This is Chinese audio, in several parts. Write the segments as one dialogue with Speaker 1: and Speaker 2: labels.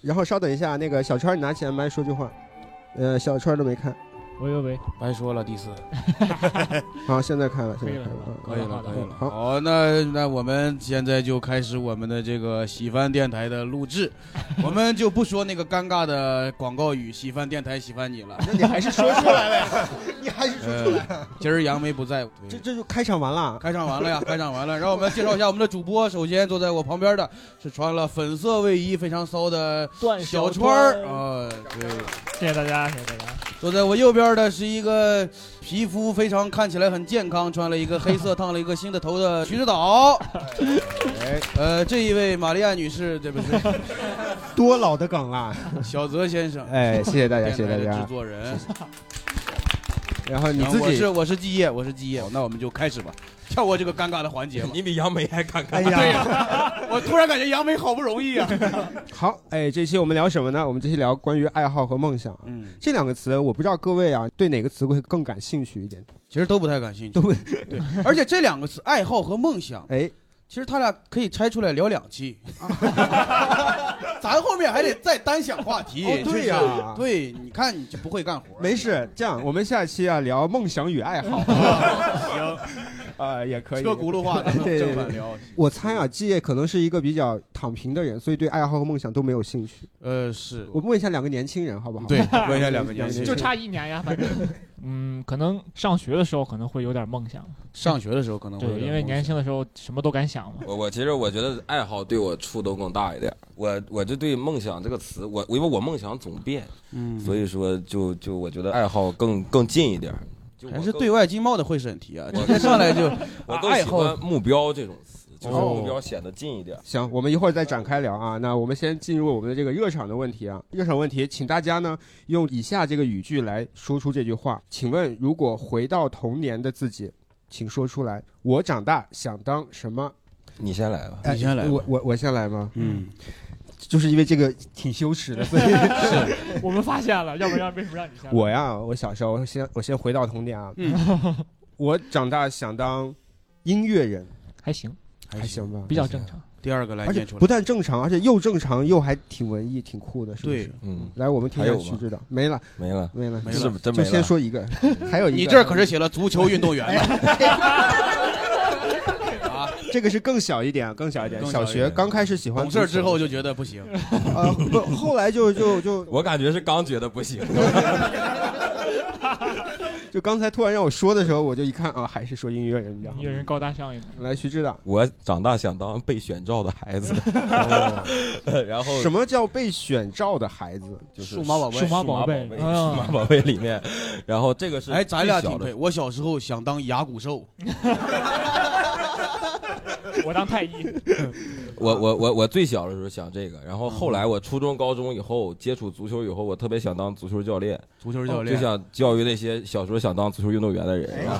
Speaker 1: 然后稍等一下，那个小圈儿，你拿起来麦说句话。呃，小圈儿都没看。
Speaker 2: 喂喂喂，
Speaker 3: 白说了第四，
Speaker 1: 好，现在看了，现在
Speaker 2: 可以了
Speaker 1: 看了。
Speaker 3: 可以了，可以了。
Speaker 1: 好
Speaker 3: 好，那那我们现在就开始我们的这个喜番电台的录制，我们就不说那个尴尬的广告语“喜番电台喜欢你” 了。
Speaker 1: 那你还是说出来呗，你还是说出来。
Speaker 3: 呃，今儿杨梅不在，
Speaker 1: 这这就开场完了。
Speaker 3: 开场完了呀，开场完了。让我们介绍一下我们的主播，首先坐在我旁边的是穿了粉色卫衣非常骚的
Speaker 2: 段
Speaker 3: 小
Speaker 2: 川
Speaker 3: 川儿啊、对。
Speaker 2: 谢谢大家，谢谢大家。
Speaker 3: 坐在我右边的是一个皮肤非常看起来很健康，穿了一个黑色、烫了一个新的头的徐 指导。哎，呃，这一位玛利亚女士，这不是
Speaker 1: 多老的梗啊了。
Speaker 3: 小泽先生，
Speaker 4: 哎，谢谢大家，
Speaker 3: 电
Speaker 4: 谢谢
Speaker 3: 台
Speaker 4: 大
Speaker 3: 的制
Speaker 4: 家。
Speaker 3: 作人。
Speaker 1: 然后你
Speaker 3: 然后
Speaker 1: 自
Speaker 3: 我
Speaker 1: 己
Speaker 3: 是，我是季业，我是季业。那我们就开始吧，跳过这个尴尬的环节吧。
Speaker 5: 你比杨梅还尴尬。
Speaker 1: 哎呀，
Speaker 3: 我突然感觉杨梅好不容易啊。
Speaker 1: 好，哎，这期我们聊什么呢？我们这期聊关于爱好和梦想。啊
Speaker 3: 嗯，
Speaker 1: 这两个词，我不知道各位啊对哪个词会更感兴趣一点。
Speaker 3: 其实都不太感兴趣
Speaker 1: 都。不
Speaker 3: 而且这两个词，爱好和梦想，
Speaker 1: 哎，
Speaker 3: 其实他俩可以拆出来聊两 期。咱后面还得再单想话题。
Speaker 1: 哦对呀
Speaker 3: 就是对，你看你就不会干 活。
Speaker 1: 没事，这样我们下期啊聊梦想与爱好。
Speaker 5: 呃
Speaker 1: 啊，也可以
Speaker 3: 车。轱辘话，咱们
Speaker 1: 对对
Speaker 3: 正
Speaker 1: 对
Speaker 3: 反聊。
Speaker 1: 我猜啊，季业可能是一个比较躺平的人，所以对爱好和梦想都没有兴趣。
Speaker 3: 呃，是
Speaker 1: 我问一下两个年轻人好 不好？
Speaker 3: 对，问一下两个年
Speaker 1: 两个年
Speaker 3: 轻人
Speaker 1: 轻
Speaker 2: 就
Speaker 1: 人
Speaker 2: 差一年呀，反正。嗯，可能上学的时候可能会有点梦想，
Speaker 3: 上学的时候可能会有
Speaker 2: 对，
Speaker 3: 点
Speaker 2: 因为
Speaker 3: 懵
Speaker 2: 年轻的时候什么都敢想嘛。
Speaker 5: 我我其实我觉得爱好对我触动更大一点。我我就对梦想这个词，我我因为我梦想总变，
Speaker 3: 嗯，
Speaker 5: 所以说就就我觉得爱好更更近一点。就我
Speaker 3: 还是
Speaker 5: 更
Speaker 3: 对外经贸的会审题啊，
Speaker 5: 我
Speaker 3: 直接上来就
Speaker 5: 我
Speaker 3: 啊
Speaker 5: 更
Speaker 3: 爱
Speaker 5: 喜
Speaker 3: 好
Speaker 5: 欢目标这种词，就是
Speaker 1: 哦
Speaker 5: 目标显得近一点。
Speaker 1: 行，我们一会儿再展开聊啊。那我们先进入我们的这个热场的问题啊。热场问题，请大家呢用以下这个语句来说出这句话。请问，如果回到童年的自己，请说出来，我长大想当什么？哎
Speaker 5: 你先来吧，
Speaker 3: 你先来吧
Speaker 1: 我我我先来吗？
Speaker 3: 嗯，
Speaker 1: 就是因为这个挺羞耻的，所以
Speaker 2: 我们发现了，要不然为什么让你先来？
Speaker 1: 我呀，我小时候我先我先回到童年啊。
Speaker 3: 嗯
Speaker 1: 我长大想当音乐人，
Speaker 2: 还行，
Speaker 1: 还。行吧，
Speaker 2: 比较正常。
Speaker 3: 第二个来
Speaker 1: 而且
Speaker 3: 念出
Speaker 1: 不
Speaker 3: 来，
Speaker 1: 但正常，而且又正常又还挺文艺，挺酷的，是不是
Speaker 3: 对？
Speaker 5: 嗯，
Speaker 1: 来，我们听一
Speaker 5: 还
Speaker 1: 下
Speaker 5: 有吗
Speaker 1: 徐指导，没了，
Speaker 5: 没了，
Speaker 1: 没了，
Speaker 3: 没
Speaker 5: 是
Speaker 3: 了
Speaker 5: 不真
Speaker 1: 就
Speaker 5: 没
Speaker 1: 先
Speaker 5: 了。
Speaker 1: 说一个，还有一个，
Speaker 3: 你这儿可是写了足球运动员呢。啊，
Speaker 1: 这个是更小一点，更小一点，
Speaker 3: 更小
Speaker 1: 小
Speaker 3: 一
Speaker 1: 学
Speaker 3: 点
Speaker 1: 刚开始喜欢
Speaker 3: 懂
Speaker 1: 足
Speaker 3: 事
Speaker 1: 球
Speaker 3: 儿之后，就觉得不行，
Speaker 1: 呃， 不后来就就就
Speaker 5: 我感觉是刚觉得不行，
Speaker 1: 就刚才突然让我说的时候，我就一看啊，还是说音乐人比较好
Speaker 2: 音乐。人高大上一点，
Speaker 1: 来，徐指导，
Speaker 5: 我长大想当被选召的孩子， 嗯 然后
Speaker 1: 什么叫被选召的孩子？
Speaker 5: 就是
Speaker 3: 哦数码宝贝
Speaker 2: 数码
Speaker 5: 数
Speaker 2: 宝
Speaker 5: 码
Speaker 2: 贝
Speaker 5: 宝贝，
Speaker 2: 哎呀
Speaker 5: 数码宝贝里面，然后这个是
Speaker 3: 哎，咱俩
Speaker 5: 最小的
Speaker 3: 挺配。我小时候想当牙骨兽，
Speaker 2: 我当太医，
Speaker 3: 啊
Speaker 5: 我我我我最小的时候想这个，然后后
Speaker 3: 嗯
Speaker 5: 来我初中、高中以后接触足球以后，我特别想当足球教练，哦
Speaker 3: 足球教
Speaker 5: 就
Speaker 3: 练，
Speaker 5: 想教育那些小时候想当足球运动员的人，啊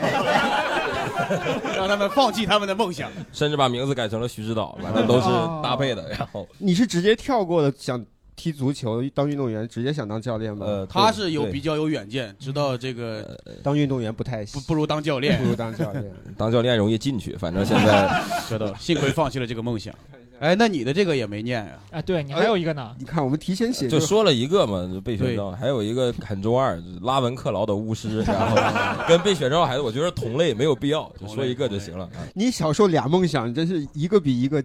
Speaker 5: 然后
Speaker 3: 让他们放弃他们的梦想。
Speaker 5: 甚至把名字改成了徐指导，反正都是搭配的。然后
Speaker 1: 你是直接跳过了想踢足球当运动员，直接想当教练吗？
Speaker 5: 呃，
Speaker 3: 他
Speaker 5: 对
Speaker 3: 是有
Speaker 5: 对
Speaker 3: 比较有远见，知道这个
Speaker 1: 当运动员不太
Speaker 3: 不
Speaker 1: 行，
Speaker 3: 不如当教练
Speaker 1: 不，如当教练。
Speaker 5: 当教练容易进去，反正现在
Speaker 3: 知道了，幸亏放弃了这个梦想。哎，那你的这个也没念呀？
Speaker 2: 啊，对你还有一个呢，
Speaker 1: 哎你看，我们提前写
Speaker 5: 就
Speaker 1: 个
Speaker 5: 说了一个嘛，就被选召，还有一个很中二，就是拉文克劳的巫师，然后跟被选召的孩子，我觉得同类没有必要，就
Speaker 3: 同类
Speaker 5: 说一个就行了。啊
Speaker 1: 你小时候俩梦想，真是一个比一个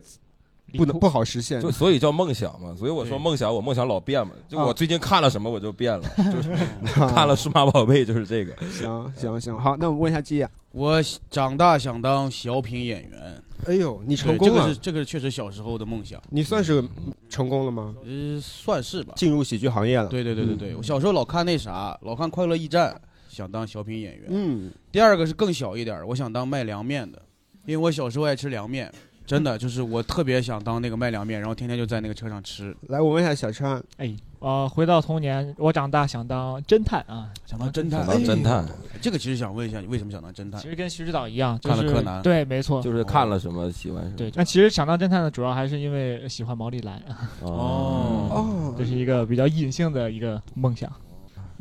Speaker 1: 不能不好实现。
Speaker 5: 就所以叫梦想嘛，所以我说
Speaker 3: 对
Speaker 5: 梦想，我梦想老变嘛，就
Speaker 1: 啊
Speaker 5: 我最近看了什么我就 变了，就是看
Speaker 1: 看
Speaker 5: 了，《数码宝贝》就是这个。
Speaker 1: 行呃啊行行，好，那我们问一下啊季亚。
Speaker 3: 我长大想当小品演员，
Speaker 1: 哎呦，你成
Speaker 3: 对，
Speaker 1: 功
Speaker 3: 这个
Speaker 1: 了
Speaker 3: 是，这个确实小时候的梦想，
Speaker 1: 你算是成功了吗？
Speaker 3: 呃，算是吧。
Speaker 1: 进入喜剧行业了。，嗯
Speaker 3: 对对对对对，我小时候老看那啥，老看《快乐驿站》，想当小品演员。
Speaker 1: 嗯，
Speaker 3: 第二个是更小一点儿，我想当卖凉面的，因为我小时候爱吃凉面，真的就是我特别想当那个卖凉面，然后天天就在那个车上吃，
Speaker 1: 来，我问一下小川，
Speaker 2: 哎，呃，回到童年，我长大想当侦探啊，
Speaker 3: 想当侦探哎
Speaker 5: 想。当侦探，
Speaker 3: 这个其实想问一下，你为什么想当侦探
Speaker 2: 其？实跟徐指导一样，就
Speaker 3: 看了
Speaker 2: 是
Speaker 3: 柯南
Speaker 2: 对，没错，
Speaker 5: 就是看了什么喜欢什么。
Speaker 2: 对。
Speaker 1: 哎
Speaker 2: 那其实想当侦探的主要还是因为喜欢毛利兰，啊
Speaker 5: 哦，
Speaker 1: 哦
Speaker 2: 这，是一个比较隐性的一个梦想。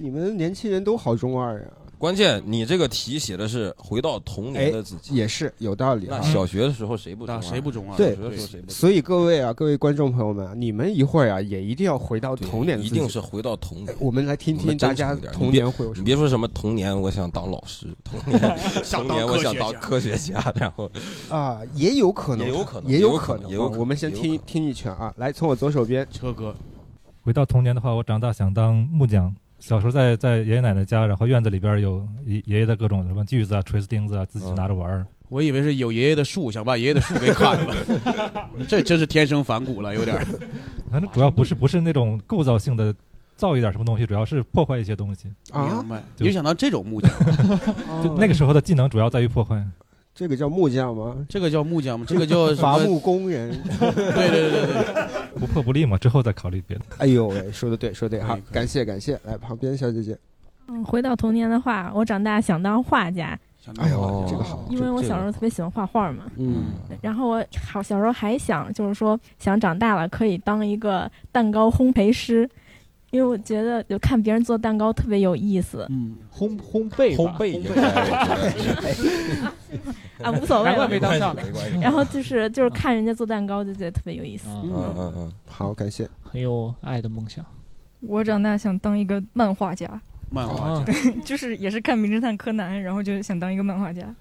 Speaker 1: 你们年轻人都好中二呀、
Speaker 5: 关键你这个题写的是回到童年的自己，
Speaker 1: 哎也是有道理
Speaker 5: 那
Speaker 1: 啊。
Speaker 5: 小学的时候谁不中
Speaker 3: 那
Speaker 5: 二？
Speaker 3: 谁不中啊？
Speaker 1: 对
Speaker 5: 小学的时候谁不中
Speaker 1: 所以各位啊，各位观众朋友们啊，你们一会儿啊也一定要回到
Speaker 5: 对
Speaker 1: 童年的
Speaker 5: 一
Speaker 1: 自己
Speaker 5: 定是回到
Speaker 3: 嗯
Speaker 5: 童年。
Speaker 1: 哎我们来听听大家
Speaker 5: 我们真诚一点
Speaker 1: 童年会有什
Speaker 5: 你
Speaker 1: 么。
Speaker 5: 别说什么童年，我想当老师；童年，童年我想当科学家。然后
Speaker 1: 啊，也有可能，
Speaker 5: 也有可能
Speaker 1: 也
Speaker 5: 也有
Speaker 1: 可
Speaker 5: 可
Speaker 1: 能
Speaker 5: 能
Speaker 1: 啊。
Speaker 5: 也有可能
Speaker 1: 我们先
Speaker 5: 也
Speaker 1: 听
Speaker 5: 有可能
Speaker 1: 听一圈啊，来，从我左手边，
Speaker 3: 车哥，
Speaker 4: 回到童年的话，我长大想当木匠。小时候在在爷爷奶奶家，然后院子里边有爷爷爷的各种什么锯子啊、锤子、钉子啊，自己
Speaker 5: 嗯
Speaker 4: 拿着玩儿。
Speaker 3: 我以为是有爷爷的树，想把爷爷的树给砍了， 这真是天生反骨了，有点儿。
Speaker 4: 反正主要不是不是那种构造性的造一点什么东西，主要是破坏一些东西。
Speaker 1: 啊
Speaker 3: 明，白？
Speaker 4: 对
Speaker 3: 你就想当这种木匠， 哦
Speaker 4: 就那个时候的技能主要在于破坏。
Speaker 1: 这个叫木匠吗？
Speaker 3: 这个叫木匠吗？ 这个叫什
Speaker 1: 伐
Speaker 3: 么？
Speaker 1: 木工人。
Speaker 3: 对对对对对。
Speaker 4: 不破不立嘛，之后再考虑别的。
Speaker 1: 哎呦喂，说的对，说的对，
Speaker 3: 可以
Speaker 1: 好
Speaker 3: 可，以
Speaker 1: 感谢感谢。来，旁边小姐姐，
Speaker 6: 嗯，回到童年的话，我长大想当画家，
Speaker 3: 想
Speaker 1: 哎
Speaker 3: 当
Speaker 1: 呦
Speaker 5: 哦，
Speaker 1: 这个好，
Speaker 6: 因为我小时候特别喜欢画画嘛。
Speaker 1: 嗯，
Speaker 6: 然后我好小时候还想，就是说想长大了可以当一个蛋糕烘焙师，因为我觉得就看别人做蛋糕特别有意思
Speaker 3: 嗯，
Speaker 2: 烘烘焙吧
Speaker 5: 烘焙应该我觉得
Speaker 6: 啊，无所谓
Speaker 2: 难怪
Speaker 6: 了。
Speaker 2: 没当上
Speaker 5: 没关系。
Speaker 6: 然后就是
Speaker 1: 嗯
Speaker 6: 就是看人家做蛋糕就觉得特别有意思。
Speaker 2: 嗯
Speaker 5: 嗯嗯嗯，
Speaker 1: 好，感谢。
Speaker 2: 很有爱的梦想。
Speaker 7: 我长大想当一个漫画家，
Speaker 3: 漫画
Speaker 2: 啊
Speaker 3: 家，
Speaker 7: 就是也是看《名侦探柯南》，然后就想当一个漫画家。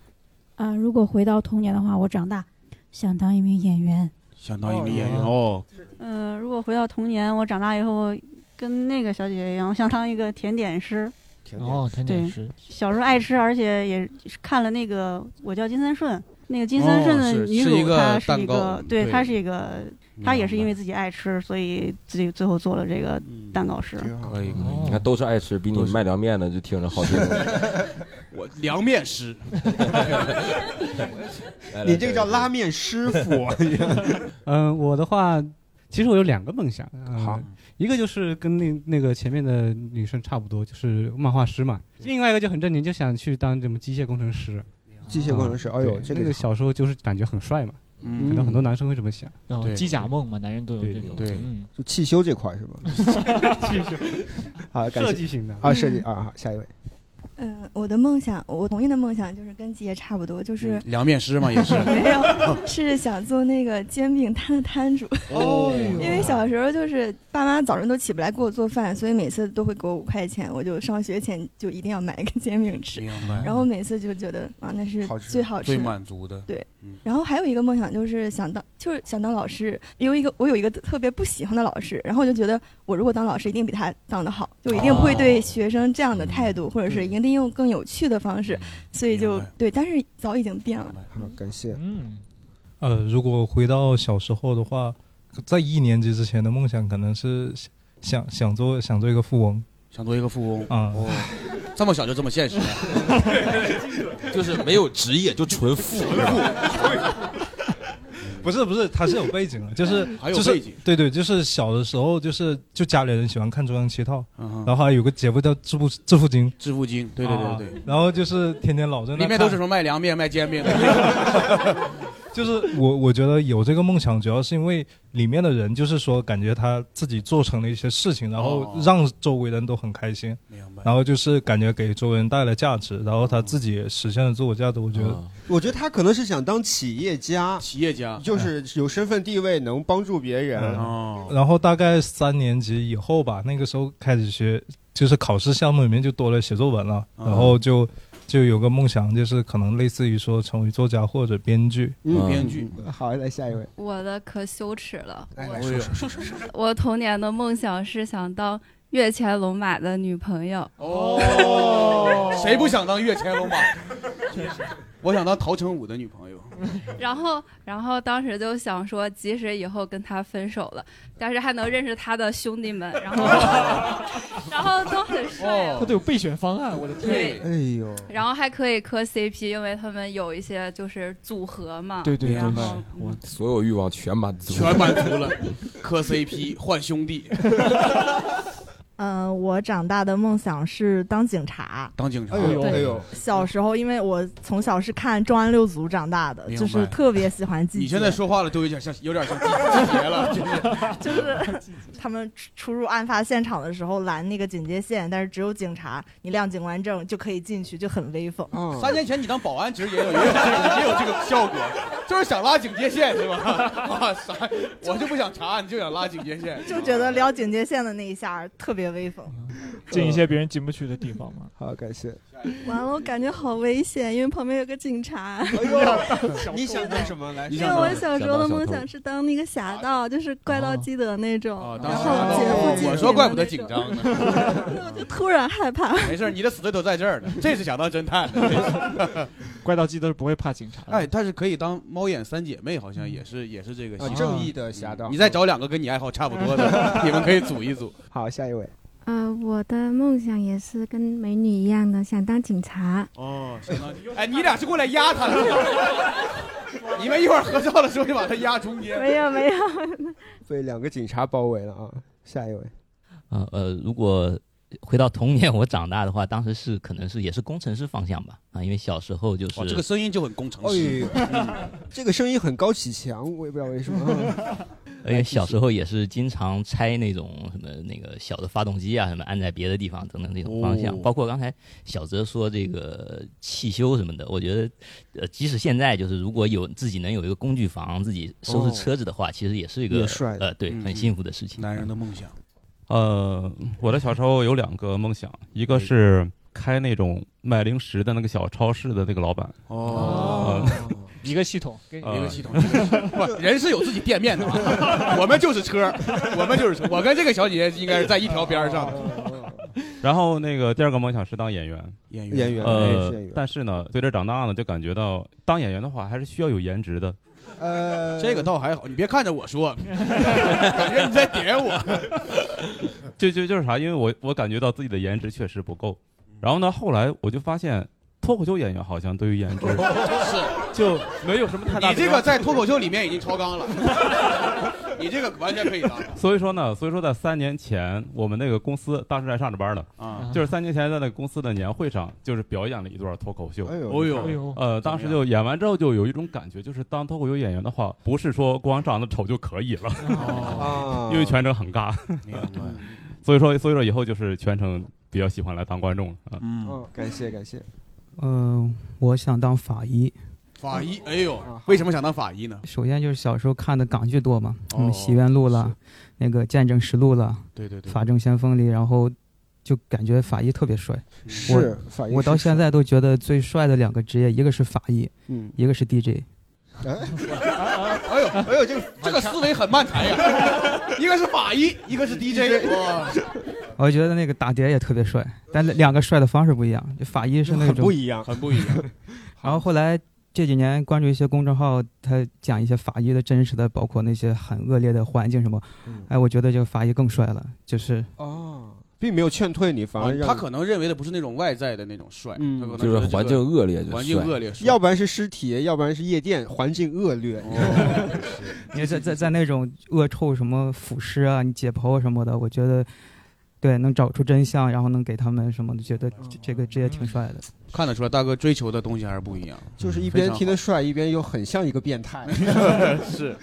Speaker 8: 啊、如果回到童年的话，我长大想当一名演员。
Speaker 3: 想当一名演员哦，
Speaker 9: 嗯，如果回到童年，我长大以后跟那个小姐姐一样，我想当一个甜点师。
Speaker 1: 甜点
Speaker 2: 哦，甜点师，
Speaker 9: 小时候爱吃，而且也是看了那个《我叫金森顺》，那个金森顺
Speaker 3: 哦
Speaker 9: 的
Speaker 3: 是
Speaker 9: 女
Speaker 3: 是一
Speaker 9: 主，
Speaker 3: 个
Speaker 9: 她是
Speaker 3: 蛋
Speaker 9: 一
Speaker 3: 糕
Speaker 9: 个，
Speaker 3: 对
Speaker 9: 对，她是一个，她也是因为自己爱吃，所以自己最后做了这个
Speaker 3: 嗯
Speaker 9: 蛋糕师。
Speaker 1: 挺好。
Speaker 3: 可以，可以
Speaker 5: 你看都是爱吃，比你卖凉面的就听着好 听。
Speaker 3: 我凉面师，
Speaker 5: 来
Speaker 1: 你这个叫拉，面师 傅，
Speaker 10: 嗯，我的话，其实我有两个梦想。呃
Speaker 1: 好，
Speaker 10: 一个就是跟那那个前面的女生差不多，就是漫画师嘛；
Speaker 11: 嗯
Speaker 10: 另外一个就很正经，就想去当什么机械工程师。
Speaker 1: 机械工程
Speaker 4: 啊
Speaker 11: 嗯
Speaker 1: 师。哎呦，
Speaker 10: 对
Speaker 1: 这
Speaker 10: 那个小时候就是感觉很帅嘛，可
Speaker 3: 嗯
Speaker 10: 能很多男生会这么想。
Speaker 2: 然后
Speaker 3: 对
Speaker 2: 哦机甲梦嘛，男人都有这种。
Speaker 3: 对对
Speaker 2: 嗯，
Speaker 1: 就汽修这块是吧？ 好，感
Speaker 10: 设
Speaker 1: 谢
Speaker 10: 计型的，嗯
Speaker 1: 啊，设计啊，好，下一位。
Speaker 7: 呃，我的梦想，我童年的梦想就是跟姐姐差不多，就是
Speaker 3: 凉嗯面师嘛，也是
Speaker 7: 没有，是想做那个煎饼摊的摊主。
Speaker 3: 哦，
Speaker 7: 因为小时候就是爸妈早上都起不来给我做饭，所以每次都会给我五块钱，我就上学前就一定要买一个煎饼吃。
Speaker 3: 明白，
Speaker 7: 然后每次就觉得啊，那是
Speaker 1: 好吃
Speaker 7: 最好吃
Speaker 3: 最
Speaker 7: 的。
Speaker 3: 满足的，
Speaker 7: 然后还有一个梦想就是想当，就是想当老师。有一个我有一个特别不喜欢的老师，然后我就觉得我如果当老师一定比他当得好，就一定不会对学生这样的态度，或者是一定用更有趣的方式。所以就
Speaker 3: 哦嗯明白
Speaker 7: 对，但是早已经变了。
Speaker 1: 好，感谢。
Speaker 2: 嗯，
Speaker 4: 呃，如果回到小时候的话，在一年级之前的梦想可能是想想做想做一个富翁
Speaker 3: 想做一个富翁，
Speaker 4: 啊
Speaker 3: 哦， 这么小就这么 现实，啊
Speaker 5: 就是没有职业，就纯富。
Speaker 4: 不是不是，他是有背景的，就是
Speaker 3: 还有
Speaker 4: 就
Speaker 3: 背
Speaker 4: 是
Speaker 3: 景，
Speaker 4: 对对，就是小的时候就是就家里人喜欢看中央七套，
Speaker 3: 嗯哼，
Speaker 4: 然后还有个节目叫《致富致富经》，
Speaker 3: 致富经，对对对对
Speaker 4: 然后就是天天老在
Speaker 3: 对，
Speaker 4: 那
Speaker 3: 里面
Speaker 4: 看
Speaker 3: 都是什么卖凉面、卖煎饼的，
Speaker 4: 就是我我觉得有这个梦想，主要是因为里面的人就是说感觉他自己做成了一些事情，然后
Speaker 3: 哦
Speaker 4: 让周围人都很开心，
Speaker 3: 明白
Speaker 4: 然。后就是感觉给周围人带来价值，然后他自己也实现了自我价值，我觉得。
Speaker 3: 哦
Speaker 1: 我觉得他可能是想当企业家，
Speaker 3: 企业家，
Speaker 1: 就是有身份地位，能帮助别人
Speaker 4: 嗯。
Speaker 3: 哦，
Speaker 4: 然后大概三年级以后吧，那个时候开始学，就是考试项目里面就多了写作文了，
Speaker 3: 啊
Speaker 4: 然后就就有个梦想，就是可能类似于说成为作家或者编剧。
Speaker 1: 嗯，
Speaker 3: 哦编剧，
Speaker 1: 好，来下一位。
Speaker 9: 我的可羞耻了，
Speaker 1: 来来
Speaker 3: 哎呦
Speaker 1: 说说说
Speaker 9: 我童年的梦想是想当月前龙马的女朋友。
Speaker 3: 哦，谁不想当跃前 龙马？我想当陶成武的女朋友。
Speaker 9: 然后，然后当时就想说，即使以后跟他分手了，但是还能认识他的兄弟们，然后， 然后都很帅、
Speaker 2: 他
Speaker 3: 哦
Speaker 2: 都，有备选方案，我的天。
Speaker 9: 对，
Speaker 1: 哎呦，
Speaker 9: 然后还可以磕 CP，因为他们有一些就是组合嘛。
Speaker 2: 对对对
Speaker 9: 啊然
Speaker 2: 对
Speaker 9: 后，嗯
Speaker 2: 我
Speaker 5: 所有欲望全满足，
Speaker 3: 啊全哎满足 了，磕 CP 换兄弟，啊
Speaker 12: 呃
Speaker 6: 嗯，我长大的梦想是当警察。
Speaker 3: 当警察。
Speaker 1: 哎呦，
Speaker 2: 对
Speaker 1: 哎呦，
Speaker 6: 小时候，因为我从小是看《重案六组》长大的，
Speaker 3: 明白
Speaker 6: 就是特别喜欢季节。
Speaker 3: 哦你现在说话了，都有点像，有点像季节了，就是
Speaker 6: 就是
Speaker 12: 他们出出入案发现场的时候拦那个警戒线，但是只有警察，你亮警官证就可以进去，就很威风。
Speaker 1: 嗯
Speaker 3: 三年前你当保安其实也有也有这个也有这个效果，就是想拉警戒线是吧？ 啊，啥？我就不想查，你就想拉警戒线，
Speaker 12: 就觉得撩警戒线的那一下儿特别威风。
Speaker 2: 进一些别人进不去的地方嘛。
Speaker 1: 好，感谢。
Speaker 7: 完了，我感觉好危险，因为旁边有个警察。
Speaker 3: 哎
Speaker 1: 你想当什么来？哎
Speaker 7: 因为我小时候的梦想是当那个侠盗，就是怪盗基德那种，然后劫富济贫。
Speaker 3: 啊我说怪不得紧张呢，
Speaker 7: 就突然害怕。
Speaker 3: 没事儿，你的死对头在这儿呢，这是想当侦探的。
Speaker 2: 怪盗基德是不会怕警察。
Speaker 3: 哎，但是可以当猫眼三姐妹，好像也是也是这个
Speaker 1: 啊正义的侠盗
Speaker 3: 你再找两个跟你爱好差不多 的，你们可以组一组。
Speaker 1: 好，下一位。
Speaker 13: 呃，我的梦想也是跟美女一样的，想当警察。
Speaker 3: 哦，相当哎，你俩是过来压他的， 你们一会儿合照的时候就把他压中间。
Speaker 13: 没有 没有，
Speaker 1: 被两个警察包围了啊！下一位，
Speaker 14: 啊呃，如果回到童年我长大的话，当时是可能是也是工程师方向吧啊，因为小时候就是、
Speaker 3: 哦，这个声音就很工程师
Speaker 1: 哎。 这个声音很高启强，我也不知道为什么。
Speaker 14: 因为哎小时候也是经常拆那种什么那个小的发动机啊，什么安在别的地方等等这种方向，
Speaker 15: 哦
Speaker 14: 包括刚才小泽说这个汽修什么的，我觉得，呃，即使现在就是如果有自己能有一个工具房，自己
Speaker 3: 哦
Speaker 14: 收拾车子的话，其实也是一
Speaker 11: 也
Speaker 14: 个
Speaker 11: 帅
Speaker 14: 呃，对，很幸福的事情。
Speaker 3: 嗯
Speaker 14: 啊
Speaker 3: 男人的梦想，
Speaker 11: 呃，我的小时候有两个梦想，一个是开那种卖零食的那个小超市的那个老板。
Speaker 3: 哦
Speaker 11: 呃
Speaker 2: 一个系统，给
Speaker 1: 啊
Speaker 11: 你
Speaker 3: 一个系统，不，人是有自己店面的啊，我们就是车，我们就是车，我跟这个小姐姐应该是在一条边儿上的。
Speaker 11: 然后那个第二个梦想是当演员，
Speaker 3: 演员演员
Speaker 11: 呃
Speaker 3: 是演员，
Speaker 11: 但是呢，随着长大呢，就感觉到当演员的话还是需要有颜值的。
Speaker 3: 呃，这个倒还好，你别看着我说，感觉你在点我。
Speaker 11: 就就就是啥，因为我我感觉到自己的颜值确实不够。然后呢，后来我就发现脱口秀演员好像对 于颜值
Speaker 3: 是
Speaker 11: 就没有什么太大
Speaker 3: 你这个在脱口秀里面已经超纲了，你这个完全可以当。
Speaker 11: 所以说呢，所以说在三年前，我们那个公司当时还上着班呢，
Speaker 3: 啊
Speaker 11: 就是三年前在那个公司的年会上，就是表演了一段脱口秀。哎
Speaker 3: 呦哎呦哎呦
Speaker 11: 呃，当时就演完之后就有一种感觉，就是当脱口秀演员的话，不是说光长得丑就可以了，
Speaker 5: 啊
Speaker 11: 因为全程很尬。 所以说，所以说以后就是全程比较喜欢来当观众了啊。
Speaker 1: 嗯，感谢感谢。
Speaker 16: 嗯，我想当法医。
Speaker 3: 法医，哎呦，为什么想当法 医呢？
Speaker 16: 首先就是小时候看的港剧多嘛，
Speaker 3: 哦
Speaker 16: 嗯，《洗冤录》了，那个《见证实录》了，
Speaker 3: 对对对
Speaker 16: 法证先锋》里，然后就感觉法医特别帅。
Speaker 1: 是
Speaker 16: 我
Speaker 1: 法医
Speaker 16: 我
Speaker 1: 是
Speaker 16: 到
Speaker 1: 帅
Speaker 16: 现在都觉得最帅的两个职业，一个是法医，
Speaker 1: 嗯
Speaker 16: 一个是 DJ。
Speaker 3: 哎呦，哎呦，这个这个思维很漫才呀， 一个是法医，一个是 DJ，哇，
Speaker 16: 我觉得那个打碟也特别帅，但两个帅的方式不一样。就法医是那种
Speaker 1: 很不一样很不 一样。
Speaker 16: 然后后来这几年关注一些公众号，他讲一些法医的真实的，包括那些很恶劣的环境什么。哎，我觉得这个法医更帅了，就是
Speaker 1: 嗯哦，并没有劝退你，反而让
Speaker 3: 哦他可能认为的不是那种外在的那种帅，
Speaker 1: 嗯
Speaker 3: 他可能
Speaker 5: 就是环境恶劣就
Speaker 3: 环境
Speaker 5: 帅
Speaker 3: 恶劣帅，哦
Speaker 1: 要不然是尸体，要不然是夜店，环境恶劣。
Speaker 16: 你在在在那种恶臭什么腐尸啊，你解剖什么的，我觉得对能找出真相，然后能给他们什么的，觉得这这个职业挺帅的。
Speaker 3: 看得出来大哥追求的东西还是不一样，
Speaker 1: 就是一边
Speaker 3: 非常好。
Speaker 1: 听得帅，一边又很像一个变态
Speaker 3: 是，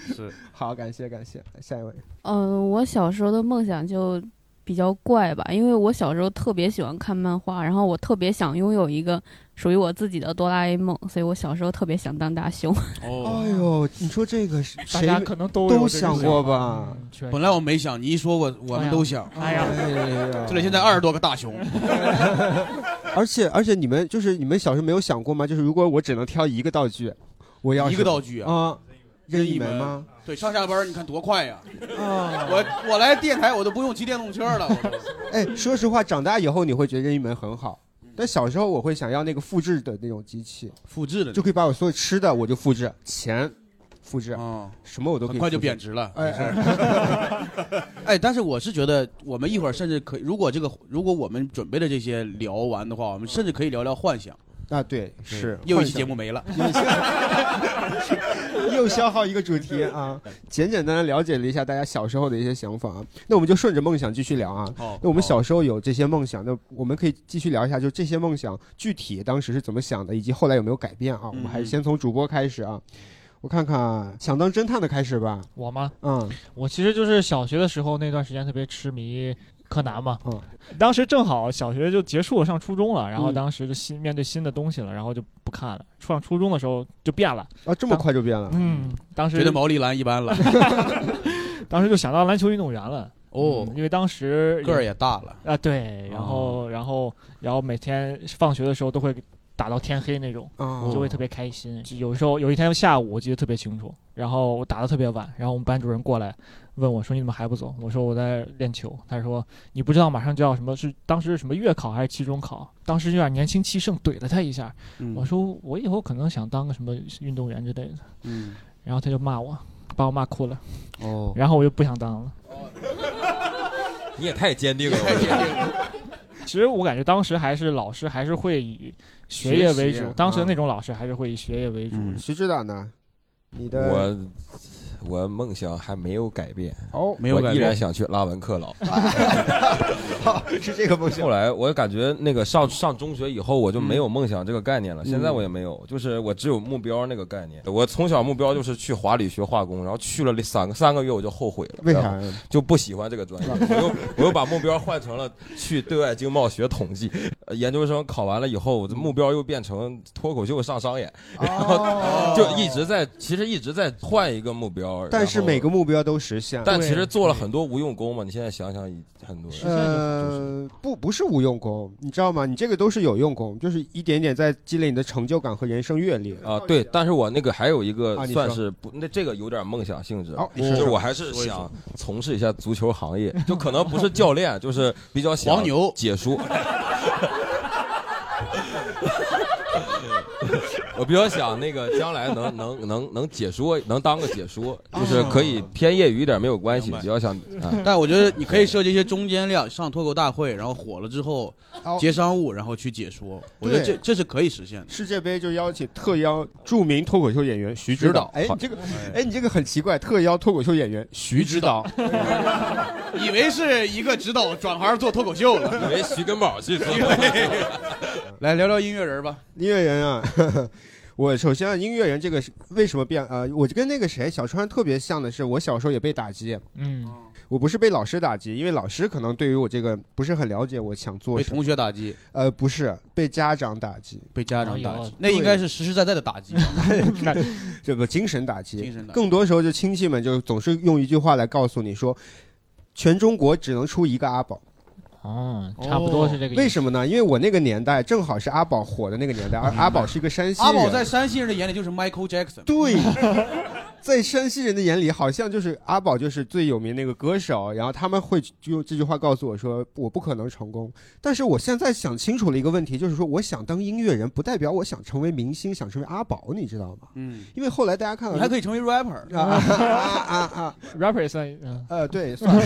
Speaker 1: 好，感谢感谢，下一位。
Speaker 17: 呃，我小时候的梦想就比较怪吧，因为我小时候特别喜欢看漫画，然后我特别想拥有一个属于我自己的哆啦 A 梦，所以我小时候特别想当大雄。
Speaker 3: 哦
Speaker 1: 哎
Speaker 18: 哦
Speaker 1: 呦，你说这个是
Speaker 2: 大
Speaker 1: 谁
Speaker 2: 家可能都有
Speaker 1: 都
Speaker 2: 这个
Speaker 1: 想
Speaker 2: 想
Speaker 1: 过
Speaker 2: 法
Speaker 1: 吧？
Speaker 3: 本来我没想，你一说我我们都想，
Speaker 2: 哎呀哎
Speaker 1: 呀
Speaker 3: 这里现在二十多个大熊，
Speaker 1: 而且而且你们就是你们小时候没有想过吗？就是如果我只能挑一个道具，我要
Speaker 3: 一个道具啊
Speaker 1: 啊，任意门吗？？
Speaker 3: 啊
Speaker 1: 哦
Speaker 3: 对，上下班你看多快呀！ 我我来电台我都不用骑电动车了，我都
Speaker 1: 哎，说实话，长大以后你会觉得任意门很好，但小时候我会想要那个复制的那种机器，
Speaker 3: 嗯复制的
Speaker 1: 就可以把我所有吃的我就复制，钱复制，什么我都可以
Speaker 3: 哦很快就
Speaker 1: 复制
Speaker 3: 贬值了。
Speaker 1: 哎
Speaker 3: 哎， 哎，但是我是觉得，我们一会儿甚至可以，如果这个如果我们准备的这些聊完的话，我们甚至可以聊聊幻想。
Speaker 1: 啊，对，是
Speaker 3: 又一期节目没了。
Speaker 1: 又消耗一个主题 啊！简简单单了解了一下大家小时候的一些想法啊，那我们就顺着梦想继续聊啊。
Speaker 3: 好
Speaker 1: 那我们小时候有这些梦想，那我们可以继续聊一下，就这些
Speaker 5: 嗯
Speaker 1: 梦想具体当时是怎么想的，以及后来有没有改变啊？我们还是先从主播开始啊。我看看啊，想当侦探的开始吧。
Speaker 2: 我吗？
Speaker 1: 嗯，
Speaker 2: 我其实就是小学的时候那段时间特别痴迷柯南嘛。当时正好小学就结束了，上初中了，然后
Speaker 1: 嗯
Speaker 2: 当时就新面对新的东西了，然后就不看了。上初中的时候就变了
Speaker 1: 啊，这么快就变了？
Speaker 2: 嗯， 当时
Speaker 3: 觉得毛利兰一 般了，
Speaker 2: 当时就想到篮球运动员了。
Speaker 3: 哦
Speaker 2: 嗯因为当时
Speaker 3: 个儿也大了
Speaker 2: 啊，对，然
Speaker 1: 哦
Speaker 2: 后然后然后每天放学的时候都会打到天黑那种，
Speaker 1: 哦
Speaker 2: 就会特别开心。就有时候有一天下午我记得特别清楚，然后我打的特别晚，然后我们班主任过来问我说你怎么还不走？我说我在练球。他说你不知道马上就要什么是当时是什么月考还是期中考？当时有点年轻气盛，怼了他一下。
Speaker 1: 嗯
Speaker 2: 我说我以后可能想当个什么运动员之类的。
Speaker 1: 嗯，
Speaker 2: 然后他就骂我，把我骂哭了。
Speaker 1: 哦
Speaker 2: 然后我就不想当了。
Speaker 5: 你也太坚定了，我觉得
Speaker 2: 其实我感觉当时还是老师还是会以学业为
Speaker 1: 学习
Speaker 2: 主
Speaker 1: 啊，
Speaker 2: 当时那种老师还是 会以学业为主。
Speaker 1: 徐指导呢？你的
Speaker 5: 我我梦想还没有改变，
Speaker 1: 哦
Speaker 3: 没有改
Speaker 5: 我依然
Speaker 3: 变
Speaker 5: 想去拉文克劳。
Speaker 1: 是这个梦
Speaker 5: 后来我感觉那个上上中学以后，我就没有梦想这个概念了。
Speaker 1: 嗯
Speaker 5: 现在我也没有，就是我只有目标那个概念。我从小目标就是去华理学化工，然后去了三个三个月我就后悔了，
Speaker 1: 为啥呀
Speaker 5: 然后就不喜欢这个专 业。我又我又把目标换成了去对外经贸学统计，呃研究生考完了以后，我这目标又变成脱口秀上商演，
Speaker 1: 哦
Speaker 5: 然后就一直在其实一直在换一个目标。
Speaker 1: 但是
Speaker 5: 然后
Speaker 1: 每个目标都实现了，
Speaker 5: 但其实做了很多无用功嘛，你现在想想很多人。
Speaker 1: 呃，不，不是无用功，你知道吗？你这个都是有用功，就是一点点在积累你的成就感和人生阅历。
Speaker 5: 啊，对，但是我那个还有一
Speaker 1: 啊
Speaker 5: 个
Speaker 1: 你说
Speaker 5: 算是不，那这个有点梦想性质，
Speaker 3: 哦
Speaker 1: 你
Speaker 5: 就
Speaker 1: 说
Speaker 5: 是
Speaker 1: 说
Speaker 5: 我还是
Speaker 1: 说一
Speaker 5: 想
Speaker 1: 说
Speaker 5: 从事一下足球行业，就可能不是教 练，就是比较想
Speaker 3: 黄牛
Speaker 5: 解说。我比较想那个将来能能能能解说，能当个解说，就是
Speaker 3: 哦
Speaker 5: 可以偏业余一点没有关系，只要想啊。
Speaker 3: 但我觉得你可以设计一些中间量，上脱口大会，然后火了之后
Speaker 1: 哦
Speaker 3: 接商务，然后去解说。我觉得这
Speaker 1: 对
Speaker 3: 这是可以实现的。
Speaker 1: 世界杯就邀请特邀著名脱口秀演员徐指导，
Speaker 3: 徐
Speaker 1: 哎
Speaker 3: 指导，
Speaker 1: 你这个，哎，你这个很奇怪，特邀脱口秀演员徐指导，
Speaker 3: 以为是一个指导转行做脱口秀了，
Speaker 5: 以为徐根宝去 做。
Speaker 3: 来聊聊音乐人吧。
Speaker 1: 音乐人啊， 呵呵我首先啊，音乐人这个是为什么变？呃，我跟那个谁小川特别像的是，我小时候也被打击，
Speaker 2: 嗯，
Speaker 1: 我不是被老师打击，因为老师可能对于我这个不是很了解，我想做
Speaker 3: 被
Speaker 1: 什么
Speaker 3: 同学打击，
Speaker 1: 呃，不是哎被家长打击，
Speaker 3: 被家长打
Speaker 1: 对
Speaker 3: 击，哎那应该是实实在在的打击。啊
Speaker 1: 那这个精神打击，
Speaker 3: 精神打击
Speaker 1: 更多时候就亲戚们就总是用一句话来告诉你说，全中国只能出一个阿宝。
Speaker 2: 哦，差不多是这个意思。
Speaker 1: 为什么呢？因为我那个年代正好是阿宝火的那个年代，而
Speaker 2: 嗯
Speaker 1: 阿宝是一个山西人。
Speaker 3: 阿宝在山西人的眼里就是 Michael Jackson。
Speaker 1: 对， 在山西人的眼里，好像就是阿宝就是最有名那个歌手，然后他们会用这句话告诉我说我不可能成功。但是我现在想清楚了一个问题，就是说我想当音乐人，不代表我想成为明星，想成为阿宝，你知道吗？
Speaker 3: 嗯，
Speaker 1: 因为后来大家看到
Speaker 3: 你还可以成为 rapper
Speaker 1: 啊啊啊啊
Speaker 2: rapper 也算嗯
Speaker 1: 呃对 算了，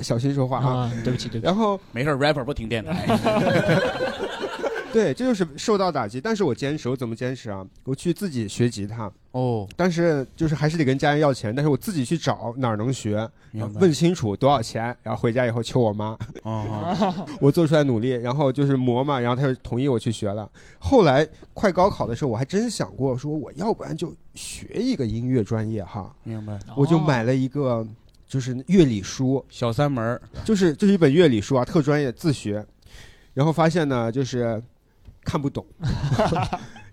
Speaker 1: 小心说话啊，
Speaker 2: 对不起对不起。
Speaker 1: 然后
Speaker 3: 没事，rapper 不听电台。
Speaker 1: 对，这就是受到打击，但是我坚持，我怎么坚持啊？我去自己学吉他。
Speaker 3: 哦，
Speaker 1: 但是就是还是得跟家人要钱，但是我自己去找哪儿能学，然后问清楚多少钱，然后回家以后求我妈。
Speaker 3: 哦，
Speaker 1: 我做出来努力，然后就是磨嘛，然后他就同意我去学了。后来快高考的时候，我还真想过说，我要不然就学一个音乐专业哈。
Speaker 3: 明白。
Speaker 1: 我就买了一个就是乐理书，
Speaker 3: 小三门儿，
Speaker 1: 就是就是一本乐理书啊，特专业自学，然后发现呢就是看不 懂，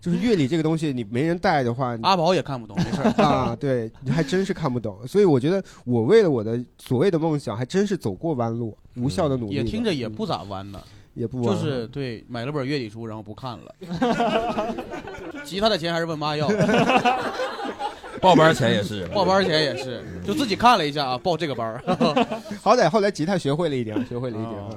Speaker 1: 就是乐理这个东西你没人带的话，
Speaker 3: 阿宝也看不懂，没事儿。
Speaker 1: 啊，对，你还真是看不懂，所以我觉得我为了我的所谓的梦想，还真是走过弯路，无效的努力的，
Speaker 3: 也听着也不咋弯呢，
Speaker 1: 也不弯
Speaker 3: 就是对，买了本乐理书，然后不看了。吉他的钱还是问妈要，
Speaker 5: 报班钱也是
Speaker 3: 报班钱也是，就自己看了一下啊，报这个班儿。
Speaker 1: 好歹后来吉他学会了一 点，学会了一点啊。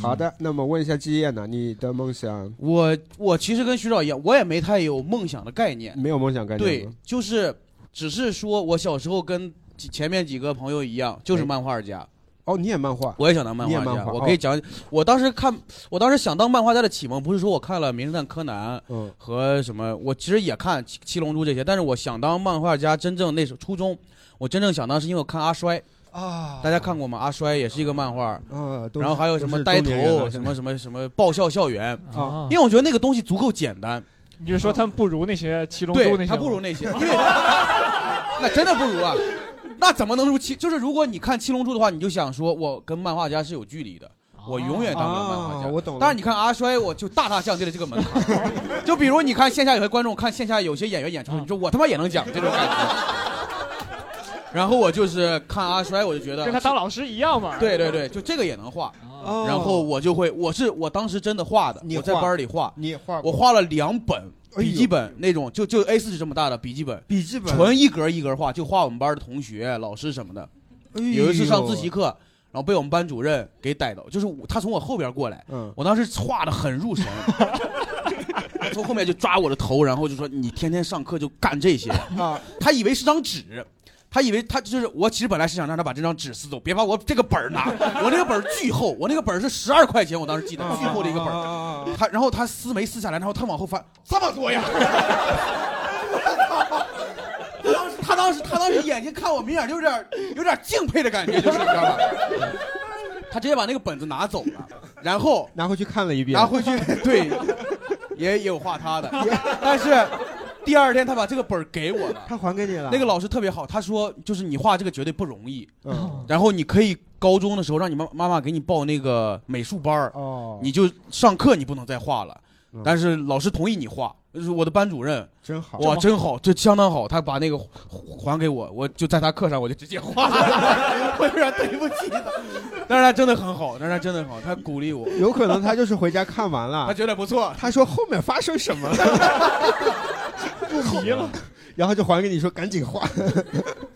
Speaker 1: 好的，那么问一下基业呢？你的梦想
Speaker 3: 我我其实跟徐导一样，我也没太有梦想的概念。
Speaker 1: 没有梦想概念
Speaker 3: 对
Speaker 1: 吗？，
Speaker 3: 就是只是说我小时候跟几前面几个朋友一样，就是漫画家。
Speaker 1: 哦，你也漫画，
Speaker 3: 我也想当漫
Speaker 1: 哎你
Speaker 3: 画
Speaker 1: 也
Speaker 3: 家。
Speaker 1: 漫画
Speaker 3: 我可以
Speaker 1: 哦
Speaker 3: 讲，我当时看，我当时想当漫画家的启蒙，不是说我看了《名侦探柯南》
Speaker 1: 嗯
Speaker 3: 和什么，我其实也看《七七龙珠》这些，但是我想当漫画家，真正那时候初中，我真正想当是因为我看阿衰。
Speaker 1: 啊，
Speaker 3: 大家看过吗？阿衰也是一个漫画，
Speaker 1: 啊，都是
Speaker 3: 然后还有什么
Speaker 1: 都是
Speaker 3: 呆
Speaker 1: 中年人了
Speaker 3: 头，什么什么什么爆笑校园
Speaker 1: 啊
Speaker 3: 因为我觉得那个东西足够简单，
Speaker 2: 你是说他们不如那些七龙珠
Speaker 3: 对
Speaker 2: 那些吗？
Speaker 3: 他不如 那些，因为那真的不如啊。那怎么能如七？就是如果你看《七龙珠》的话，你就想说，我跟漫画家是有距离的，我永远当不了漫画
Speaker 1: 啊
Speaker 3: 家。
Speaker 1: 我懂了
Speaker 3: 但是你看阿衰，我就大大降低了这个门槛。 就比如你看线下有些观众看线下有些演员演出，你说我他妈也能讲这种感觉。然后我就是看阿衰，我就觉得
Speaker 2: 跟他当老师一样嘛。
Speaker 3: 对对对，就这个也能画。
Speaker 1: 哦
Speaker 3: 然后我就会，我是我当时真的画的，我在
Speaker 1: 画
Speaker 3: 班里画，
Speaker 1: 你画哎
Speaker 3: 我画了两本笔记本那种，就就 A 四纸这么大的笔记本，
Speaker 1: 笔记本
Speaker 3: 纯一格一格画，就画我们班的同学、老师什么的。
Speaker 1: 哎呦
Speaker 3: 有一次上自习课，然后被我们班主任给逮到，就是我他从我后边过来，
Speaker 1: 嗯
Speaker 3: 我当时画的很入神， 他从后面就抓我的头，然后就说你天天上课就干这些
Speaker 1: 啊，
Speaker 3: 他以为是张纸。他以为他就是我，其实本来是想让他把这张纸撕走，别把我这个本儿 拿，我那个本儿巨厚，我那个本儿是十二块钱，我当时记
Speaker 1: 啊
Speaker 3: 得巨厚的一个本儿。他然后他撕没撕下来，然后他往后翻，这么多呀！他当时他当时眼睛看我明显就有点有点敬佩的感觉，就是你知道吧？ 他直接把那个本子拿走了，然后
Speaker 1: 拿回去看了一遍，
Speaker 3: 拿回去对，也也有画他的，但是第二天他把这个本儿给我了，
Speaker 1: 他还给你了。
Speaker 3: 那个老师特别好，他说就是你画这个绝对不容易，
Speaker 1: 嗯
Speaker 3: 然后你可以高中的时候让你妈妈妈给你报那个美术班儿，
Speaker 1: 哦嗯
Speaker 3: 你就上课你不能再画了，但是老师同意你画。就是我的班主任
Speaker 1: 真好
Speaker 3: 哇，真好，这相当好。他把那个还给我，我就在他课上我就直接画了，我有点对不起他。但是他真的很好，但是他真的很好，他鼓励我，
Speaker 1: 有可能他就是回家看完了，
Speaker 3: 他觉得不错。
Speaker 1: 他说后面发生什 么了， 不迷了，然后就还给你说赶紧画。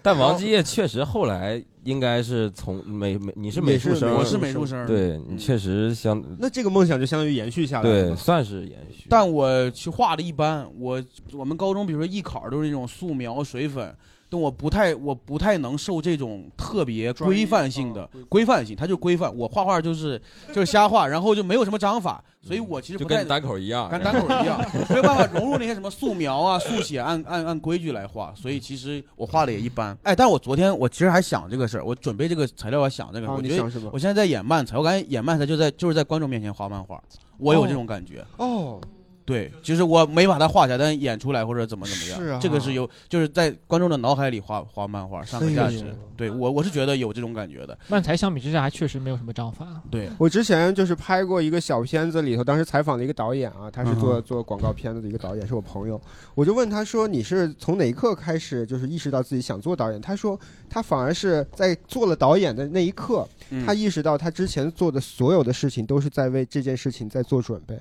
Speaker 5: 但
Speaker 3: 哦
Speaker 5: 王继业确实后来应该是从美美，你是美术生，
Speaker 3: 我是美术生嗯
Speaker 5: 对你确实相
Speaker 1: 那这个梦想就相当于延续下来了
Speaker 5: 对
Speaker 1: 嘛，
Speaker 5: 算是延续。
Speaker 3: 但我去画的一般，我我们高中比如说艺考都是那种素描、水粉，但我不太我不太能受这种特别
Speaker 1: 专业
Speaker 3: 规范性
Speaker 1: 啊
Speaker 3: 的规范性，它就规范。我画画就是就是瞎画，然后就没有什么章法，所以我其实
Speaker 5: 就
Speaker 3: 不太
Speaker 5: 跟单口一样，
Speaker 3: 跟单口一样， 没有办法融入那些什么素描啊、速写，按按按规矩来画。所以其实我画的也一般。哎，但我昨天我其实还想这个事儿，我准备这个材料，我想这个事儿。
Speaker 1: 啊
Speaker 3: 我
Speaker 1: 你
Speaker 3: 觉得
Speaker 1: 想什么
Speaker 3: 我现在在演漫才，我感觉演漫才就在就是在观众面前画漫画，我有这种感觉。
Speaker 1: 哦，
Speaker 3: 对，就是我没把它画下来，但演出来或者怎么怎么样，
Speaker 1: 是啊
Speaker 3: 这个是有，就是在观众的脑海里画画漫画，上个价
Speaker 2: 哎
Speaker 3: 值
Speaker 2: 呦。
Speaker 3: 对我我是觉得有这种感觉的。
Speaker 2: 漫才相比之下还确实没有什么章法。
Speaker 3: 对，
Speaker 1: 我之前就是拍过一个小片子，里头当时采访了一个导演啊，他是做
Speaker 2: 嗯
Speaker 1: 做广告片子的一个导演，是我朋友。我就问他说：“你是从哪一刻开始就是意识到自己想做导演？”他说：“他反而是在做了导演的那一刻，
Speaker 3: 嗯
Speaker 1: 他意识到他之前做的所有的事情都是在为这件事情在做准备。”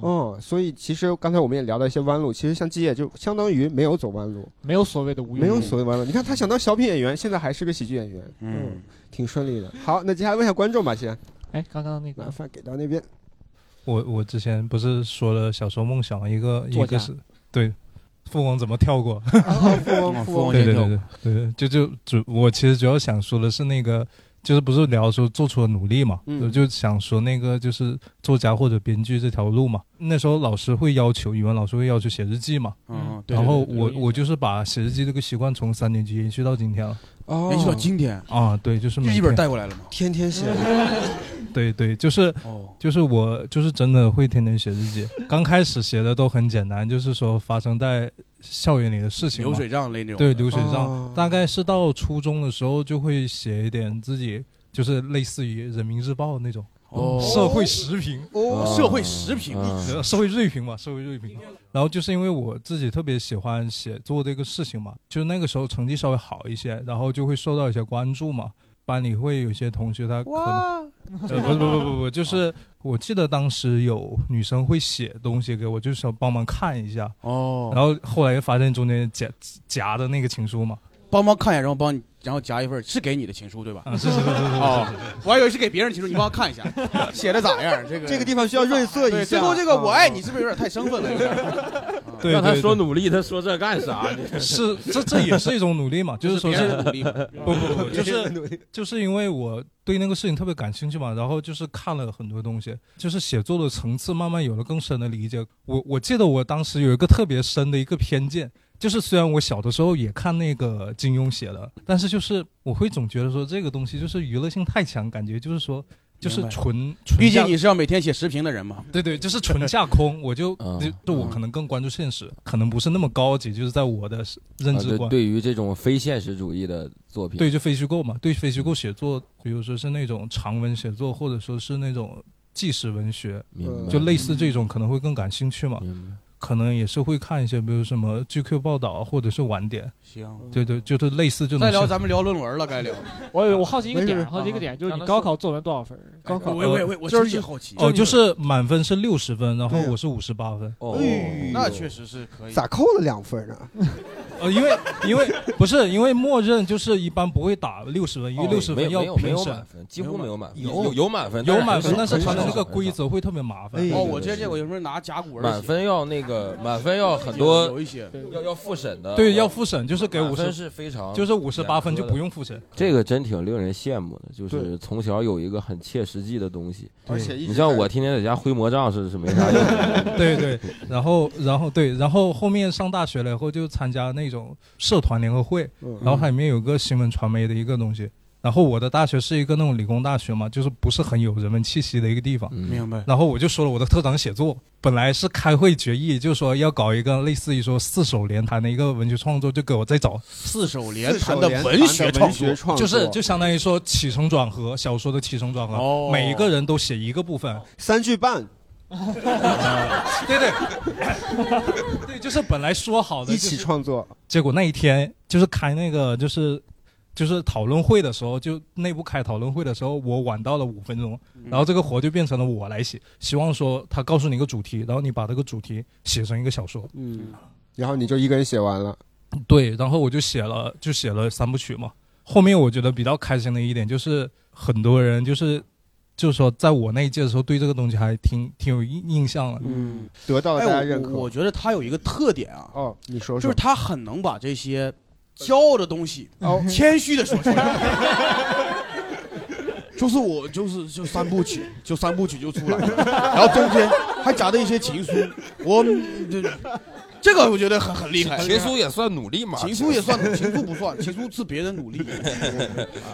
Speaker 1: 哦，所以其实刚才我们也聊到一些弯路，其实像基野就相当于没有走弯路，
Speaker 2: 没有所谓的无
Speaker 1: 没有所谓弯路。你看他想当小品演员，现在还是个喜剧演员，
Speaker 3: 嗯
Speaker 1: 嗯，挺顺利的。好，那接下来问一下观众吧，先。
Speaker 2: 哎，刚刚那个
Speaker 1: 麻烦给到那边。
Speaker 4: 我我之前不是说了小时候梦想一个一
Speaker 1: 作家
Speaker 4: 个是对 富翁怎么跳过，
Speaker 3: 哦
Speaker 1: 富 翁富翁
Speaker 4: 对对
Speaker 1: 先跳
Speaker 4: 对对对对，就就主我其实主要想说的是那个。就是不是聊说做出了努力嘛，
Speaker 1: 嗯
Speaker 4: 我就想说那个就是作家或者编剧这条路嘛。那时候老师会要求，语文老师会要求写日记嘛，
Speaker 3: 嗯对
Speaker 4: 然后
Speaker 3: 对对
Speaker 4: 我我就是把写日记这个习惯从三年级延续到今天了，
Speaker 1: 哦
Speaker 3: 延续到今天
Speaker 4: 啊，对，就是每
Speaker 3: 日记本
Speaker 4: 天
Speaker 3: 带过来了吗？
Speaker 1: 天天 写。
Speaker 4: 对对，就是、
Speaker 3: 哦
Speaker 4: 就是我就是真的会天天写日记。刚开始写的都很简单，就是说发生在校园里的事情嘛，
Speaker 3: 流水账类那种
Speaker 4: 对，
Speaker 3: 的
Speaker 4: 流水账。
Speaker 3: 哦
Speaker 4: 大概是到初中的时候就会写一点自己，就是类似于人民日报那种。
Speaker 3: 哦嗯
Speaker 4: 社会时评，
Speaker 3: 哦社会时评哦
Speaker 4: 呃社会锐评嘛，社会锐评。然后就是因为我自己特别喜欢写作这个事情嘛，就是那个时候成绩稍微好一些，然后就会受到一些关注嘛。班里会有一些同学他可能呃，不是不是不是不不，就是我记得当时有女生会写东西给我，就是想帮忙看一下。
Speaker 3: 哦
Speaker 4: 然后后来发现中间夹夹的那个情书嘛，
Speaker 3: 帮忙看一下，然后帮你，然后夹一份，是给你的情书对吧？
Speaker 4: 啊是是是是是是
Speaker 3: 哦，我还以为是给别人情书，你帮我看一下，写的咋样？这个
Speaker 1: 这个地方需要润色一下
Speaker 3: 对最后这个
Speaker 1: 哦
Speaker 3: 我爱你是不是有点太生分了？有点
Speaker 4: 对，
Speaker 5: 啊让他
Speaker 4: 对
Speaker 5: 说
Speaker 4: 对
Speaker 5: 努力，他说这干啥？你
Speaker 4: 是这这也是一种努力嘛，就是说
Speaker 5: 别人
Speaker 4: 是
Speaker 5: 的努力嘛
Speaker 4: 不 不不，就
Speaker 5: 别人的努
Speaker 4: 是就是因为我对那个事情特别感兴趣嘛，然后就是看了很多东西，就是写作的层次慢慢有了更深的理解。我我记得我当时有一个特别深的一个偏见，就是虽然我小的时候也看那个金庸写的，但是就是我会总觉得说这个东西就是娱乐性太强，感觉就是说。就是
Speaker 3: 明白
Speaker 4: 纯纯
Speaker 3: 毕竟
Speaker 4: 价
Speaker 3: 你是要每天写时评的人嘛。
Speaker 4: 对对，就是纯 架空，我就
Speaker 5: 嗯
Speaker 4: 就就我可能更关注现实，可能不是那么高级，就是在我的认
Speaker 5: 啊
Speaker 4: 知
Speaker 5: 对
Speaker 4: 观。
Speaker 5: 对于这种非现实主义的作品，
Speaker 4: 对，就非虚构嘛，对非虚构写作，比如说是那种长文写作，或者说是那种纪实文学
Speaker 5: 明白，
Speaker 4: 就类似这种可能会更感兴趣嘛。可能也是会看一些，比如什么 GQ 报道，或者是晚点。
Speaker 3: 行
Speaker 4: 对对，就是类似这种。哦
Speaker 3: 再聊咱们聊论文了，该聊。
Speaker 2: 我我好奇一个点，
Speaker 3: 没事
Speaker 2: 好奇一个点，就是
Speaker 3: 让
Speaker 2: 你
Speaker 3: 他
Speaker 2: 高考作文多少分？高考
Speaker 3: 我我我我
Speaker 2: 就是
Speaker 3: 其实也好奇
Speaker 4: 哦，就是满分是六十分，然后我是五十八分。
Speaker 5: 哦
Speaker 3: 哎那确实是可以。
Speaker 15: 咋扣了两分呢？
Speaker 4: 呃，因为因为不是因为默认就是一般不会打六十分，因为
Speaker 5: 哦
Speaker 4: 六十
Speaker 5: 没有
Speaker 4: 分要
Speaker 5: 没有没
Speaker 4: 评
Speaker 5: 有
Speaker 4: 审
Speaker 5: 满分，几乎没有满分，
Speaker 4: 有
Speaker 5: 有有满分，
Speaker 4: 有
Speaker 5: 但是很
Speaker 4: 满分，
Speaker 5: 少
Speaker 4: 但是
Speaker 5: 很
Speaker 4: 它的
Speaker 5: 少
Speaker 4: 那个
Speaker 5: 很
Speaker 4: 规
Speaker 5: 少
Speaker 4: 则会特别麻烦。
Speaker 3: 哦，我之前见过有什么拿甲骨文
Speaker 5: 满
Speaker 3: 写
Speaker 5: 分要那个 满分要很多，
Speaker 3: 有一些
Speaker 5: 要要复审的
Speaker 4: 对，要复审，就是给
Speaker 5: 满
Speaker 4: 五
Speaker 5: 分
Speaker 4: 十，
Speaker 5: 是非常
Speaker 4: 就是五十八分就不用复审。
Speaker 5: 这个真挺令人羡慕的，就是
Speaker 4: 对
Speaker 5: 从小有一个很切实际的东西。
Speaker 4: 而且一直。
Speaker 5: 你像我天天在家挥魔杖是是没啥用的
Speaker 4: 对对，然后然后对，然后后面上大学了以后就参加那种社团联合会
Speaker 5: 嗯，
Speaker 4: 然后它里面有个新闻传媒的一个东西。然后我的大学是一个那种理工大学嘛，就是不是很有人文气息的一个地方。
Speaker 3: 嗯明白
Speaker 4: 然后我就说了我的特长写作，本来是开会决议，就说要搞一个类似于说四手联弹的一个文学创作，就给我再找
Speaker 3: 四手联弹的文学创作
Speaker 4: 就是就相当于说起承转合，小说的起承转合，
Speaker 3: 哦
Speaker 4: 每一个人都写一个部分，
Speaker 15: 三句 半。
Speaker 4: 对对，对，就是本来说好的
Speaker 15: 一起创作，
Speaker 4: 结果那一天就是开那个就是就是讨论会的时候，就内部开讨论会的时候，我晚到了五分钟，然后这个活就变成了我来写，希望说他告诉你一个主题，然后你把这个主题写成一个小说，
Speaker 15: 嗯，然后你就一个人写完了，
Speaker 4: 对，然后我就写了就写了三部曲嘛。后面我觉得比较开心的一点就是很多人就是。就是说，在我那一届的时候，对这个东西还挺挺有印印象的，
Speaker 15: 嗯，得到了大家认可
Speaker 3: 哎我我觉得他有一个特点啊，
Speaker 15: 哦，你说
Speaker 3: 就是他很能把这些骄傲的东西，
Speaker 15: 哦，
Speaker 3: 谦虚的说出来。 就是我，就是就三部曲，就三部曲就出来了，然后中间还夹着一些情书，我嗯这这个我觉得很很厉害。
Speaker 5: 情书也算努力嘛，
Speaker 3: 情书也算，情书不算，情书是别人 努力，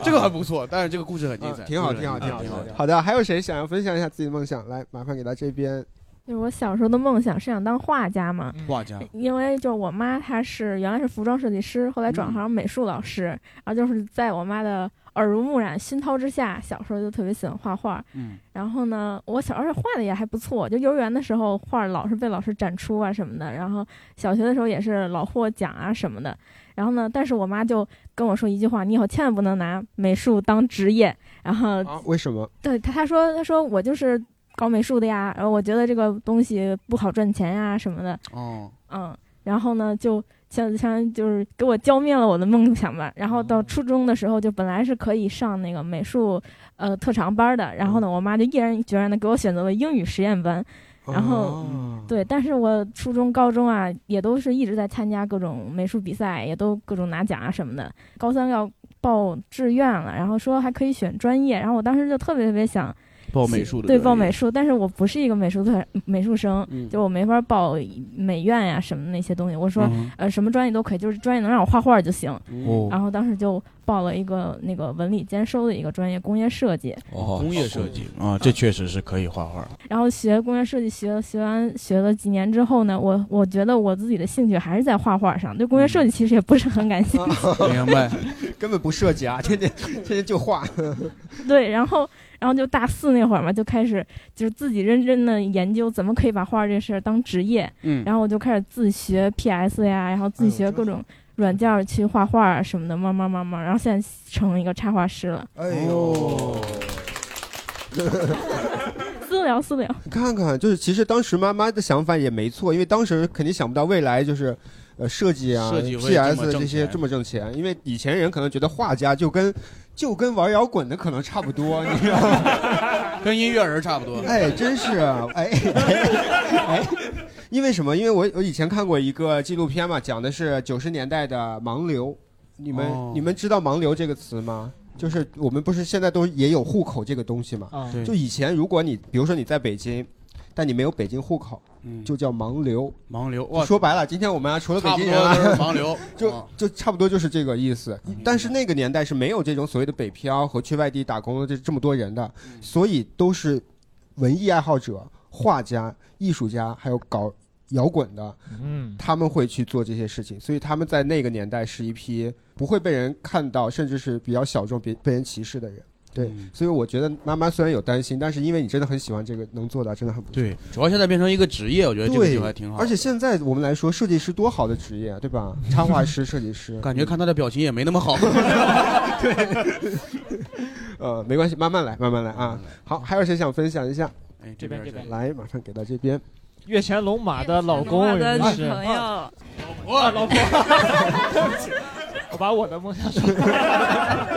Speaker 3: 这个还不错。但是这个故事很精
Speaker 15: 嗯
Speaker 3: 彩，
Speaker 15: 挺好，
Speaker 3: 故事
Speaker 15: 挺好，
Speaker 3: 很
Speaker 15: 挺
Speaker 3: 精彩
Speaker 15: 好，挺好。好的，还有谁想要分享一下自己的梦想？来，麻烦给到这边。
Speaker 6: 就是我小时候的梦想是想当画家嘛，
Speaker 3: 画家
Speaker 6: 因为就是我妈她是原来是服装设计师，后来转行美术老师，然后就是在我妈的耳濡目染、熏陶之下，小时候就特别喜欢画画。
Speaker 3: 嗯，
Speaker 6: 然后呢，我小时候画的也还不错，就幼儿园的时候画老是被老师展出啊什么的，然后小学的时候也是老获奖啊什么的。然后呢，但是我妈就跟我说一句话：“你以后千万不能拿美术当职业。”然后
Speaker 15: 啊，为什么？
Speaker 6: 对他，他说他说我就是搞美术的呀，然后我觉得这个东西不好赚钱呀什么的，
Speaker 3: 哦，
Speaker 6: 嗯，然后呢就相相当于就是给我浇灭了我的梦想吧。然后到初中的时候，就本来是可以上那个美术呃特长班的，然后呢，我妈就毅然决然的给我选择了英语实验班，
Speaker 17: 哦
Speaker 6: 然后。
Speaker 3: 嗯
Speaker 6: 对，但是我初中、高中啊，也都是一直在参加各种美术比赛，也都各种拿奖啊什么的。高三要报志愿了，然后说还可以选专业，然后我当时就特别特别想
Speaker 3: 报美术的
Speaker 6: 对，
Speaker 3: 专
Speaker 6: 报
Speaker 3: 业
Speaker 6: 美术，但是我不是一个美术特美术生，
Speaker 3: 嗯
Speaker 6: 就我没法报美院呀、什么那些东西。我说、
Speaker 3: 嗯
Speaker 6: 呃，什么专业都可以，就是专业能让我画画就行。
Speaker 3: 哦
Speaker 6: 然后当时就报了一个那个文理兼收的一个专业，工业设计。
Speaker 3: 哦，工业设计啊，这确实是可以画画。
Speaker 6: 然后学工业设计学学完学了几年之后呢，我我觉得我自己的兴趣还是在画画上，对工业设计其实也不是很感兴趣。
Speaker 3: 明白，
Speaker 15: 根本不设计啊，天天天天就画。
Speaker 6: 对，然后然后就大四那会儿嘛，就开始就是自己认真的研究怎么可以把画这事儿当职业。
Speaker 3: 嗯
Speaker 6: 然后我就开始自学 PS 呀，然后自
Speaker 1: 哎
Speaker 6: 学各种软件儿去画画什么的，慢慢慢慢，然后现在成一个插画师了。
Speaker 15: 哎呦，
Speaker 3: 哦
Speaker 6: 私聊私聊，
Speaker 15: 你看看，就是其实当时妈妈的想法也没错，因为当时肯定想不到未来就是。呃，设计啊
Speaker 1: 设计会这么
Speaker 15: ，PS 这
Speaker 1: 挣
Speaker 15: 些
Speaker 1: 钱
Speaker 15: 这么挣钱，因为以前人可能觉得画家就跟就跟玩摇滚的可能差不多，你知道 吗？
Speaker 3: 跟音乐人差不多。
Speaker 15: 哎，真是啊，哎 哎哎，因为什么？因为我我以前看过一个纪录片嘛，讲的是九十年代的盲流。你们、
Speaker 1: 哦
Speaker 15: 你们知道“盲流”这个词吗？就是我们不是现在都也有户口这个东西嘛？
Speaker 1: 啊对
Speaker 15: 就以前如果你比如说你在北京，
Speaker 1: 但你没有北京户口，就叫盲流。
Speaker 3: 嗯盲流，哇
Speaker 1: 说白了，今天我们啊除了北京人
Speaker 3: 差
Speaker 1: 啊，
Speaker 3: 不多都是盲 流嗯
Speaker 1: 就就差不多就是这个意思。但是那个年代是没有这种所谓的北漂和去外地打工的这这么多人的，
Speaker 3: 嗯
Speaker 1: 所以都是文艺爱好者、画家、艺术家，还有搞摇滚的，
Speaker 2: 嗯，
Speaker 1: 他们会去做这些事情，所以他们在那个年代是一批不会被人看到，甚至是比较小众、被被人歧视的人。对，所以我觉得妈妈虽然有担心，但是因为你真的很喜欢这个，能做到真的很不错。
Speaker 3: 对，主要现在变成一个职业，我觉得这个地
Speaker 1: 对，
Speaker 3: 方还挺好。
Speaker 1: 而且现在我们来说，设计师多好的职业啊，对吧？插画师、设计 师，
Speaker 3: 感觉看他的表情也没那么 好。
Speaker 1: 呃，没关系，慢慢来，慢慢来啊。好，还有谁想分享一下？
Speaker 3: 哎，
Speaker 2: 这边这边
Speaker 1: 来，马上给到这边。
Speaker 2: 月前龙马的老公
Speaker 1: 月前
Speaker 2: 人
Speaker 1: 龙马的
Speaker 2: 是
Speaker 1: 女
Speaker 3: 哎
Speaker 9: 朋友，
Speaker 2: 我老婆，我把我的梦想说出 来。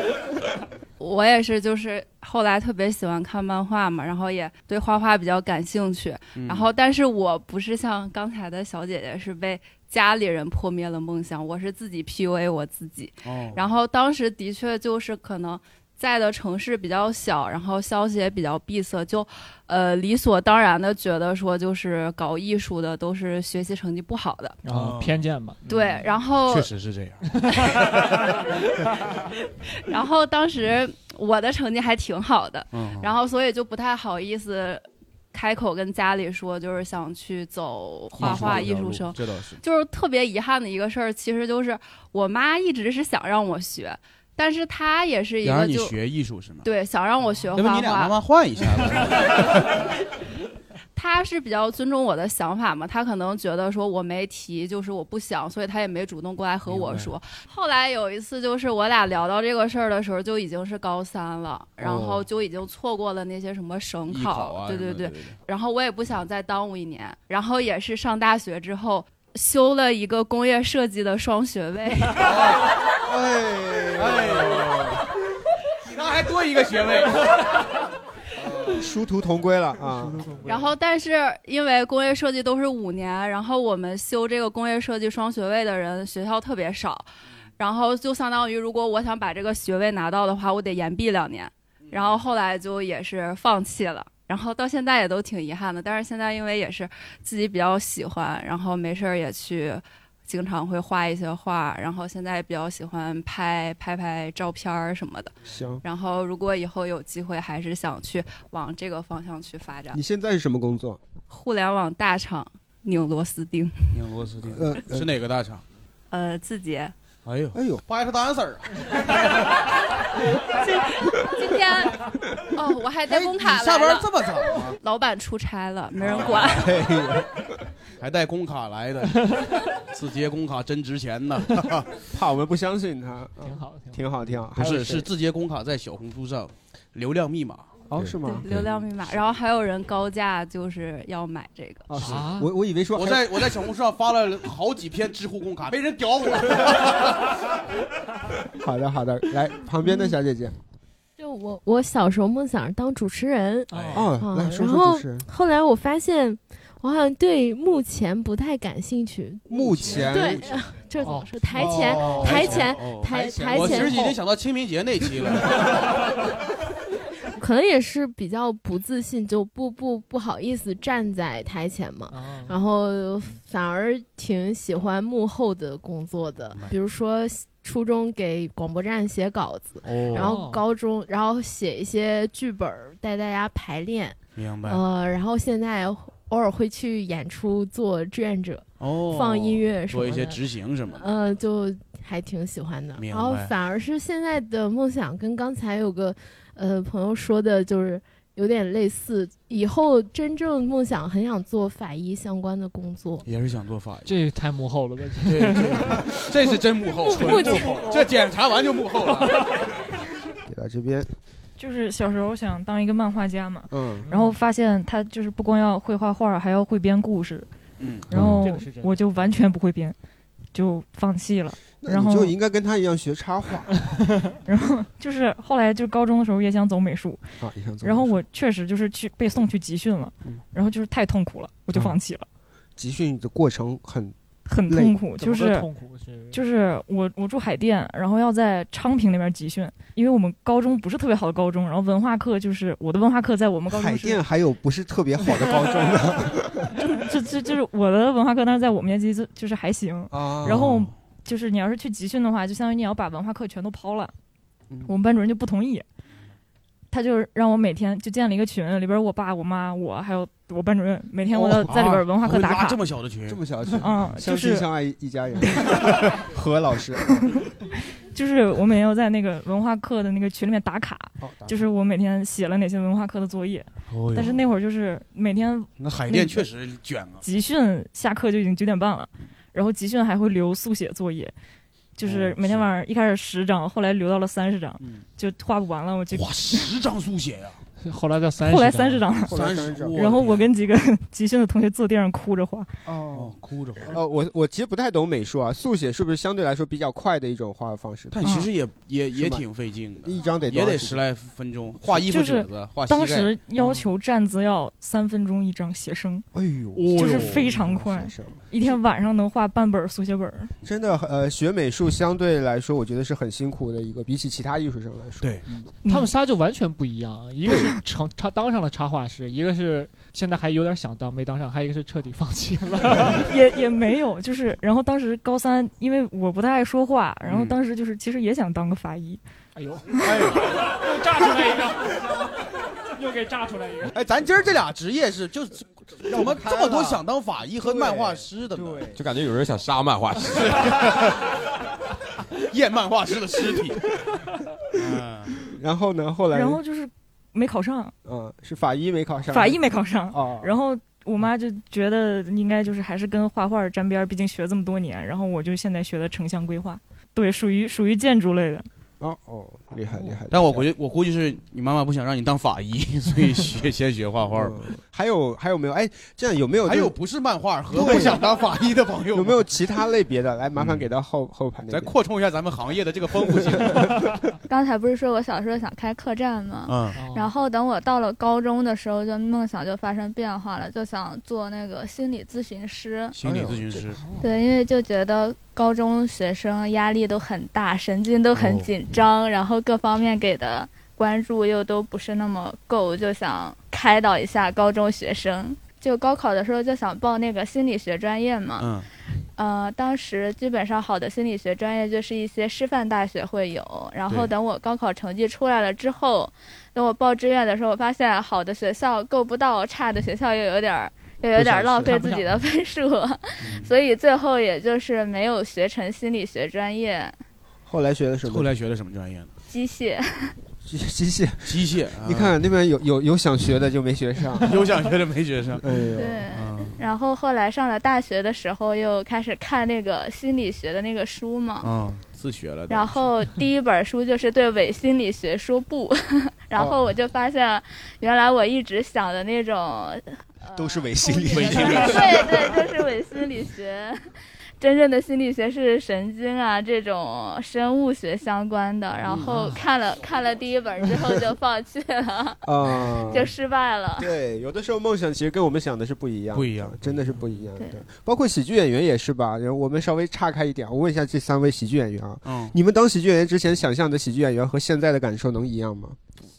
Speaker 9: 我也是，就是后来特别喜欢看漫画嘛，然后也对画画比较感兴趣。
Speaker 18: 嗯
Speaker 9: 然后，但是我不是像刚才的小姐姐，是被家里人破灭了梦想，我是自己 PUA 我自己。
Speaker 18: 哦
Speaker 9: 然后当时的确就是可能在的城市比较小，然后消息也比较闭塞，就呃理所当然的觉得说，就是搞艺术的都是学习成绩不好的。
Speaker 2: 然后哦偏见吧，嗯
Speaker 9: 对，然后
Speaker 3: 确实是这样。
Speaker 9: 然后当时我的成绩还挺好的，
Speaker 3: 嗯
Speaker 9: 然后所以就不太好意思开口跟家里说，就是想去走画画艺术生。
Speaker 3: 这倒是。
Speaker 9: 就是特别遗憾的一个事儿，其实就是我妈一直是想让我学，但是她也是一
Speaker 3: 想
Speaker 9: 个
Speaker 3: 让你
Speaker 9: 就
Speaker 3: 学艺术是吗？
Speaker 9: 对想让我学
Speaker 3: 要
Speaker 9: 画
Speaker 3: 不
Speaker 9: 画。
Speaker 3: 你俩慢慢换一下吧。
Speaker 9: 他是比较尊重我的想法嘛，他可能觉得说我没提，就是我不想，所以他也没主动过来和我说。后来有一次，就是我俩聊到这个事儿的时候，就已经是高三了，然后就已经错过了那些什么省
Speaker 18: 哦艺考啊
Speaker 9: 对
Speaker 18: 什么
Speaker 9: 对
Speaker 18: 的对对
Speaker 9: 然后我也不想再耽误一年，然后也是上大学之后修了一个工业设计的双学位。
Speaker 3: 你那 还多一个学位，
Speaker 1: 殊途同归了啊！
Speaker 9: 然后，但是因为工业设计都是五年，然后我们修这个工业设计双学位的人学校特别少，然后就相当于如果我想把这个学位拿到的话，我得延毕两年。然后后来就也是放弃了，然后到现在也都挺遗憾的。但是现在因为也是自己比较喜欢，然后没事儿也去。经常会画一些画，然后现在也比较喜欢拍拍拍照片儿什么的。
Speaker 1: 行
Speaker 9: 然后如果以后有机会，还是想去往这个方向去发展。
Speaker 1: 你现在是什么工作？
Speaker 9: 互联网大厂拧螺丝钉，
Speaker 3: 拧螺丝钉
Speaker 1: 呃
Speaker 3: 是哪个大厂？
Speaker 9: 呃，字节。
Speaker 3: 哎呦，
Speaker 1: 哎呦，
Speaker 3: 花是啊大 answer
Speaker 9: 今天哦，我还带工卡来了。
Speaker 3: 哎你下班这么早啊
Speaker 9: 老板出差了，没人管。
Speaker 3: 还带工卡 来的，字节工卡真值钱呐！
Speaker 1: 怕我们不相信他，
Speaker 2: 挺好，
Speaker 1: 挺好，挺好。
Speaker 3: 不
Speaker 1: 还有
Speaker 3: 是，
Speaker 1: 谁
Speaker 3: 是字节工卡在小红书上流量密码。
Speaker 1: 哦是吗
Speaker 9: 流量密码，然后还有人高价就是要买这个。
Speaker 3: 啊
Speaker 1: 是我我以为说
Speaker 3: 我
Speaker 1: 还
Speaker 3: 在我在小红书上发了好几篇知乎工卡，没人屌我。
Speaker 1: 好的好的，来旁边的小姐姐，
Speaker 19: 就我我小时候梦想是当主持人，
Speaker 1: 哦
Speaker 19: 啊
Speaker 1: 来说说
Speaker 19: 然后
Speaker 1: 主持人
Speaker 19: 后来我发现我好像对幕前不太感兴趣，
Speaker 1: 目前
Speaker 19: 对， 这怎么说？台前
Speaker 3: 哦
Speaker 19: 台前台台
Speaker 3: 我其实已经
Speaker 19: 前，
Speaker 3: 想到清明节那期了。
Speaker 19: 可能也是比较不自信，就不不不好意思站在台前嘛，
Speaker 3: 哦
Speaker 19: 然后反而挺喜欢幕后的工作的，比如说初中给广播站写稿子，
Speaker 3: 哦
Speaker 19: 然后高中然后写一些剧本儿带大家排练，
Speaker 3: 明白
Speaker 19: 呃，然后现在偶尔会去演出做志愿者，
Speaker 3: 哦，
Speaker 19: 放音乐什
Speaker 3: 做
Speaker 19: 么的，
Speaker 3: 一些执行什么的。
Speaker 19: 呃，就还挺喜欢的。
Speaker 3: 明
Speaker 19: 然后
Speaker 3: 白
Speaker 19: 反而是现在的梦想跟刚才有个呃朋友说的，就是有点类似。以后真正梦想很想做法医相关的工作。
Speaker 3: 也是想做法医，
Speaker 2: 这太幕后了吧？
Speaker 3: 这 这是
Speaker 1: 哦
Speaker 3: 真幕后，
Speaker 19: 幕
Speaker 3: 纯这检查 完就幕后了。
Speaker 1: 给到这边，
Speaker 20: 就是小时候想当一个漫画家嘛，
Speaker 1: 嗯
Speaker 20: 然后发现他就是不光要会画画，还要会编故事，
Speaker 3: 嗯
Speaker 20: 然后
Speaker 1: 这个是真的
Speaker 20: 我就完全不会编，就放弃了。
Speaker 1: 那
Speaker 20: 然
Speaker 1: 你
Speaker 20: 后
Speaker 1: 就应该跟他一样学插画
Speaker 20: 然后就是后来就高中的时候也想走美术，
Speaker 1: 啊，一样做
Speaker 20: 然后我确实就是去被
Speaker 1: 嗯
Speaker 20: 送去集训了，然后就是太痛苦了，我就放弃了。
Speaker 1: 集训的过程很
Speaker 20: 很
Speaker 21: 累
Speaker 20: 痛苦，
Speaker 2: 怎
Speaker 20: 就
Speaker 2: 么个
Speaker 20: 是
Speaker 2: 痛苦是
Speaker 20: 就是我我住海淀，然后要在昌平那边集训，因为我们高中不是特别好的高中，然后文化课就是我的文化课在我们高中
Speaker 1: 海
Speaker 20: 是
Speaker 1: 淀还有不是特别好的高中呢，
Speaker 20: 这这就是我的文化课，但是在我们年级就就是还行。
Speaker 1: 哦
Speaker 20: 然后就是你要是去集训的话，就相当于你要把文化课全都抛了。我们班主任就不同意，他就让我每天就建了一个群，里边我爸、我妈、我还有我班主任，每 天
Speaker 1: 哦
Speaker 20: 我要在里边文化课打卡。
Speaker 3: 这么小的群，
Speaker 1: 这么小的群，
Speaker 20: 嗯就
Speaker 1: 相
Speaker 20: 是
Speaker 1: 亲相爱一家 人，何老师，
Speaker 20: 就是我每天要在那个文化课的那个群里面打卡，
Speaker 1: 打卡
Speaker 20: 就是我每天写了哪些文化课的作业。
Speaker 3: 哦哟
Speaker 20: 但是那会儿就是每天
Speaker 3: 那海
Speaker 20: 那
Speaker 3: 淀
Speaker 20: 个
Speaker 3: 确实卷啊。
Speaker 20: 集训下课就已经九点半了，然后集训还会留速写作业，就是每天晚上一开始十张，后来留到了三十张，就画不完了，我就
Speaker 3: 嗯哇十张速写呀、
Speaker 2: 后来到三，
Speaker 20: 后来三十张了，
Speaker 3: 三十啊张
Speaker 20: 然后我跟几个 集训的同学坐地上哭着画，
Speaker 1: 哦，
Speaker 3: 哭着。
Speaker 1: 呃，我我其实不太懂美术啊，速写是不是相对来说比较快的一种画方式？
Speaker 3: 但其
Speaker 20: 嗯
Speaker 3: 实也、也也挺费劲的，
Speaker 1: 一张得多
Speaker 3: 也
Speaker 1: 长
Speaker 3: 得
Speaker 1: 时间
Speaker 3: 十来分钟，画衣服
Speaker 20: 就
Speaker 3: 褶
Speaker 20: 是
Speaker 3: 子，画膝盖。
Speaker 20: 当时要求站姿要三分钟一张写生，
Speaker 1: 哎呦
Speaker 20: 就是非常快，一天晚上能画半本速写本儿。
Speaker 1: 真的，呃，学美术相对来说，我觉得是很辛苦的一个，比起其他艺术生来说。
Speaker 3: 对，
Speaker 20: 嗯
Speaker 2: 他们仨就完全不一样，一个是成他当上了插画师，一个是现在还有点想当没当上，还有一个是彻底放弃 了。
Speaker 20: 也也没有，就是然后当时高三，因为我不太爱说话，然后
Speaker 2: 嗯
Speaker 20: 当时就是其实也想当个法医，
Speaker 2: 哎呦，哎呦，又炸出来一个， 又给炸出来一个。
Speaker 3: 哎，咱今儿这俩职业是就是怎么这么多想当法医和
Speaker 1: 对
Speaker 3: 漫画师的呢？
Speaker 5: 就感觉有人想杀漫画师。
Speaker 3: 验漫画师的尸体。
Speaker 1: 然后呢，后来
Speaker 20: 然后就是没考上，
Speaker 1: 嗯，是法医没考上，
Speaker 20: 法医没考上，
Speaker 1: 哦，
Speaker 20: 然后我妈就觉得应该就是还是跟画画沾边儿，毕竟学这么多年，然后我就现在学的城乡规划，对，属于属于建筑类的，
Speaker 1: 哦哦，厉害厉害。
Speaker 3: 但我估计，我估计是你妈妈不想让你当法医， 所以学先学画画吧。
Speaker 1: 还有还有没有？哎，这样有没有就？
Speaker 3: 还有不是漫画和
Speaker 1: 对
Speaker 3: 不想当法医的朋友吗，
Speaker 1: 有没有其他类别的？来，麻烦给到后后排那
Speaker 3: 咱
Speaker 1: 边。
Speaker 3: 扩充一下咱们行业的这个丰富性。
Speaker 18: 刚才不是说我小时候想开客栈吗？
Speaker 3: 嗯
Speaker 18: 然后等我到了高中的时候，就梦想就发生变化了，就想做那个心理咨询师。
Speaker 3: 心理咨询师，
Speaker 18: 对，因为就觉得高中学生压力都很大，神经都很紧张，
Speaker 3: 哦嗯
Speaker 18: 然后各方面给的关注又都不是那么够，就想开导一下高中学生。就高考的时候就想报那个心理学专业嘛，
Speaker 3: 嗯，
Speaker 18: 呃，当时基本上好的心理学专业就是一些师范大学会有，然后
Speaker 3: 对
Speaker 18: 等我高考成绩出来了之后，等我报志愿的时候，我发现好的学校够不到，差的学校又有点儿又有点儿浪费自己的 分数，
Speaker 3: 嗯
Speaker 18: 所以最后也就是没有学成心理学专业，
Speaker 1: 后来学的什么？
Speaker 3: 后来学的什么专业呢？
Speaker 18: 机械。
Speaker 1: 机机械，
Speaker 3: 机械。啊
Speaker 1: 你看那边有有有想学的就没学上，
Speaker 3: 有想学的没学上。嗯
Speaker 1: 哎呦，
Speaker 18: 对，然后后来上了大学的时候，又开始看那个心理学的那个书嘛，
Speaker 3: 嗯，自学了的。
Speaker 18: 然后第一本书就是对伪心理学说不， 然后我就发现，原来我一直想的那种，
Speaker 20: 呃
Speaker 1: 都是伪心理，
Speaker 18: 对 对，就是伪心理学。真正的心理学是神经啊这种生物学相关的，然
Speaker 2: 啊
Speaker 18: 后看了看了第一本之后就放弃了，
Speaker 1: 啊，
Speaker 18: 就失败了。
Speaker 1: 对，有的时候梦想其实跟我们想的是不一样，
Speaker 3: 不一样，
Speaker 1: 真的是不一样的
Speaker 18: 对。
Speaker 1: 包括喜剧演员也是吧，然后我们稍微岔开一点，我问一下这三位喜剧演员啊，
Speaker 3: 嗯，
Speaker 1: 你们当喜剧演员之前想象的喜剧演员和现在的感受能一样吗？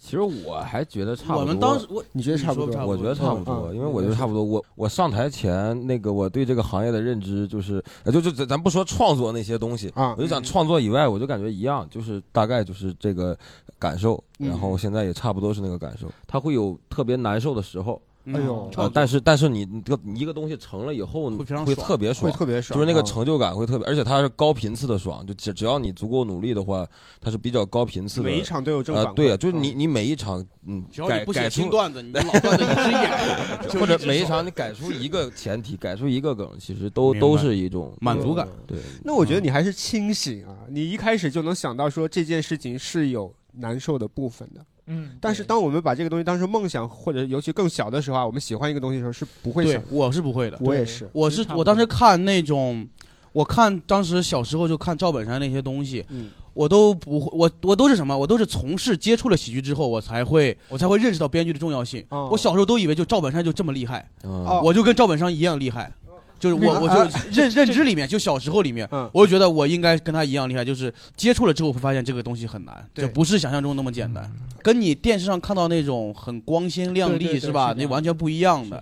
Speaker 5: 其实我还觉得差不多。
Speaker 1: 我们当时我你觉得差不多你说差不多
Speaker 5: 我觉得差不多，
Speaker 1: 嗯嗯
Speaker 5: 因为我觉得差不多。我我上台前，那个我对这个行业的认知就是，呃就就咱咱不说创作那些东西
Speaker 1: 啊
Speaker 5: 我就讲创作以外，我就感觉一样，就是大概就是这个感受，
Speaker 1: 嗯
Speaker 5: 然后现在也差不多是那个感受。他会有特别难受的时候。
Speaker 1: 哎呦
Speaker 5: 啊
Speaker 1: 创作
Speaker 5: 但是但是你你这个你一个东西成了以后，
Speaker 1: 非常
Speaker 5: 会
Speaker 1: 爽
Speaker 5: 特别爽，
Speaker 1: 会特别爽
Speaker 5: 就是那个
Speaker 1: 嗯
Speaker 5: 成就感会特别，而且它是高频次的爽，就只只要你足够努力的话，它是比较高频次的。
Speaker 1: 每一场都有正
Speaker 5: 呃
Speaker 1: 反馈
Speaker 5: 对，就是你
Speaker 1: 嗯
Speaker 5: 你每一场，嗯，
Speaker 3: 只要
Speaker 5: 改
Speaker 3: 你不
Speaker 5: 改
Speaker 3: 写新
Speaker 5: 出
Speaker 3: 段子，你就老段子一直 演，就
Speaker 5: 或者
Speaker 3: 一直
Speaker 5: 每一
Speaker 3: 爽
Speaker 5: 场你改出一个前提，改出一个梗，其实都
Speaker 3: 明白
Speaker 5: 都是一种
Speaker 3: 满足感。
Speaker 5: 对，
Speaker 1: 那我觉得你还是清醒啊，你一开始就能想到说这件事情是有难受的部分的。
Speaker 2: 嗯，
Speaker 1: 但是当我们把这个东西当成梦想，或者尤其更小的时候啊，我们喜欢一个东西的时候是不会
Speaker 3: 对
Speaker 1: 想，，
Speaker 3: 我是不会的，
Speaker 1: 我也是，
Speaker 3: 我是我当时看那种，我看当时小时候就看赵本山那些东西，
Speaker 1: 嗯
Speaker 3: 我都不会，我我都是什么？我都是从事接触了喜剧之后，我才会我才会认
Speaker 1: 哦嗯
Speaker 3: 识到编剧的重要性。我小时候都以为就赵本山就这么厉害，
Speaker 5: 哦
Speaker 3: 我就跟赵本山一样厉害。就是我，我
Speaker 15: 啊
Speaker 3: 就呃嗯认认知里面，就小时候里面，我就觉得我应该跟他一样厉害，就是接触了之后会发现这个东西很难，
Speaker 15: 对
Speaker 3: 就不是想象中那么简单，
Speaker 1: 嗯
Speaker 3: 跟你电视上看到那种很光鲜亮
Speaker 15: 对对
Speaker 3: 丽
Speaker 15: 对
Speaker 3: 是吧
Speaker 15: 是？这
Speaker 3: 那
Speaker 15: 样
Speaker 3: 完全不一样的，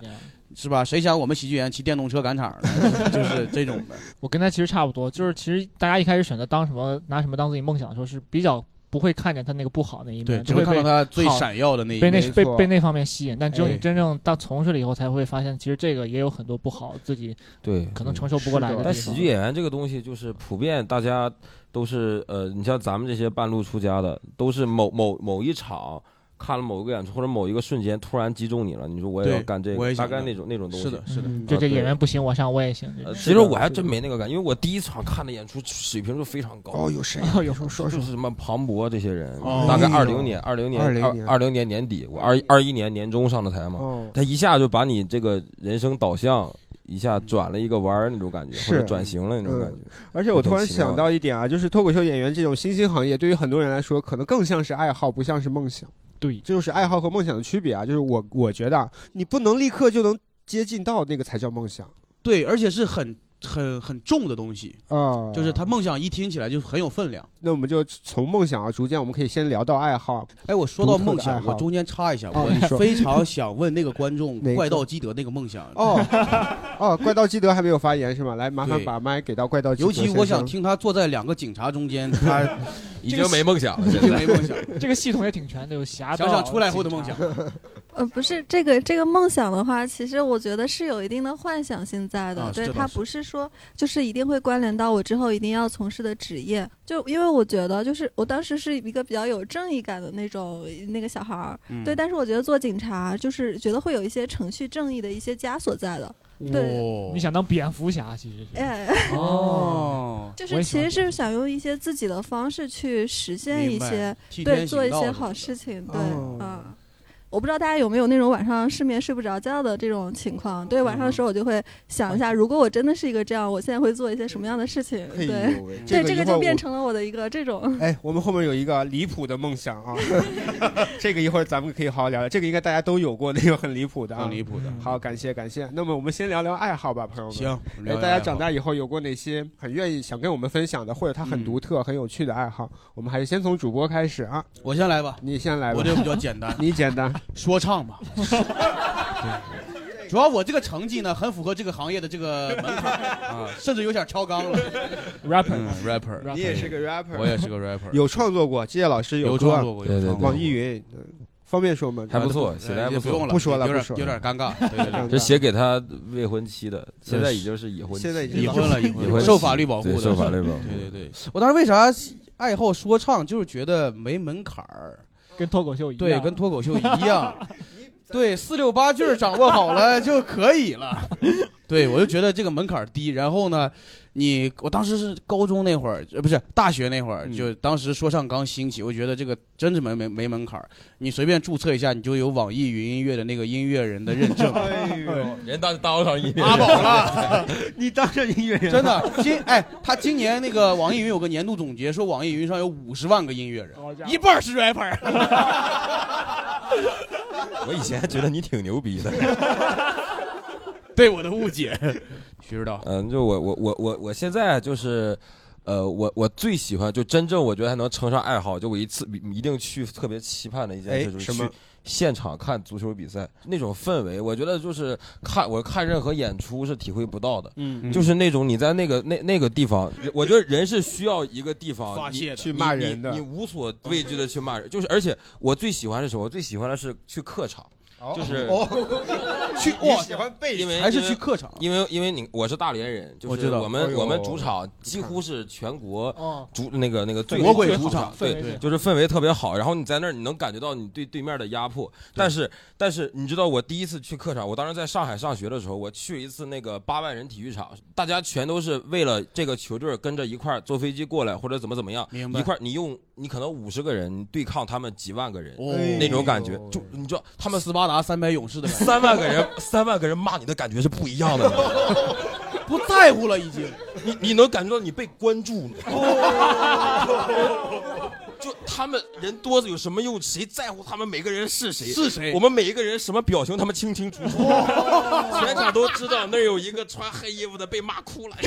Speaker 3: 是吧？谁想我们喜剧演员骑电动车赶场 呢？就是这种的。
Speaker 2: 我跟他其实差不多，就是其实大家一开始选择当什么拿什么当自己梦想的时候，是比较不会看见他那个不好那一面，
Speaker 3: 对只
Speaker 2: 会
Speaker 3: 会看到
Speaker 2: 被
Speaker 3: 他最
Speaker 2: 好
Speaker 3: 闪耀的那一
Speaker 2: 被那
Speaker 3: 面
Speaker 2: 被
Speaker 3: 没错
Speaker 2: 被那方面吸引。但只有你
Speaker 3: 哎
Speaker 2: 真正到从事了以后，才会发现其实这个也有很多不好，自己
Speaker 5: 对，
Speaker 2: 可能
Speaker 5: 嗯
Speaker 2: 承受不过来的地
Speaker 5: 但
Speaker 2: 方。
Speaker 5: 喜剧演员这个东西，就是普遍大家都是呃，你像咱们这些半路出家的，都是某某某一场看了某个演出或者某一个瞬间突然击中你了，你说我也
Speaker 2: 对
Speaker 5: 要干这
Speaker 2: 我也
Speaker 5: 个，大
Speaker 2: 想
Speaker 5: 概
Speaker 2: 干
Speaker 5: 那种那种东西。
Speaker 2: 是的是的
Speaker 5: 啊
Speaker 2: 就这
Speaker 5: 对
Speaker 2: 演员不行，我上我也行。
Speaker 5: 呃其实我还真没那个感觉，因为我第一场看的演出水平就非常高。
Speaker 2: 哦有谁哦有说
Speaker 3: 啊
Speaker 2: 说
Speaker 5: 就是什么庞博这些人
Speaker 15: 哦，
Speaker 5: 大概
Speaker 15: 哎
Speaker 5: 二
Speaker 15: 呦
Speaker 5: 零年、二零年、
Speaker 15: 20
Speaker 5: 二
Speaker 15: 年
Speaker 5: 二零年年底，我二二一年年中上的台
Speaker 15: 哦
Speaker 5: 嘛，他一下就把你这个人生导向一下转了一个弯儿那种感觉，或
Speaker 1: 是
Speaker 5: 者转型了那种感觉
Speaker 1: 嗯。而且我突然
Speaker 5: 挺奇妙
Speaker 1: 想
Speaker 5: 的
Speaker 1: 到一点啊，就是脱口秀演员这种新兴行业，对于很多人来说，可能更像是爱好，不像是梦想。
Speaker 2: 对，
Speaker 1: 这就是爱好和梦想的区别啊。就是我我觉得啊，你不能立刻就能接近到那个才叫梦想
Speaker 3: 对，而且是很很很重的东西，
Speaker 1: 啊。
Speaker 3: 就是他梦想一听起来就很有分量。
Speaker 1: 那我们就从梦想啊，逐渐我们可以先聊到爱好。
Speaker 3: 哎，我说到梦
Speaker 1: 独特的爱
Speaker 3: 想，
Speaker 1: 好
Speaker 3: 我中间插一下，
Speaker 1: 哦
Speaker 3: 我
Speaker 1: 你说
Speaker 3: 非 常想问那个观众
Speaker 1: 哪个
Speaker 3: 《怪盗基德》那个梦想
Speaker 1: 哦哦，怪盗基德还没有发言是吗？来，麻烦
Speaker 3: 对
Speaker 1: 把麦给到怪盗基德
Speaker 3: 尤
Speaker 1: 先生。
Speaker 3: 其我想听他坐在两个警察中 间，他
Speaker 5: 已经没梦 想了
Speaker 3: 已
Speaker 5: 现
Speaker 3: 经
Speaker 5: 在
Speaker 3: 没梦想。
Speaker 2: 这个系统也挺全的，有侠盗。
Speaker 3: 想想出来后的梦想
Speaker 2: 警察
Speaker 22: 呃，不是这个这个梦想的话，其实我觉得是有一定的幻想性在的，
Speaker 23: 啊
Speaker 22: 对
Speaker 23: 这倒
Speaker 22: 它
Speaker 23: 是
Speaker 22: 不是说就是一定会关联到我之后一定要从事的职业，就因为我觉得就是我当时是一个比较有正义感的那种那个小孩儿，
Speaker 23: 嗯
Speaker 22: 对，但是我觉得做警察就是觉得会有一些程序正义的一些枷锁在的，对，
Speaker 2: 你想当蝙蝠侠，其实是
Speaker 22: 哎，
Speaker 2: 哦
Speaker 22: 就
Speaker 2: 我
Speaker 22: 是
Speaker 2: 也喜
Speaker 22: 其
Speaker 2: 欢
Speaker 22: 实是想用一些自己的方式去实现一
Speaker 23: 明白
Speaker 22: 些
Speaker 23: 替
Speaker 22: 对
Speaker 23: 天
Speaker 22: 做一
Speaker 23: 行道
Speaker 22: 些
Speaker 23: 的
Speaker 22: 好事情，对，
Speaker 23: 哦
Speaker 22: 嗯。我不知道大家有没有那种晚上失眠睡不着觉的这种情况？对，晚上的时候我就会想一下，如果我真的是一个这样，我现在会做一些什么样的事情？
Speaker 1: 哎
Speaker 22: 对
Speaker 1: 呦喂，这
Speaker 22: 对，
Speaker 1: 个
Speaker 22: 这
Speaker 1: 一
Speaker 22: 个
Speaker 1: 会儿
Speaker 22: 就变
Speaker 1: 我
Speaker 22: 成了我的一个这种。
Speaker 1: 哎，我们后面有一个离谱的梦想啊， 这个一会儿咱们可以好好聊聊。这个应该大家都有过那个很离谱的啊，
Speaker 3: 很离谱的
Speaker 1: 好，感谢感谢。那么我们先聊聊爱好吧，朋友们。
Speaker 3: 行我们聊
Speaker 1: 哎
Speaker 3: 聊
Speaker 1: 大
Speaker 3: 爱
Speaker 1: 家
Speaker 3: 好
Speaker 1: 长大以后有过哪些很愿意想跟我们分享的，或者他很独特、很有趣的爱好？我们还是先从主播开始啊。
Speaker 3: 嗯我先来吧，
Speaker 1: 你先来吧，
Speaker 3: 我这比较简单
Speaker 1: 你简单，
Speaker 3: 说唱 吧。主要我这个成绩呢，很符合这个行业的这个门槛儿啊，甚至有点超纲 了。嗯
Speaker 5: 嗯
Speaker 1: rapper，rapper，你也是个 rapper，
Speaker 3: 我也是个 rapper
Speaker 1: 有创作过，季业老师
Speaker 3: 有
Speaker 1: 歌啊
Speaker 3: 创作过有对对创作过
Speaker 1: 网易云。呃方便说吗？
Speaker 5: 还不错写得还不错也不用了
Speaker 1: 不说了，
Speaker 5: 有点
Speaker 1: 不说了
Speaker 5: 有点
Speaker 3: 尴尬对对对
Speaker 5: 这写给他未婚妻的，现在已经是已婚妻，
Speaker 1: 现在已经
Speaker 3: 已婚了，已
Speaker 5: 已
Speaker 3: 婚
Speaker 5: 婚
Speaker 3: 了，
Speaker 5: 妻
Speaker 3: 受法律保护
Speaker 5: 对
Speaker 3: 的，
Speaker 5: 受法律保护。
Speaker 3: 对对对，我当时为啥爱好说唱，就是觉得没门槛儿，
Speaker 2: 跟脱口秀一样，
Speaker 3: 对，跟脱口秀一 样，对，四六八句儿掌握好了就可以 了。对，我就觉得这个门槛儿低。然后呢，你我当时是高中那会儿，呃，不是大学那会儿，就当时说唱刚兴起，我觉得这个真是没没没门槛儿，你随便注册一下，你就有网易云音乐的那个音乐人的认 证。
Speaker 1: 哎
Speaker 5: 哎人当当上音乐
Speaker 3: 阿宝 了，
Speaker 1: 你当上音乐人
Speaker 3: 真的今哎，他今年那个网易云有个年度总结，说网易云上有五十万个音乐人，一半儿是 rapper。
Speaker 5: 我以 前还觉得你挺牛逼的。
Speaker 3: 对我的误解，徐指导。
Speaker 5: 嗯，就我我我我我现在就是，呃，我我最喜欢就真正我觉得还能称上爱好，就我一次一定去特别期盼的一件
Speaker 15: 哎
Speaker 5: 事就是
Speaker 15: 什么
Speaker 5: 去现场看足球比赛那种氛围，我觉得就是看我看任何演出是体会不到的。
Speaker 15: 嗯
Speaker 5: 就是那种你在那个那那个地方，我觉得人是需要一个地方
Speaker 3: 发泄的
Speaker 5: 你
Speaker 3: 去骂人的
Speaker 5: 你你你无所畏惧的去骂人，就是而且我最喜欢是什么？我最喜欢的是去客场。就是
Speaker 3: 哦，去
Speaker 5: 你
Speaker 3: 哇，
Speaker 5: 喜欢背因为
Speaker 3: 还是去客场？
Speaker 5: 因为因为你我是大连人，就
Speaker 3: 我
Speaker 5: 是
Speaker 3: 知道
Speaker 5: 我们
Speaker 3: 哎呦
Speaker 5: 我们主场几乎是全国
Speaker 3: 哦
Speaker 5: 主那个那个最
Speaker 3: 国会
Speaker 5: 最
Speaker 3: 主
Speaker 5: 好
Speaker 3: 场
Speaker 5: 对
Speaker 3: 氛围是，
Speaker 5: 就是氛围特别好。然后你在那儿，你能感觉到你对对面的压迫。但是但是你知道，我第一次去客场，我当时在上海上学的时候，我去一次那个八万人体育场，大家全都是为了这个球队跟着一块儿坐飞机过来，或者怎么怎么样，
Speaker 3: 明白
Speaker 5: 一块儿你用你可能五十个人，你对抗他们几万个人
Speaker 3: 哦
Speaker 5: 那种感觉，就你知道他们
Speaker 3: 斯巴达三百勇士的感觉
Speaker 5: 三万个人，三万个人骂你的感觉是不一样的。
Speaker 3: 不在乎了已经，哦
Speaker 5: 你你能感觉到你被关注了。就他们人多着有什么用？谁在乎他们每个人是谁？
Speaker 3: 是谁
Speaker 5: 我们每一个人什么表情，他们清清楚 楚， 全场都知道那儿有一 个穿黑衣服的被骂哭了。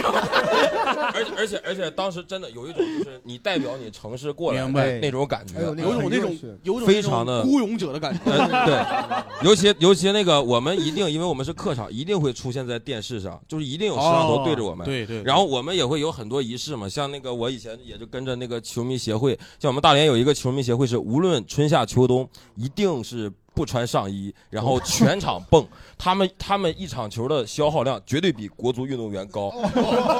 Speaker 5: 而且而且而且，当时真的有一种就是你代表你城市过来
Speaker 3: 明白
Speaker 5: 那那种感觉，
Speaker 3: 哎呦那个有种那种很热血有种
Speaker 5: 非常的
Speaker 3: 那种孤勇者的感觉
Speaker 5: 呃对， 尤其尤其那个我们一定，因为我们是客场，一定会出现在电视上，就是一定有摄像头对着我们。
Speaker 3: 哦对对对
Speaker 5: 然后我们也会有很多仪式嘛，像那个我以前也就跟着那个球迷协会，像我们大连有一个球迷协会是无论春夏秋冬，一定是。不穿上衣，然后全场蹦，他们他们一场球的消耗量绝对比国足运动员高，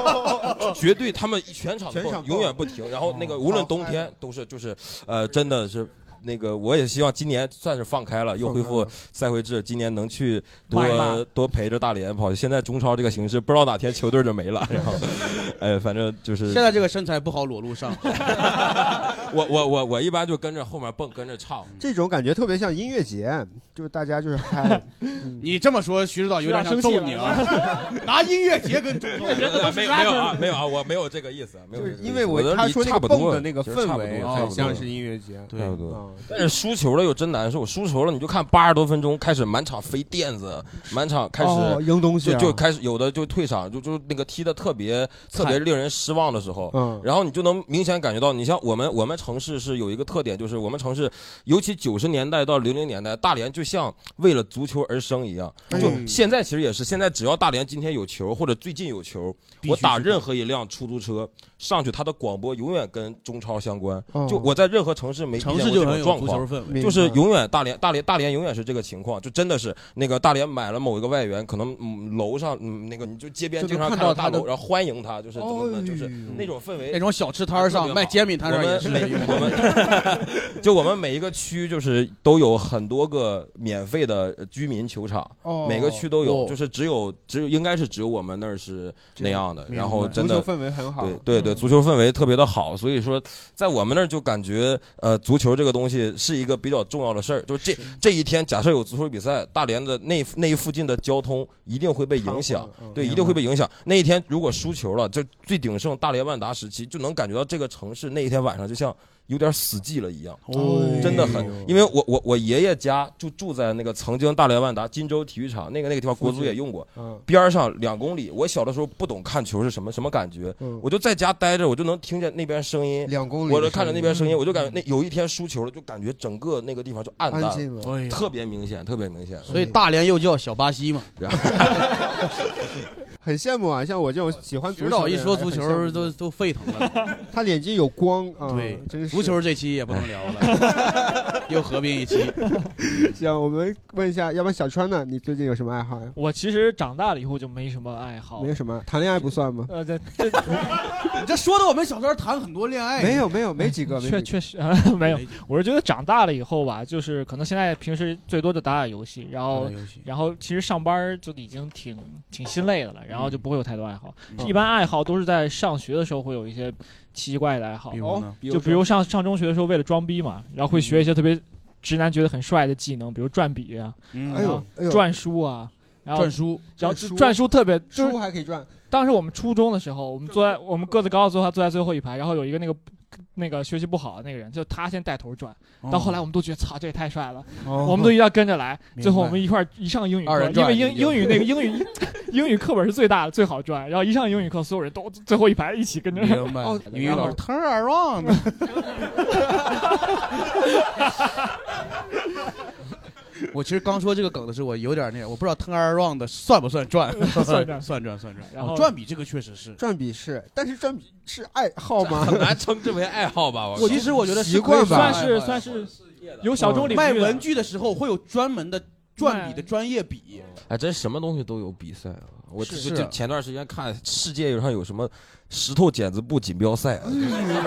Speaker 5: 绝对他们全场
Speaker 15: 哦全场
Speaker 5: 蹦
Speaker 15: 蹦
Speaker 5: 永远不停。然后那个无论冬天都是就是呃真的是。那个我也希望今年算是放开了，又恢复赛会制，今年能去
Speaker 15: 骂一骂
Speaker 5: 多多陪着大连跑。现在中超这个形势，不知道哪天球队就没 了。然后，哎，反正就是
Speaker 3: 现在这个身材不好裸露上，
Speaker 5: 我我我我一般就跟着后面蹦，跟着唱。
Speaker 15: 这种感觉特别像音乐节，就是大家就是 嗨。
Speaker 3: 你这么说，徐指导有点想揍你啊！拿音乐节跟中国
Speaker 5: 没有没有啊，没有啊，我没有这个意思，没有这个意思。
Speaker 15: 因为我
Speaker 5: 的
Speaker 15: 他
Speaker 5: 理
Speaker 15: 说那个
Speaker 5: 差不多
Speaker 15: 蹦的那个
Speaker 5: 其实差
Speaker 15: 氛
Speaker 5: 不多
Speaker 15: 围
Speaker 3: 啊
Speaker 5: 差不
Speaker 15: 很
Speaker 5: 多
Speaker 15: 像是音乐节对
Speaker 5: 对差不
Speaker 15: 嗯
Speaker 5: 多。但是输球了又真难受，输球了你就看八十多分钟开始满场飞垫子，满场开
Speaker 15: 哦
Speaker 5: 始
Speaker 15: 扔东西啊
Speaker 5: 就就开始有的就退场，就就那个踢的特别
Speaker 15: 惨
Speaker 5: 特别令人失望的时候，
Speaker 15: 嗯
Speaker 5: 然后你就能明显感觉到，你像我们我们城市是有一个特点，就是我们城市，尤其九十年代到零零年代，大连就像为了足球而生一样。
Speaker 15: 嗯
Speaker 5: 就现在其实也是，现在只要大连今天有球或者最近有球，我打任何一辆出租车上去，它的广播永远跟中超相关
Speaker 15: 哦。
Speaker 5: 就我在任何城市没
Speaker 3: 城
Speaker 5: 见
Speaker 3: 市
Speaker 5: 过
Speaker 3: 就
Speaker 5: 这
Speaker 3: 很
Speaker 5: 种
Speaker 3: 有
Speaker 5: 状
Speaker 3: 足
Speaker 5: 况
Speaker 3: 球氛围，
Speaker 5: 就是
Speaker 3: 明白
Speaker 5: 永远大连大连大连永远是这个情况，就真的是那个大连买了某一个外援，可能嗯楼上嗯那个你就街边
Speaker 3: 就
Speaker 5: 经
Speaker 3: 能
Speaker 5: 常
Speaker 3: 看
Speaker 5: 看
Speaker 3: 到
Speaker 5: 到
Speaker 3: 他
Speaker 5: 大
Speaker 3: 的
Speaker 5: 楼，然后欢迎他，就是怎
Speaker 1: 哦
Speaker 5: 么怎么
Speaker 1: 哎
Speaker 5: 就是那种氛围，
Speaker 3: 那种小吃摊儿
Speaker 5: 啊
Speaker 3: 上卖煎饼摊儿上 也是
Speaker 5: 我们我们就我们每一个区就是都有很多个免费的居民球场
Speaker 15: 哦，
Speaker 5: 每个区都有，
Speaker 15: 哦
Speaker 5: 就是只有只有应该是只有我们那儿是那样的，
Speaker 15: 明白
Speaker 5: 然后真的
Speaker 15: 足球氛围很好
Speaker 5: 对对对，足球氛围特别的好，所以说在我们那儿就感觉呃，足球这个东西是一个比较重要的事儿，就是这这一天假设有足球比赛，大连的那那一附近的交通一定会被影响，对，一定会被影响。那一天如果输球了，就最鼎盛大连万达时期，就能感觉到这个城市那一天晚上就像。有点死寂了一样，
Speaker 15: 哦
Speaker 5: 真的很，因为我我我爷爷家就住在那个曾经大连万达金州体育场那个那个地方，国足也用过，
Speaker 15: 嗯
Speaker 5: 边儿上两公里，我小的时候不懂看球是什么什么感觉，我就在家待着，我就能听见那边声音，
Speaker 15: 嗯两公里的
Speaker 5: 我就看着那边
Speaker 15: 声
Speaker 5: 声音，
Speaker 15: 音嗯
Speaker 5: 我就感觉那有一天输球了，就感觉整个那个地方就暗淡
Speaker 15: 安静了哎呀
Speaker 5: 特别明显，特别明显。
Speaker 3: 所以大连又叫小巴西嘛。
Speaker 15: 很羡慕啊，像我这种喜欢足
Speaker 3: 指
Speaker 15: 球的人
Speaker 3: 导一说足
Speaker 15: 还是很羡
Speaker 3: 球
Speaker 15: 慕
Speaker 3: 都都沸腾了，
Speaker 15: 他眼睛有光啊，
Speaker 3: 对
Speaker 15: 真，是
Speaker 3: 足球这期也不能聊了，又合并一期。
Speaker 15: 行，我们问一下，要不然小川呢？你最近有什么爱好呀？
Speaker 2: 我其实长大了以后就没什么爱好，
Speaker 15: 没什么，谈恋爱不算吗？
Speaker 2: 呃，这这
Speaker 3: 你这说的我们小时候谈很多恋爱，
Speaker 15: 没有没有没几个，没
Speaker 2: 嗯确
Speaker 15: 几个
Speaker 2: 确实啊 没有，我是觉得长大了以后吧，就是可能现在平时最多就打打游戏，然
Speaker 3: 打
Speaker 2: 后
Speaker 3: 打游戏
Speaker 2: 然后其实上班儿就已经挺挺心累的了，然后就不会有太多爱好。
Speaker 3: 嗯
Speaker 2: 一般爱好都是在上学的时候会有一些奇奇怪怪的爱好，哦
Speaker 3: 比如
Speaker 15: 哦
Speaker 3: 嗯呢
Speaker 2: 就比如上上中学的时候为了装逼嘛，然后会学一些特别直男觉得很帅的技能，比如转笔啊，
Speaker 3: 嗯
Speaker 2: 然后
Speaker 15: 哎呦哎呦
Speaker 2: 转书啊。然后
Speaker 15: 转书
Speaker 2: 然
Speaker 15: 转
Speaker 2: 后
Speaker 15: 书
Speaker 2: 转书特别，就是
Speaker 15: 书还可以转。
Speaker 2: 当时我们初中的时候，我们坐在我们个子高的坐在坐在最后一排，然后有一个那个那个学习不好的那个人，就他先带头转，到后来
Speaker 3: 哦
Speaker 2: 我们都觉得操，这也太帅了，
Speaker 15: 哦
Speaker 2: 我们都一定要跟着来。
Speaker 15: 明白
Speaker 2: 最后我们一块儿一上英语
Speaker 15: 二
Speaker 2: 课，
Speaker 15: 人
Speaker 2: 因
Speaker 15: 转
Speaker 2: 为
Speaker 15: 已
Speaker 2: 英
Speaker 15: 经
Speaker 2: 英语那个英语 英语课本是最大的最好转，然后一上英语课，所有人都最后一排一起跟着。
Speaker 3: 明 白
Speaker 2: 哦
Speaker 3: 英语老师
Speaker 2: turn around，
Speaker 3: 我其实刚说这个梗的时候，我有点那个，我不知道 turn around 的算不算转，
Speaker 2: 嗯
Speaker 15: 算
Speaker 3: 转， 算转，算转。
Speaker 15: 然后
Speaker 3: 哦转笔这个确实是，
Speaker 15: 转笔是，但是转笔是爱好吗？
Speaker 5: 很难称之为爱好吧？
Speaker 3: 我其实我觉得是
Speaker 15: 习惯吧，
Speaker 2: 算是算是有小众领域
Speaker 3: 哎卖
Speaker 2: 的
Speaker 3: 文具的时候会有专门的转笔的专业笔，
Speaker 5: 哎，真什么东西都有比赛啊！我就是就前段时间看世界上有什么石头剪子布锦标赛
Speaker 2: 哎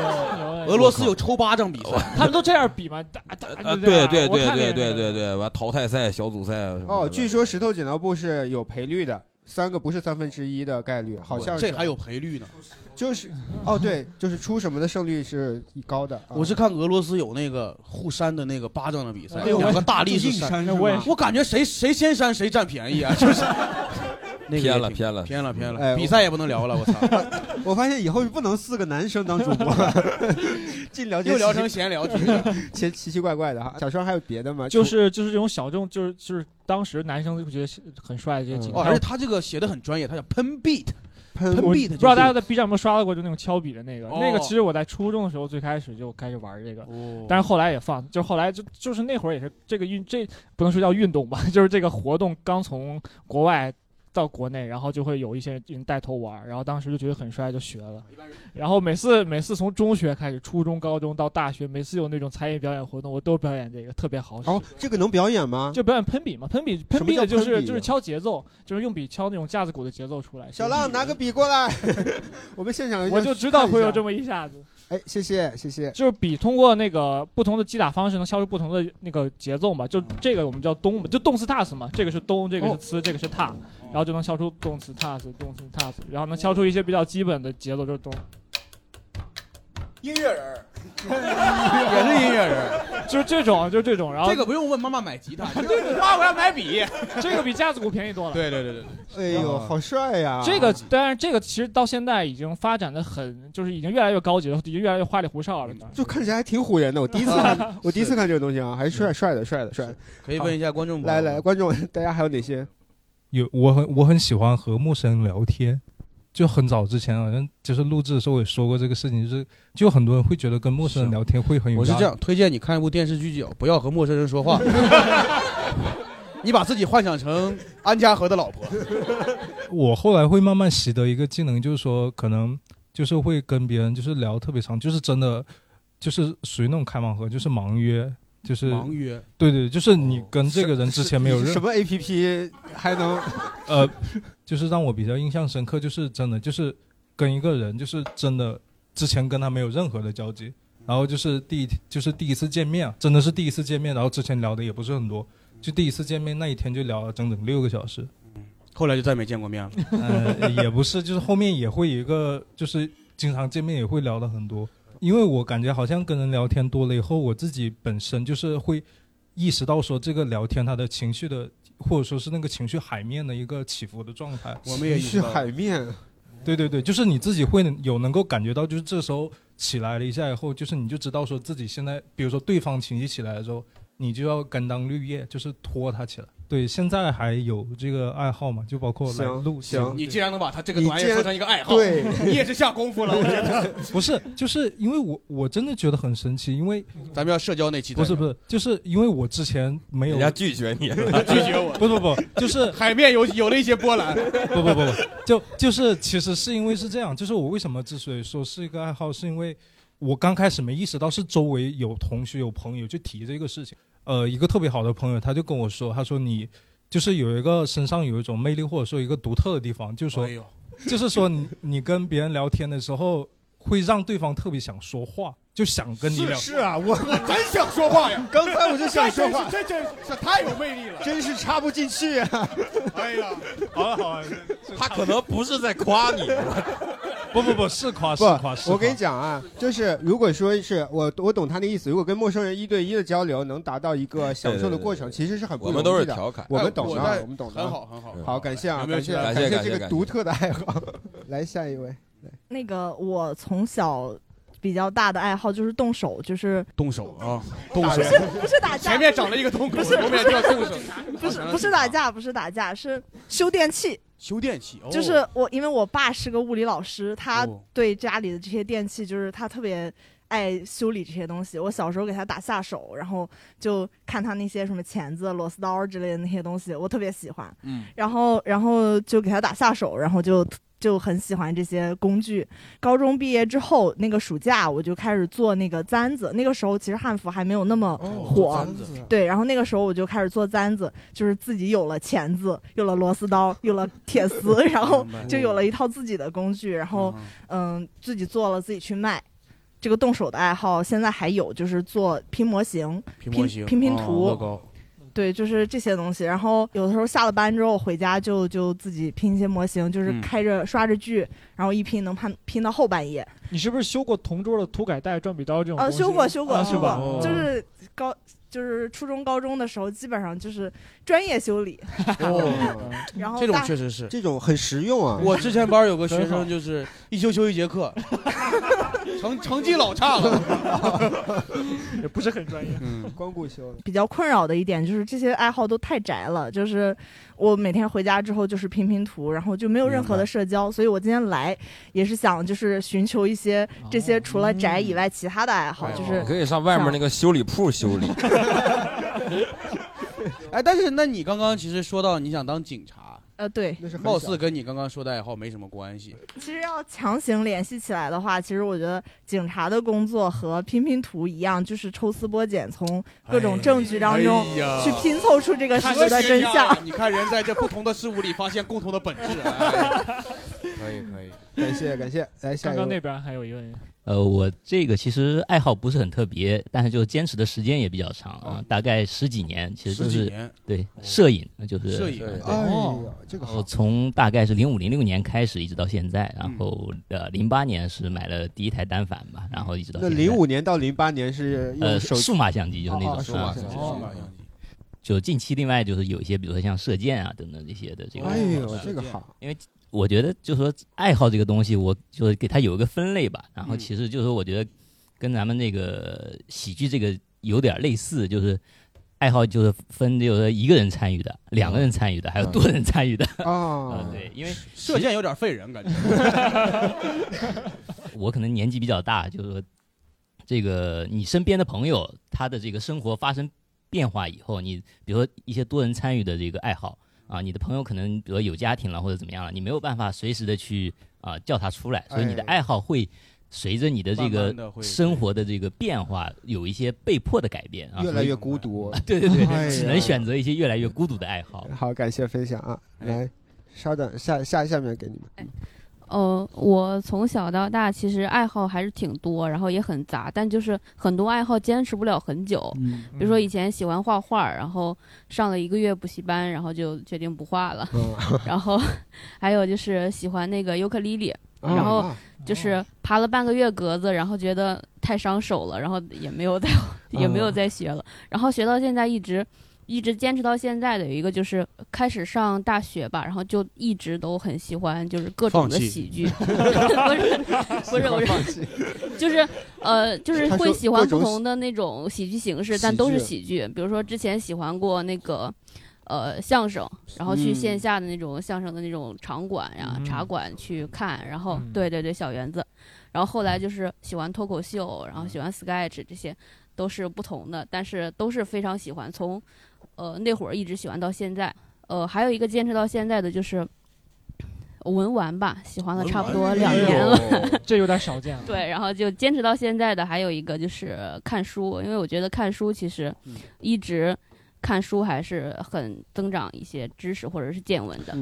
Speaker 5: 啊，
Speaker 3: 俄罗斯有抽巴掌比赛，
Speaker 2: 他们都这样比吗？打打
Speaker 15: 呃
Speaker 5: 啊，
Speaker 15: 哎
Speaker 2: 就这
Speaker 5: 对
Speaker 2: 样
Speaker 5: 对
Speaker 2: 我
Speaker 5: 对
Speaker 2: 看
Speaker 5: 对
Speaker 2: 见
Speaker 5: 对对对，完淘汰赛、小组赛啊什么的。
Speaker 15: 哦，据说石头剪刀布是有赔率的，三个不是三分之一的概率，好像是
Speaker 3: 这还有赔率呢。
Speaker 15: 就是哦，对，就是出什么的胜率是高的。啊
Speaker 3: 我是看俄罗斯有那个互扇的那个巴掌的比赛，
Speaker 15: 哎呦
Speaker 3: 两
Speaker 15: 我
Speaker 3: 个大力士
Speaker 15: 硬扇是吧
Speaker 3: 我感觉谁谁先扇谁占便宜啊，就是
Speaker 15: 那个也
Speaker 5: 偏了
Speaker 15: 挺
Speaker 5: 偏了
Speaker 3: 偏了偏
Speaker 15: 哎
Speaker 3: 了，比赛也不能聊了，我操！
Speaker 15: 我发现以后不能四个男生当主 播， 尽聊
Speaker 3: 又聊成闲聊局 了，
Speaker 15: 奇奇奇怪怪的哈。小时候还有别的吗？
Speaker 2: 就是就是这种小众，就是就是当时男生就觉得很帅的这些情
Speaker 3: 哦，
Speaker 2: 况。
Speaker 3: 而且他这个写的很专业，他叫喷 beat，
Speaker 15: 喷
Speaker 2: 我
Speaker 3: beat，
Speaker 2: 不知道大家在 B 站有没有刷到过，就那种敲笔的那个。
Speaker 3: 哦
Speaker 2: 那个其实我在初中的时候最开始就开始玩这个，
Speaker 15: 哦
Speaker 2: 但是后来也放，就后来就就是那会儿也是这个运，这不能说叫运动吧， 就是这个活动刚从国外。到国内，然后就会有一些人带头玩，然后当时就觉得很帅，就学了。然后每次每次从中学开始，初中、高中到大学，每次有那种才艺表演活动，我都表演这个，特别好使。
Speaker 15: 哦，这个能表演吗？
Speaker 2: 就表演喷笔嘛，喷笔
Speaker 15: 什
Speaker 2: 喷
Speaker 15: 么
Speaker 2: 笔
Speaker 15: 叫啊
Speaker 2: 的就
Speaker 15: 喷
Speaker 2: 是
Speaker 15: 笔
Speaker 2: 就是敲节奏，就是用笔敲那种架子鼓的节奏出来。
Speaker 15: 小浪拿个笔过来，我们现场
Speaker 2: 我就知道会有这
Speaker 15: 么
Speaker 2: 么一下子。
Speaker 15: 哎，谢谢谢谢。
Speaker 2: 就是笔通过那个不同的击打方式能敲出不同的那个节奏嘛，就这个我们叫咚嘛，就动次打次嘛，这个是咚，这个
Speaker 3: 哦
Speaker 2: 是次，这个是踏，然后就能敲出动次打次，动次打次，然后能敲出一些比较基本的节奏，就是咚。
Speaker 3: 音乐人儿，
Speaker 2: 也
Speaker 3: 也是音乐人。
Speaker 2: 就是这种，就是这种，然后
Speaker 3: 这个不用问妈妈买吉他，这个妈我要买笔，
Speaker 2: 这个比架子鼓便宜多了。
Speaker 3: 对对对对
Speaker 15: 哎
Speaker 3: 对，
Speaker 15: 呦，好帅
Speaker 1: 啊
Speaker 15: 呀！
Speaker 2: 这个，当然，这个其实到现在已经发展的很，就是已经越来越高级了，已经越来越花里胡哨了。
Speaker 15: 就看起来还挺唬人的。我第一次看，我第一次看这个东西啊，还帅帅的帅的帅的。
Speaker 3: 可以问一下观众朋
Speaker 15: 来
Speaker 3: 友
Speaker 15: 来，观众大家还有哪些？
Speaker 4: 有我很我很喜欢和陌生人聊天，就很早之前好像就是录制的时候我也说过这个事情，就是就很多人会觉得跟陌生人聊天会很有
Speaker 3: 我是
Speaker 4: 压力
Speaker 3: 这样推荐你看一部电视剧叫《不要和陌生人说话》， 你把自己幻想成安家和的老婆，
Speaker 4: 我后来会慢慢习得一个技能，就是说可能就是会跟别人就是聊特别长，就是真的就是属于那种开盲盒，就是盲约，就是
Speaker 3: 盲约哦
Speaker 4: 对对，就是你跟这个人之前没有
Speaker 15: 是
Speaker 4: 任
Speaker 15: 什么 A P P 还能
Speaker 4: 呃，就是让我比较印象深刻，就是真的就是跟一个人就是真的之前跟他没有任何的交集，然后就是第一就是第一次见面，真的是第一次见面，然后之前聊的也不是很多，就第一次见面那一天就聊了整整六个小时。
Speaker 3: 后来就再没见过面了。
Speaker 4: 呃，也不是，就是后面也会有一个，就是经常见面也会聊的很多，因为我感觉好像跟人聊天多了以后，我自己本身就是会意识到说这个聊天他的情绪的，或者说是那个情绪海面的一个起伏的状态。
Speaker 15: 我们也意识到情绪海面。
Speaker 4: 对对对，就是你自己会能有能够感觉到，就是这时候起来了一下以后，就是你就知道说自己现在，比如说对方情绪起来的时候，你就要甘当绿叶，就是拖他起来。对，现在还有这个爱好嘛？就包括来
Speaker 15: 行
Speaker 4: 录
Speaker 15: 行
Speaker 4: 对
Speaker 3: 你既然能把他这个
Speaker 4: 你
Speaker 3: 专
Speaker 4: 既
Speaker 3: 业
Speaker 4: 然
Speaker 3: 说成一个爱好，
Speaker 4: 对
Speaker 3: 你也是下功夫了，我觉得。
Speaker 4: 不是，就是因为我我真的觉得很神奇，因为
Speaker 3: 咱们要社交那期再
Speaker 4: 不
Speaker 3: 聊，
Speaker 4: 是不是，就是因为我之前没有
Speaker 5: 人家拒绝 你了
Speaker 4: 拒绝我，不不不，就是
Speaker 3: 海面有有了一些波澜。
Speaker 4: 不不不不，就就是其实是因为是这样，就是我为什么之所以说是一个爱好，是因为我刚开始没意识到是周围有同学有朋友就提这个事情。呃，一个特别好的朋友他就跟我说，他说你就是有一个身上有一种魅力，或者说一个独特的地方，就是说，就是说你你跟别人聊天的时候会让对方特别想说话，就想跟你聊。
Speaker 15: 是啊，我
Speaker 3: 我真想说话呀！
Speaker 15: 刚才我就想说话，
Speaker 3: 这真是这太有魅力了，
Speaker 15: 真是插不进去啊！
Speaker 3: 哎呀，
Speaker 4: 好了好了，
Speaker 5: 他可能不是在夸你，
Speaker 4: 不不不，是夸
Speaker 15: 不，我跟你讲啊，就是如果说是我我懂他的意思，如果跟陌生人一对一的交流能达到一个享受的过程，其实是很不
Speaker 5: 我
Speaker 15: 容易
Speaker 5: 们
Speaker 15: 的。
Speaker 5: 都是调侃
Speaker 15: 我们
Speaker 5: 哎
Speaker 15: 懂的
Speaker 5: 我
Speaker 15: 啊
Speaker 5: 在，
Speaker 15: 我们懂的啊，
Speaker 5: 很好很好
Speaker 15: 好，感谢啊，
Speaker 5: 有没有
Speaker 15: 感谢啊
Speaker 5: 感谢
Speaker 15: 感
Speaker 5: 感谢
Speaker 15: 这个
Speaker 5: 感谢
Speaker 15: 独特的爱好。来下一位，
Speaker 12: 那个我从小比较大的爱好就是动手，就是
Speaker 3: 动手啊，动
Speaker 12: 不
Speaker 3: 手
Speaker 12: 是不是打架，
Speaker 3: 前面长了一个洞口
Speaker 12: 不是
Speaker 3: 后面就要动手啊
Speaker 12: 不是不是打架，不是打架，是修电器。
Speaker 3: 修电器，哦
Speaker 12: 就是我，因为我爸是个物理老师，他
Speaker 3: 哦
Speaker 12: 对家里的这些电器，就是他特别爱修理这些东西。我小时候给他打下手，然后就看他那些什么钳子、螺丝刀之类的那些东西，我特别喜欢。
Speaker 3: 嗯
Speaker 12: 然后然后就给他打下手，然后就就很喜欢这些工具。高中毕业之后，那个暑假我就开始做那个簪子，那个时候其实汉服还没有那么火，
Speaker 3: 哦做簪子
Speaker 12: 对。然后那个时候我就开始做簪子，就是自己有了钳子，有了螺丝刀，有了 铁丝，然后就有了一套自己的工具，然后嗯自己做了自己去卖。这个动手的爱好现在还有，就是做拼模型、
Speaker 3: 拼模型、
Speaker 12: 拼拼
Speaker 3: 哦
Speaker 12: 图、
Speaker 3: 乐高，
Speaker 12: 对，就是这些东西。然后有的时候下了班之后回家就就自己拼一些模型，就是
Speaker 2: 嗯
Speaker 12: 开着刷着剧，然后一拼能拼拼到后半夜。
Speaker 2: 你是不是修过同桌的涂改带、转笔刀这种
Speaker 12: 啊，
Speaker 2: 东西？
Speaker 12: 修过修过哦
Speaker 2: 啊
Speaker 12: 修
Speaker 2: 是
Speaker 12: 过，
Speaker 2: 吧？
Speaker 12: 就是高就是初中、高中的时候，基本上就是专业修 理，
Speaker 3: 哦，
Speaker 12: 然后
Speaker 3: 这种
Speaker 12: 大
Speaker 3: 确实是
Speaker 1: 这种很实用啊。
Speaker 3: 哦我之前班有个学
Speaker 1: 很好
Speaker 3: 生就是一修修一节课， 成成绩老差了，
Speaker 2: 也不是很专业。
Speaker 1: 嗯，光顾修了。
Speaker 12: 比较困扰的一点就是这些爱好都太宅了，就是我每天回家之后就是拼拼图，然后就没有任何的社交，所以我今天来也是想就是寻求一些这
Speaker 3: 哦
Speaker 12: 些除了宅以外其他的爱好，就是
Speaker 5: 你可以上外面那个修理铺修理。
Speaker 3: 哎，但是那你刚刚其实说到你想当警察，
Speaker 12: 呃对，
Speaker 3: 貌似跟你刚刚说的爱好没什么关系。
Speaker 12: 其实要强行联系起来的话，其实我觉得警察的工作和拼拼图一样，就是抽丝剥茧，从各种证据当中
Speaker 3: 哎呀
Speaker 12: 去拼凑出这个事实的真
Speaker 3: 看
Speaker 12: 相
Speaker 3: 学。你看人在这不同的事物里发现共同的本质。啊可以可以，
Speaker 1: 感谢感谢，来下
Speaker 2: 刚
Speaker 1: 一位
Speaker 2: 刚那边还有一位，
Speaker 14: 呃，我这个其实爱好不是很特别，但是就坚持的时间也比较长啊，大概十几年，其实
Speaker 3: 十
Speaker 14: 就
Speaker 3: 几
Speaker 14: 是
Speaker 3: 年哦
Speaker 14: 对摄影，就是
Speaker 3: 摄影
Speaker 14: 对
Speaker 3: 哎呀
Speaker 1: 这个
Speaker 14: 然后从大概是零五零六年开始，一直到现在，然
Speaker 3: 嗯
Speaker 14: 后呃零八年是买了第一台单反吧，然后一直到
Speaker 1: 那
Speaker 14: 现在
Speaker 1: 零五年到零八年是用
Speaker 14: 呃
Speaker 1: 手
Speaker 14: 数码相机就是那
Speaker 1: 哦哦
Speaker 14: 种
Speaker 1: 数码
Speaker 14: 啊
Speaker 1: 相机，
Speaker 14: 哦就近期另外就是有一些，比如说像射箭啊等等这些的这个。
Speaker 1: 哎呦，这个好，
Speaker 14: 因为我觉得就是说爱好这个东西，我就是给它有一个分类吧。然后其实就是说，我觉得跟咱们那个喜剧这个有点类似，就是爱好就是分就是一个人参与的、两个人参与的，还有多人参与的。
Speaker 1: 啊
Speaker 14: 呃， 对，因为
Speaker 3: 射箭有点费人感觉。
Speaker 14: 我可能年纪比较大，就是说这个你身边的朋友他的这个生活发生变化以后，你比如说一些多人参与的这个爱好啊，你的朋友可能比如说有家庭了或者怎么样了，你没有办法随时的去啊叫他出来，所以你的
Speaker 5: 哎
Speaker 14: 爱好会。随着你的这
Speaker 5: 慢
Speaker 14: 个
Speaker 5: 慢地会
Speaker 14: 生活的这个变化，有一些被迫的改变啊，
Speaker 1: 越来
Speaker 14: 所以。
Speaker 1: 越孤独
Speaker 14: 对对对，
Speaker 1: 哎呀
Speaker 14: 只能选择一些越来越孤独的爱好。哎
Speaker 1: 好，感谢分享啊！来，稍等，下下下面给你
Speaker 22: 哎
Speaker 1: 们。
Speaker 17: 呃，我从小到大其实爱好还是挺多，然后也很杂，但就是很多爱好坚持不了很久。
Speaker 1: 嗯
Speaker 17: 比如说以前喜欢画画，然后上了一个月补习班，然后就决定不画了。
Speaker 8: 嗯
Speaker 17: 然后还有就是喜欢那个尤克里里，
Speaker 8: 啊
Speaker 17: 然后就是爬了半个月格子，然后觉得太伤手了，然后也 没有再也
Speaker 8: 嗯
Speaker 17: 没有再学了。然后学到现在一直一直坚持到现在的有一个就是开始上大学吧，然后就一直都很喜欢就是各种的
Speaker 8: 放弃
Speaker 17: 喜剧，不是不是我
Speaker 8: 喜欢放
Speaker 17: 是就是呃就是
Speaker 8: 他说
Speaker 17: 会喜欢
Speaker 8: 各种
Speaker 17: 不同的那种喜剧形式，
Speaker 8: 喜
Speaker 17: 但都是
Speaker 8: 剧
Speaker 17: 喜剧。比如说之前喜欢过那个。呃，相声，然后去
Speaker 8: 嗯
Speaker 17: 线下的那种相声的那种场馆呀、
Speaker 8: 嗯
Speaker 17: 茶馆去看，然
Speaker 2: 嗯
Speaker 17: 后对对对，小园子，然后后来就是喜欢脱口秀，然后
Speaker 2: 嗯
Speaker 17: 喜欢 sketch，这些都是不同的，但是都是非常喜欢，从呃那会儿一直喜欢到现在。呃，还有一个坚持到现在的就是文玩吧，喜欢了差不多两年了。
Speaker 2: 哎 这有点少见
Speaker 18: 嗯
Speaker 2: 了。
Speaker 17: 对，然后就坚持到现在的还有一个就是看书，因为我觉得看书其实一直看书还是很增长一些知识或者是见闻的。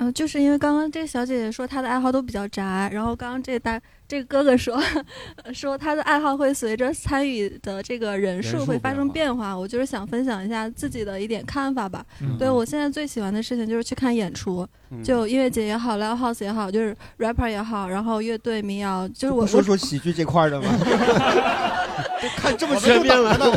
Speaker 22: 嗯，就是因为刚刚这个小姐姐说她的爱好都比较宅，然后刚刚这大这个哥哥说 说他的爱好会随着参与的这个人
Speaker 8: 人
Speaker 22: 数
Speaker 8: 数
Speaker 22: 会发生变化，我就是想分享一下自己的一点看法吧。
Speaker 8: 嗯
Speaker 22: 对我现在最喜欢的事情就是去看演出，
Speaker 1: 嗯
Speaker 22: 就音乐节也好，live house 也好，就是 rapper 也好，然后乐队、民谣，就是我
Speaker 1: 不说
Speaker 22: 我
Speaker 1: 说喜剧这块儿的吗？ 看这么全
Speaker 22: 全
Speaker 1: 面
Speaker 22: 面
Speaker 1: 了，
Speaker 22: 了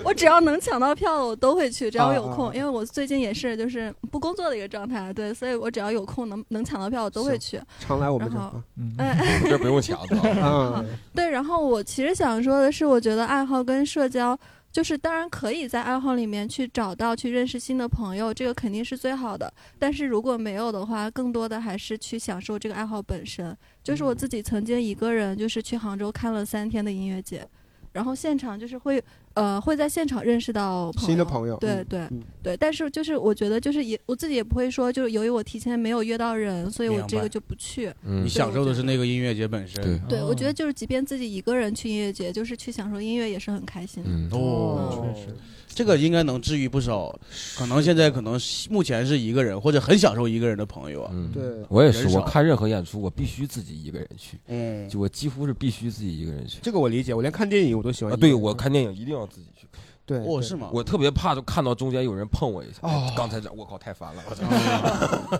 Speaker 22: 我只要能抢到票，我都会去，只要有空，
Speaker 1: 啊啊啊
Speaker 22: 因为我最近也是就是不工作的一个状态，对，所以我只要有空能能抢到票，我都会去。
Speaker 1: 常来我们这
Speaker 22: 然
Speaker 1: 儿
Speaker 22: 后
Speaker 1: 啊，
Speaker 14: 嗯
Speaker 22: 哎，
Speaker 5: 这不用抢的
Speaker 1: 啊。
Speaker 22: 对，然后我其实想说的是，我觉得爱好跟社交，就是当然可以在爱好里面去找到、去认识新的朋友，这个肯定是最好的。但是如果没有的话，更多的还是去享受这个爱好本身。就是我自己曾经一个人，就是去杭州看了三天的音乐节，然后现场就是会呃会在现场认识到朋友
Speaker 1: 新的朋友
Speaker 22: 对
Speaker 1: 嗯
Speaker 22: 对
Speaker 1: 嗯
Speaker 22: 对。但是就是我觉得就是也我自己也不会说，就是由于我提前没有约到人，所以我
Speaker 3: 明
Speaker 22: 这
Speaker 3: 白
Speaker 22: 个就不去。
Speaker 5: 嗯
Speaker 3: 你享受的是那个音乐节本身。
Speaker 22: 对，我觉得就是，即便自己一个人去音乐节，就是去享受音乐，也是很开心的。嗯
Speaker 3: 哦，确
Speaker 5: 嗯
Speaker 3: 实，这个应该能治愈不少。可能现在可能是目前是一个人，或者很享受一个人的朋友啊。
Speaker 1: 对
Speaker 5: 嗯我也是，
Speaker 3: 人少
Speaker 5: 我看任何演出，我必须自己一个人去，
Speaker 22: 哎
Speaker 3: 嗯，
Speaker 5: 就我几乎是必须自己一个人去。
Speaker 1: 这个我理解，我连看电影我都喜欢
Speaker 5: 啊，
Speaker 1: 一个人
Speaker 5: 对我看电影一定要自己去。
Speaker 1: 对
Speaker 5: 我
Speaker 1: 哦对是吗
Speaker 5: 我特别怕就看到中间有人碰我一下，哎
Speaker 1: 哦
Speaker 5: 刚才这我靠太烦了，我操！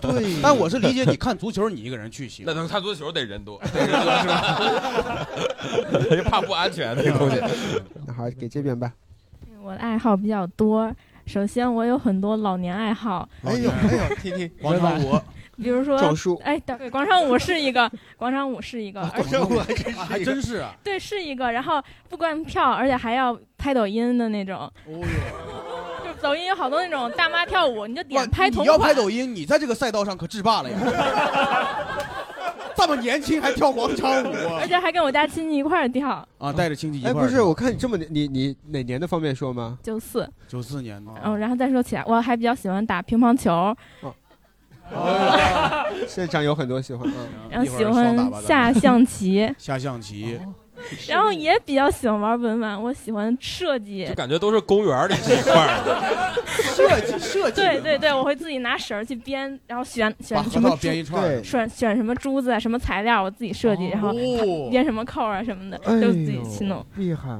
Speaker 1: 对
Speaker 3: 但我是理解你看足球，你一个人去行。
Speaker 5: 那能看足球得人 多， 得人多是吧？怕不安全那东西。
Speaker 1: 那好，给这边吧。
Speaker 6: 我的爱好比较多。首先，我有很多老年爱好，
Speaker 3: 哎呦哎呦， 听听广场舞，
Speaker 6: 比如说，
Speaker 3: 赵树
Speaker 6: 哎，对，广场舞是一个，广场舞是一个，而
Speaker 3: 广
Speaker 6: 且
Speaker 3: 场舞还真是，还真是啊，
Speaker 6: 对，是一个。然后不光跳，而且还要拍抖音的那种。
Speaker 3: 哦
Speaker 6: 就抖音有好多那种大妈跳舞，你就点拍同
Speaker 3: 你
Speaker 6: 款。
Speaker 3: 要拍抖音，你在这个赛道上可制霸了呀！这么年轻还跳广场舞啊
Speaker 6: 而且还跟我家亲戚一块儿跳，
Speaker 3: 啊，带着亲戚一块
Speaker 1: 哎，
Speaker 3: 儿
Speaker 1: 不是，我看你这么你你哪年的方便说吗？
Speaker 6: 九四。
Speaker 3: 九四年 的，
Speaker 6: 嗯，然后再说起来，我还比较喜欢打乒乓球，
Speaker 1: 现场有很多喜欢，嗯
Speaker 6: 然后喜欢下象棋，
Speaker 3: 下象棋，
Speaker 6: 然后也比较喜欢玩文玩，我喜欢设计
Speaker 5: 就。感觉都是公园里这一块 儿。
Speaker 3: 设计设
Speaker 6: 计，对对对，我会自己拿绳儿去编，然后选选
Speaker 5: 把河
Speaker 6: 什么
Speaker 5: 道编
Speaker 6: 珠
Speaker 5: 一串儿对
Speaker 6: 选选什么珠子啊，什么材料，我自己设计，然后
Speaker 3: 哦
Speaker 6: 编什么扣儿啊什么的，
Speaker 1: 哎
Speaker 6: 就自己
Speaker 1: 呦
Speaker 6: 去弄，
Speaker 1: 厉害。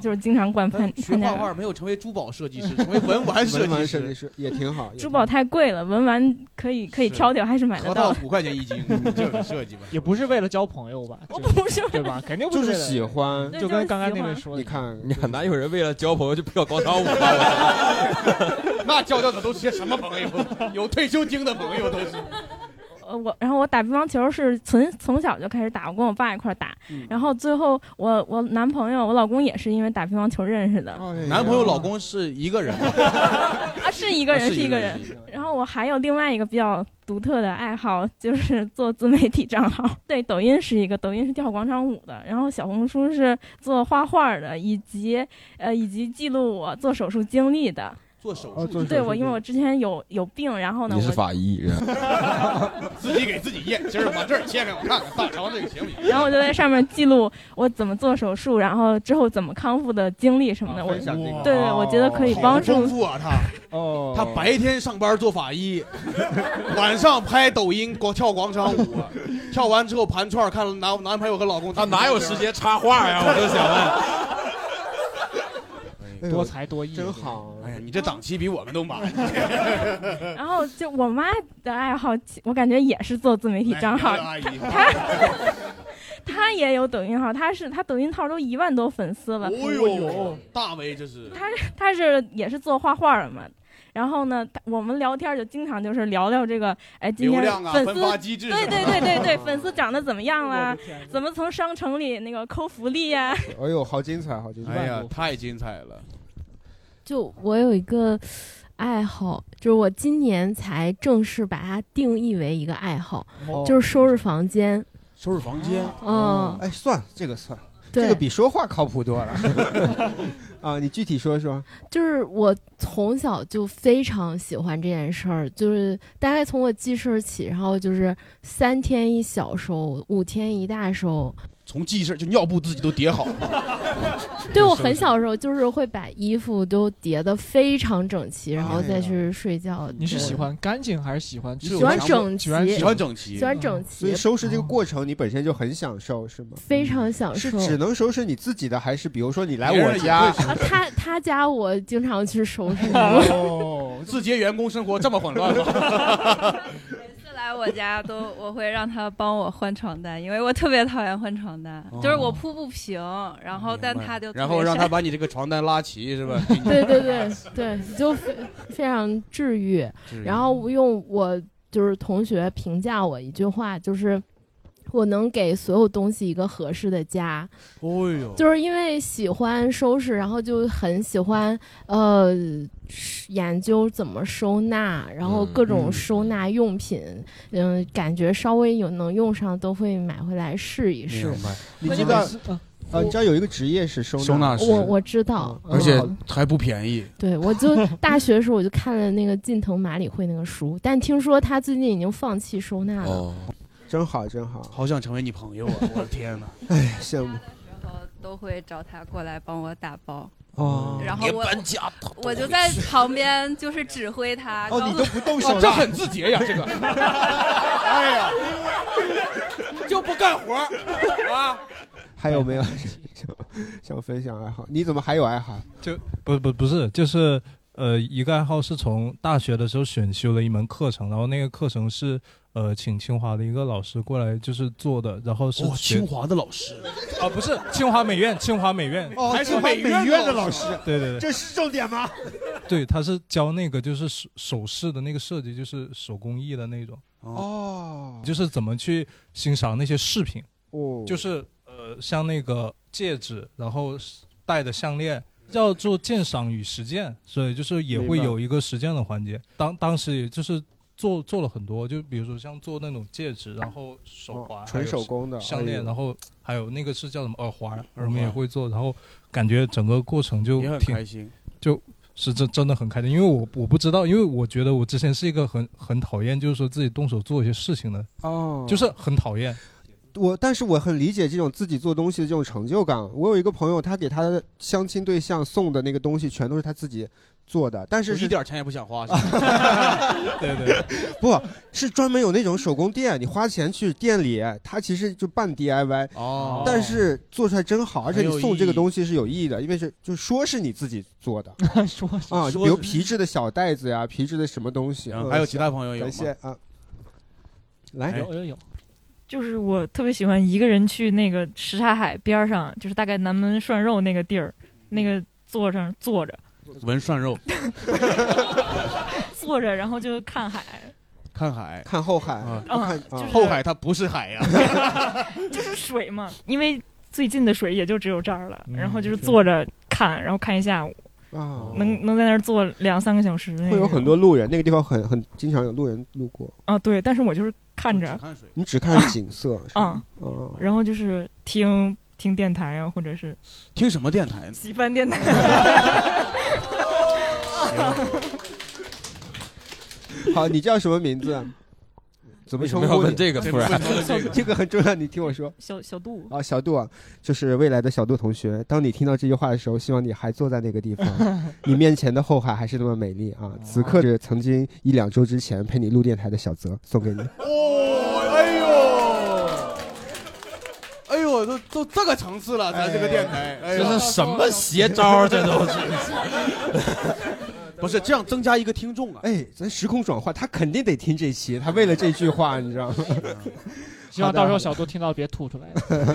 Speaker 6: 就是经常灌潘
Speaker 3: 哎学
Speaker 6: 潘家
Speaker 3: 画
Speaker 6: 园。
Speaker 3: 画没有成为珠宝设计师，成为文玩设
Speaker 1: 文玩
Speaker 3: 计
Speaker 1: 设计
Speaker 3: 师。
Speaker 1: 师也挺
Speaker 5: 哎
Speaker 1: 好。
Speaker 6: 珠宝太贵了，文玩可以可以挑挑，还是买得
Speaker 3: 河
Speaker 6: 到
Speaker 3: 道
Speaker 6: 的。
Speaker 3: 五块钱一斤，这个设计吧。
Speaker 2: 也不是为了交朋友 吧？我
Speaker 6: 不是
Speaker 2: 对吧？肯定不
Speaker 1: 就是是
Speaker 2: 为了
Speaker 1: 喜欢
Speaker 2: 就跟刚刚那位说的
Speaker 1: 你看，
Speaker 5: 你很难有人为了交朋友就跳广场 舞吧？
Speaker 3: 那交到的都是些什么 朋友？有退休金的朋友都是。
Speaker 6: 呃，我然后我打乒乓球是从从小就开始打，我跟我爸一块儿打，
Speaker 5: 嗯
Speaker 6: 然后最后我我男朋友我老公也是因为打乒乓球认识
Speaker 5: 哎
Speaker 6: 的，
Speaker 3: 男朋友、老公是一个人，
Speaker 6: 啊是一个
Speaker 3: 啊
Speaker 6: 人
Speaker 3: 是
Speaker 6: 是
Speaker 3: 一
Speaker 6: 一
Speaker 3: 个
Speaker 6: 个
Speaker 3: 人
Speaker 6: 人，然后我还有另外一个比较独特的爱好，就是做自媒体账号， 对，抖音是一个，抖音是跳广场舞的，然后小红书是做画画的，以及呃以及记录我做手术经历的。
Speaker 3: 做手
Speaker 5: 哦
Speaker 3: 术
Speaker 6: 对我，因为我之前有有病，然后呢，
Speaker 5: 你是
Speaker 6: 我
Speaker 5: 法医，是吧
Speaker 3: 自己给自己验，今儿把这儿切开，我看看大肠这个行不行？
Speaker 6: 然后我就在上面记录我怎么做手术，然后之后怎么康复的经历什么的。我
Speaker 3: 啊分享这个
Speaker 6: 对对，我觉得可以帮
Speaker 3: 哦好
Speaker 6: 助
Speaker 3: 丰。富啊，他
Speaker 1: 哦
Speaker 3: 他白天上班做法医， 晚上拍抖音广跳广场舞，跳完之后盘串儿看男男朋友和老公。他
Speaker 5: 哪有时间插画呀？我就想
Speaker 2: 多才多艺，
Speaker 1: 真好。啊
Speaker 3: 问，哎呀，你这档期比我们都满。
Speaker 6: 然后就我妈的爱好，我感觉也是做自媒体账号
Speaker 3: 来哎聊聊阿姨，
Speaker 6: 她也有抖音号，她是她抖音号都一万多粉丝了。
Speaker 3: 哦呦，大为这是
Speaker 6: 她是她是也是做画画的嘛。然后呢，她我们聊天就经常就是聊聊这个，哎，今
Speaker 3: 流
Speaker 6: 天
Speaker 3: 量啊，
Speaker 6: 粉
Speaker 3: 分
Speaker 6: 丝、
Speaker 3: 发机制什么
Speaker 6: 对
Speaker 3: 的，
Speaker 6: 对对对对，粉丝长得怎么样
Speaker 3: 我
Speaker 6: 啦
Speaker 3: 的天哪？
Speaker 6: 怎么从商城里那个抠福利呀、
Speaker 1: 哎呦，好精彩，好精彩！
Speaker 3: 哎呀，太精彩了！
Speaker 19: 就我有一个爱好，就是我今年才正式把它定义为一个爱好，
Speaker 1: 哦
Speaker 19: 就是收拾房间。
Speaker 3: 收拾房间哦
Speaker 19: 嗯
Speaker 1: 哎，算了，这个算了，
Speaker 19: 对
Speaker 1: 这个比说话靠谱多 了。啊，你具体说说。
Speaker 19: 就是我从小就非常喜欢这件事儿，就是大概从我记事儿起，然后就是三天一小收，五天一大收。
Speaker 3: 从记事就尿布自己都叠好了，
Speaker 19: 对我 很小时候就是会把衣服都叠得非常整齐，然后再去睡觉。
Speaker 2: 哦你是
Speaker 19: 对
Speaker 2: 喜欢干净还是喜欢
Speaker 19: 喜欢整齐，喜欢整齐，
Speaker 1: 所以收拾这个过程你本身就很享受，是吗？
Speaker 19: 非常享受。
Speaker 1: 是只能收拾你自己的，还是比如说你来
Speaker 3: 别人
Speaker 1: 我
Speaker 3: 也
Speaker 1: 家
Speaker 3: 会收拾
Speaker 19: 啊，他他家我经常去 收拾
Speaker 3: 哦字节员工生活这么混乱吗？
Speaker 9: 来我家都 我会让他帮我换床单，因为我特别讨厌换床单，就是
Speaker 3: 哦
Speaker 9: 我铺不平，然后但他就特别
Speaker 3: 然后让他
Speaker 9: 晒
Speaker 3: 把你这个床单拉齐是吧？ 给 你
Speaker 19: 对对对对，就非非常治愈
Speaker 3: 治愈。
Speaker 19: 然后用我就是同学评价我一句话，就是我能给所有东西一个合适的家。
Speaker 3: 哦呦，
Speaker 19: 就是因为喜欢收拾，然后就很喜欢呃研究怎么收纳，然后各种收纳用品，嗯，感觉稍微有能用上都会买回来试一试。
Speaker 1: 你
Speaker 19: 那
Speaker 1: 知
Speaker 19: 你
Speaker 1: 道
Speaker 19: 每次嗯，
Speaker 1: 啊，你知道有一个职业是收纳
Speaker 3: 收纳师
Speaker 19: 我我知道，
Speaker 3: 而且
Speaker 19: 嗯
Speaker 3: 还不便宜。
Speaker 19: 对，我就大学的时候我就看了那个近藤麻里惠那个书，但听说他最近已经放弃收纳了。
Speaker 3: 哦，
Speaker 1: 真好真好，
Speaker 3: 好想成为你朋友啊！我的天哪，
Speaker 1: 哎，羡慕。
Speaker 9: 都会找他过来帮我打包。
Speaker 1: 哦
Speaker 9: 然后
Speaker 3: 别
Speaker 9: 我
Speaker 3: 搬家
Speaker 9: 我就在旁边就是指挥他。
Speaker 3: 哦
Speaker 9: 告诉
Speaker 3: 你都不动
Speaker 1: 手
Speaker 3: 啊这很自节呀这个 哎呀， 就不干活儿 啊！
Speaker 1: 还有 没有想想分享爱好？你怎么还有爱好？
Speaker 4: 就不不不是，就是呃，一个爱好是从大学的时候选修了一门课程，然后那个课程是呃请清华的一个老师过来就是做的，然后是
Speaker 3: 哦，
Speaker 4: 学
Speaker 3: 清华的老师，
Speaker 4: 啊不是清华美院，清华美院
Speaker 3: 哦
Speaker 4: 还
Speaker 3: 清
Speaker 4: 是
Speaker 3: 华美院的老
Speaker 1: 师
Speaker 4: 对对对，
Speaker 1: 这是重点吗？
Speaker 4: 对，他是教那个就是首首饰的那个设计，就是手工艺的那种，
Speaker 1: 哦，
Speaker 4: 就是怎么去欣赏那些饰品，
Speaker 1: 哦
Speaker 4: 就是呃像那个戒指，然后戴的项链。叫做鉴赏与实践，所以就是也会
Speaker 1: 明白
Speaker 4: 有一个实践的环节。当当时也就是做做了很多，就比如说像做那种戒指，然后手环、
Speaker 1: 哦纯
Speaker 4: 还有
Speaker 1: 手工的
Speaker 4: 项
Speaker 1: 哎
Speaker 4: 链，
Speaker 1: 呦
Speaker 4: 然后还有那个是叫什么耳环，
Speaker 1: 耳
Speaker 4: 我们也
Speaker 1: 环
Speaker 4: 会做，然后感觉整个过程就
Speaker 3: 也很
Speaker 4: 挺
Speaker 3: 开心，
Speaker 4: 就是真真的很开心，因为我我不知道，因为我觉得我之前是一个很很讨厌，就是说自己动手做一些事情的，
Speaker 1: 哦
Speaker 4: 就是很讨厌。
Speaker 1: 我，但是我很理解这种自己做东西的这种成就感。我有一个朋友，他给他的相亲对象送的那个东西，全都是他自己做的，但是
Speaker 3: 我
Speaker 1: 是
Speaker 3: 一点钱也不想花。
Speaker 4: 对对，
Speaker 1: 不是专门有那种手工店，你花钱去店里，它其实就半 DIY
Speaker 3: 哦
Speaker 1: 但是做出来真好，而且
Speaker 3: 很有
Speaker 1: 你送这个
Speaker 3: 意义
Speaker 1: 东西是有意义的，因为是就说是你自己做 的，
Speaker 2: 说
Speaker 1: 啊，就比如皮质的小袋子呀，皮质的什么东西，
Speaker 3: 嗯
Speaker 1: 嗯
Speaker 3: 还有其他朋友有
Speaker 1: 感
Speaker 3: 吗哎
Speaker 1: 谢啊，来
Speaker 2: 有有有，
Speaker 20: 就是我特别喜欢一个人去那个什刹海边儿上，就是大概南门涮肉那个地儿，那个坐上坐着
Speaker 3: 闻涮肉，
Speaker 20: 坐着，然后就看海，
Speaker 3: 看海，
Speaker 1: 看后海
Speaker 3: 啊
Speaker 20: 嗯看就是
Speaker 3: 后海 它不是海啊呀，
Speaker 20: 就是水嘛，因为最近的水也就只有这儿了，
Speaker 3: 嗯
Speaker 20: 然后就是坐着看，然后看一下午，
Speaker 1: 啊
Speaker 20: 能能在那儿坐两三个小时那
Speaker 1: 会有
Speaker 20: 种
Speaker 1: 很多路人，那个地方很很经常有路人路过，
Speaker 20: 啊，对，但是我就是看着，
Speaker 1: 你只看景色，是吧
Speaker 20: 啊，
Speaker 1: 哦
Speaker 20: 然后就是听听电台啊，或者是
Speaker 3: 听什么电台 呢？
Speaker 20: 西番 电台。
Speaker 1: 好，你叫什么名字？啊怎么
Speaker 5: 为什
Speaker 1: 称
Speaker 5: 么要
Speaker 1: 呼
Speaker 5: 问
Speaker 1: 你
Speaker 5: 这个突然
Speaker 1: 这个很重要，你听我说。
Speaker 20: 小小杜
Speaker 1: 啊，小杜啊，就是未来的小杜同学。当你听到这句话的时候，希望你还坐在那个地 方，你面前的后海还是那么美丽
Speaker 3: 哦
Speaker 1: 啊！此刻是曾经一两周之前陪你录电台的小泽，送给你。
Speaker 3: 哦，哎哎呦，哎呦，都都这个层次了，咱这个电台，哎呦
Speaker 5: 这是什么邪招？这都是。
Speaker 3: 不是这样增加一个听众啊？
Speaker 1: 哎，咱时空转换，他肯定得听这期，他为了这句话，你知道吗？
Speaker 2: 希望到时候小杜听到别吐出来。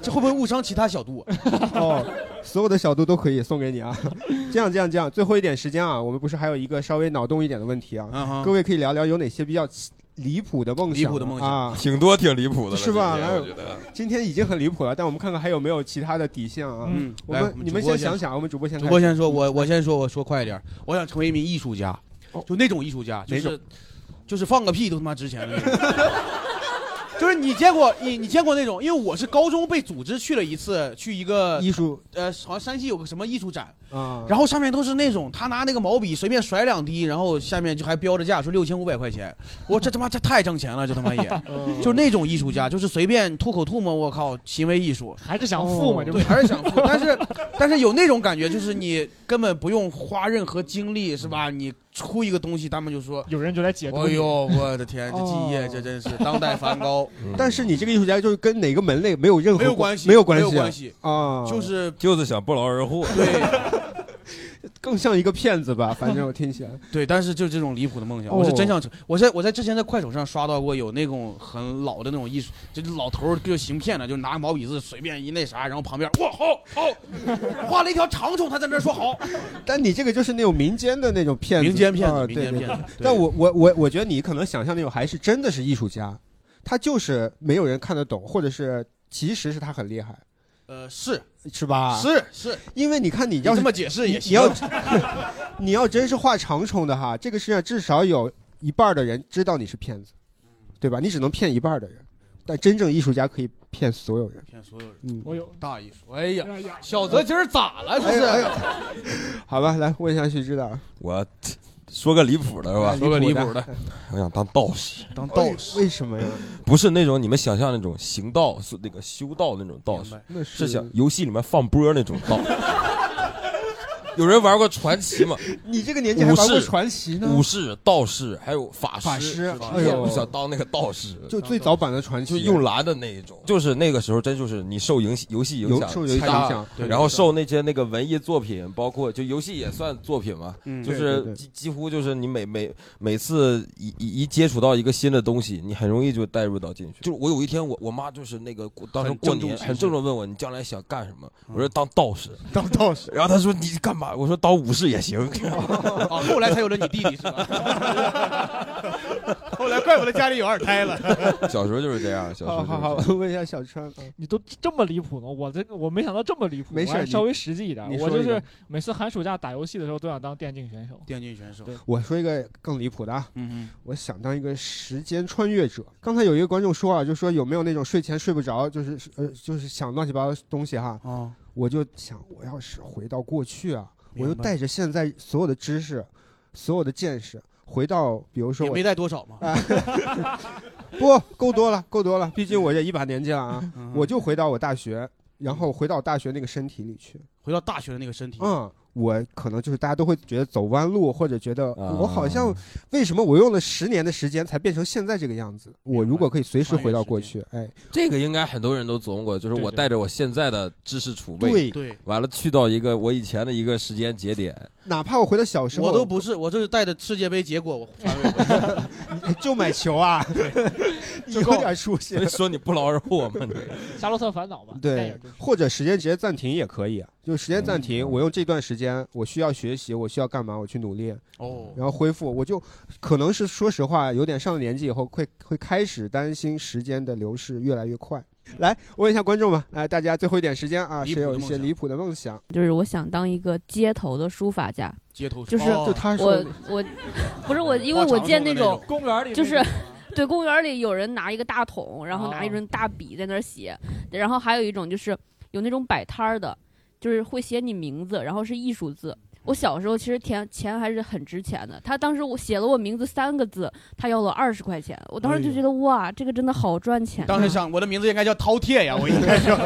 Speaker 3: 这会不会误伤其他小度？
Speaker 1: 哦，所有的小度都可以送给你啊！ 这样这样这样，最后一点时间啊，我们不是还有一个稍微脑洞一点的问题啊？
Speaker 3: 嗯哼
Speaker 1: 各位可以聊聊有哪些比较离谱的梦想啊？
Speaker 3: 离谱的梦想
Speaker 1: 啊，
Speaker 5: 挺多挺离谱的了
Speaker 1: 是吧？
Speaker 5: 今天
Speaker 1: 然后
Speaker 5: 我觉得
Speaker 1: 今天已经很离谱了，但我们看看还有没有其他的底线啊？
Speaker 3: 嗯
Speaker 1: 我
Speaker 3: 来
Speaker 1: 们
Speaker 3: 我们
Speaker 1: 你们
Speaker 3: 主播
Speaker 1: 先
Speaker 3: 先
Speaker 1: 想想，我们主播先
Speaker 3: 主播
Speaker 1: 开始
Speaker 3: 先说，我我先说，我说快一点儿，我想成为一名艺术家，就那哦种艺术家，就
Speaker 1: 哪
Speaker 3: 是 就是放个屁都他妈值钱的那种。 就是你见过你你见过那种，因为我是高中被组织去了一次，去一个
Speaker 1: 艺术，
Speaker 3: 呃，好像山西有个什么艺术展，
Speaker 2: 嗯
Speaker 1: 啊，
Speaker 3: 然后上面都是那种他拿那个毛笔随便甩两滴，然后下面就还标着价，说六千五百块钱。我这他妈这太挣钱了，这他妈也
Speaker 1: 嗯，
Speaker 3: 就是那种艺术家，就是随便吐口吐沫，我靠，行为艺术，哦
Speaker 2: 还是想富嘛这不
Speaker 3: 对，
Speaker 2: 是
Speaker 3: 还是想富，但是 但是有那种感觉，就是你根本不用花任何精力，是吧？你出一个东西，他们就说，
Speaker 2: 有人就来解读
Speaker 3: 哎
Speaker 2: 你
Speaker 3: 呦，我的天，这技业这真是当代梵高，
Speaker 1: 但是你这个艺术家就是跟哪个门类没有任何
Speaker 3: 嗯没有关系
Speaker 1: 没有关系啊，
Speaker 3: 没有关系
Speaker 1: 啊，
Speaker 3: 就是
Speaker 5: 就是想不劳而获。
Speaker 1: 更像一个骗子吧，反正我听起来。
Speaker 3: 对，但是就这种离谱的梦想，
Speaker 1: 哦
Speaker 3: 哎我是真想成。我在我在之前在快手上刷到过有那种很老的那种艺术，就是老头儿就行骗的，就拿毛笔字随便一那啥，然后旁边哇好好， 画了一条长虫，他在那儿说好，
Speaker 1: 但你这个就是那种民间的那种 骗子，
Speaker 3: 民间骗子
Speaker 1: 啊
Speaker 3: 民
Speaker 1: 对
Speaker 3: 间
Speaker 1: 对
Speaker 3: 骗子
Speaker 1: 对
Speaker 3: 对
Speaker 1: 但我我我我觉得你可能想象那种还是真的是艺术家，他就是没有人看得懂，或者是其实是他很厉害，
Speaker 3: 呃是
Speaker 1: 是吧？
Speaker 3: 是是，
Speaker 1: 因为你看你要是
Speaker 3: 你这么解释也
Speaker 1: 你
Speaker 3: 行
Speaker 1: 你要你要 真是画长虫的哈，这个世界上至少有一半的人知道你是骗子，对吧？你只能骗一半的人，但真正艺术家可以骗所有人。
Speaker 3: 骗所有人。
Speaker 1: 嗯
Speaker 3: 我有大艺术，哎呀，小泽今儿咋了？这是、
Speaker 1: 哎呀好吧，来问一下徐指导，
Speaker 5: 我 说个离谱的是吧？
Speaker 1: 说个哎离谱的，
Speaker 5: 我想当道士，
Speaker 3: 当
Speaker 1: 道士为什么呀？
Speaker 5: 不是那种你们想象那种行道是那个修道那种道士
Speaker 1: 明白那，是
Speaker 5: 是想游戏里面放波那种道。有人玩过传奇吗？
Speaker 1: 你这个年纪还玩过
Speaker 5: 武士
Speaker 1: 传奇呢
Speaker 5: 武士、道士，还有法师。
Speaker 1: 法师哎
Speaker 5: 哎
Speaker 1: 呦
Speaker 5: 呦，想当那个道士，
Speaker 1: 就最早版的传奇
Speaker 5: 就用蓝的那一种。就是那个时候，真就是你受影游戏影响
Speaker 1: 有受游戏
Speaker 5: 太大
Speaker 1: 影响对
Speaker 5: 然后受那些那个文艺作品，包括就游戏也算作品嘛，
Speaker 1: 嗯
Speaker 5: 就
Speaker 1: 对对
Speaker 5: 是
Speaker 1: 对
Speaker 5: 几几乎就是你每每每次一一一接触到一个新的东西，你很容易就带入到进去。就是我有一天我我妈就是那个过当时
Speaker 1: 很
Speaker 5: 过
Speaker 1: 郑重
Speaker 5: 年
Speaker 1: 其
Speaker 5: 很
Speaker 1: 事
Speaker 5: 郑重问我你将来想干什么，我说当道士，
Speaker 1: 嗯当道士。
Speaker 5: 然后她说你干嘛？我说当武士也行。
Speaker 3: 啊，
Speaker 1: 哦
Speaker 3: 后来才有了你弟弟 是吧？ 后来怪不得家里有二胎了。
Speaker 5: 小时候就是这样，小时候
Speaker 1: 好
Speaker 5: 就是这
Speaker 1: 好
Speaker 5: 样
Speaker 1: 好， 我问一下小川，嗯
Speaker 2: 你都这么离谱呢？我这我没想到这么离谱，
Speaker 1: 没事
Speaker 2: 我还
Speaker 1: 你
Speaker 2: 稍微实际一点
Speaker 1: 你。
Speaker 2: 我
Speaker 1: 说
Speaker 2: 就
Speaker 1: 一个
Speaker 2: 是每次寒暑假打游戏的时候都想当电竞选手。
Speaker 3: 电竞选手，
Speaker 1: 我说一个更离谱的啊，
Speaker 3: 嗯
Speaker 1: 我想当一个时间穿越者。刚才有一个观众说啊，就说有没有那种睡前睡不着，就是呃，就是想乱七八糟东西哈。
Speaker 3: 啊，
Speaker 1: 我就想，我要是回到过去啊，
Speaker 3: 明
Speaker 1: 我
Speaker 3: 白
Speaker 1: 就带着现在所有的知识、所有的见识，回到比如说
Speaker 3: 也
Speaker 1: 我
Speaker 3: 没带多少嘛。
Speaker 1: 不够多了，够多了，毕竟我也一把年纪了啊，
Speaker 3: 嗯
Speaker 1: 我就回到我大学，然后回到大学那个身体里去。
Speaker 3: 回到大学的那个身体，
Speaker 1: 嗯，我可能就是大家都会觉得走弯路，或者觉得
Speaker 5: 啊
Speaker 1: 我好像为什么我用了十年的时间才变成现在这个样子？我如果可以随时回到过去，哎，
Speaker 5: 这个应该很多人都琢磨过，就是我带着我现在的知识储备，
Speaker 1: 对对
Speaker 5: 完了去到一个我以前的一个时间节点，
Speaker 1: 哎哪怕我回到小时候，
Speaker 3: 我都不是，我这是带着世界杯结果，我反胃
Speaker 1: 就买 球啊，
Speaker 3: 就
Speaker 1: 有
Speaker 3: 够
Speaker 1: 点出息。
Speaker 5: 说你不劳而获吗？你
Speaker 2: 夏洛特烦恼
Speaker 3: 啊
Speaker 2: 吧，电
Speaker 1: 对
Speaker 2: 影就是，
Speaker 1: 或者时间直接暂停也可以，啊就时间暂停，我用这段时间我需要学习，我需要干嘛，我去努力，
Speaker 3: 哦，
Speaker 1: 然后恢复。我就可能是说实话，有点上了年纪以后，会会开始担心时间的流逝越来越快。来，我问一下观众吧，来大家最后一点时间啊，
Speaker 17: 离
Speaker 1: 谁
Speaker 17: 谱的
Speaker 1: 有一些
Speaker 17: 梦想
Speaker 1: 离谱的梦想？
Speaker 17: 就是我想当一个街头的书法家，
Speaker 3: 街头书
Speaker 17: 就是
Speaker 3: 哦就他说
Speaker 17: 我
Speaker 3: 的
Speaker 17: 我不是我，因为
Speaker 3: 花
Speaker 17: 我
Speaker 3: 长
Speaker 17: 见
Speaker 3: 筒的那
Speaker 17: 种
Speaker 3: 种
Speaker 2: 公园里
Speaker 17: 就
Speaker 2: 那
Speaker 17: 是
Speaker 2: 种。
Speaker 17: 对，公园里有人拿一个大桶，然后拿一根大笔在那儿写，然后还有一种就是有那种摆摊儿的，就是会写你名字，然后是艺术字。我小时候其实钱钱还是很值钱的，他当时我写了我名字三个字，他要了二十块钱，我当时就觉得、哇，这个真的好赚钱、啊
Speaker 3: 当时想我的名字应该叫饕餮呀，我应该叫。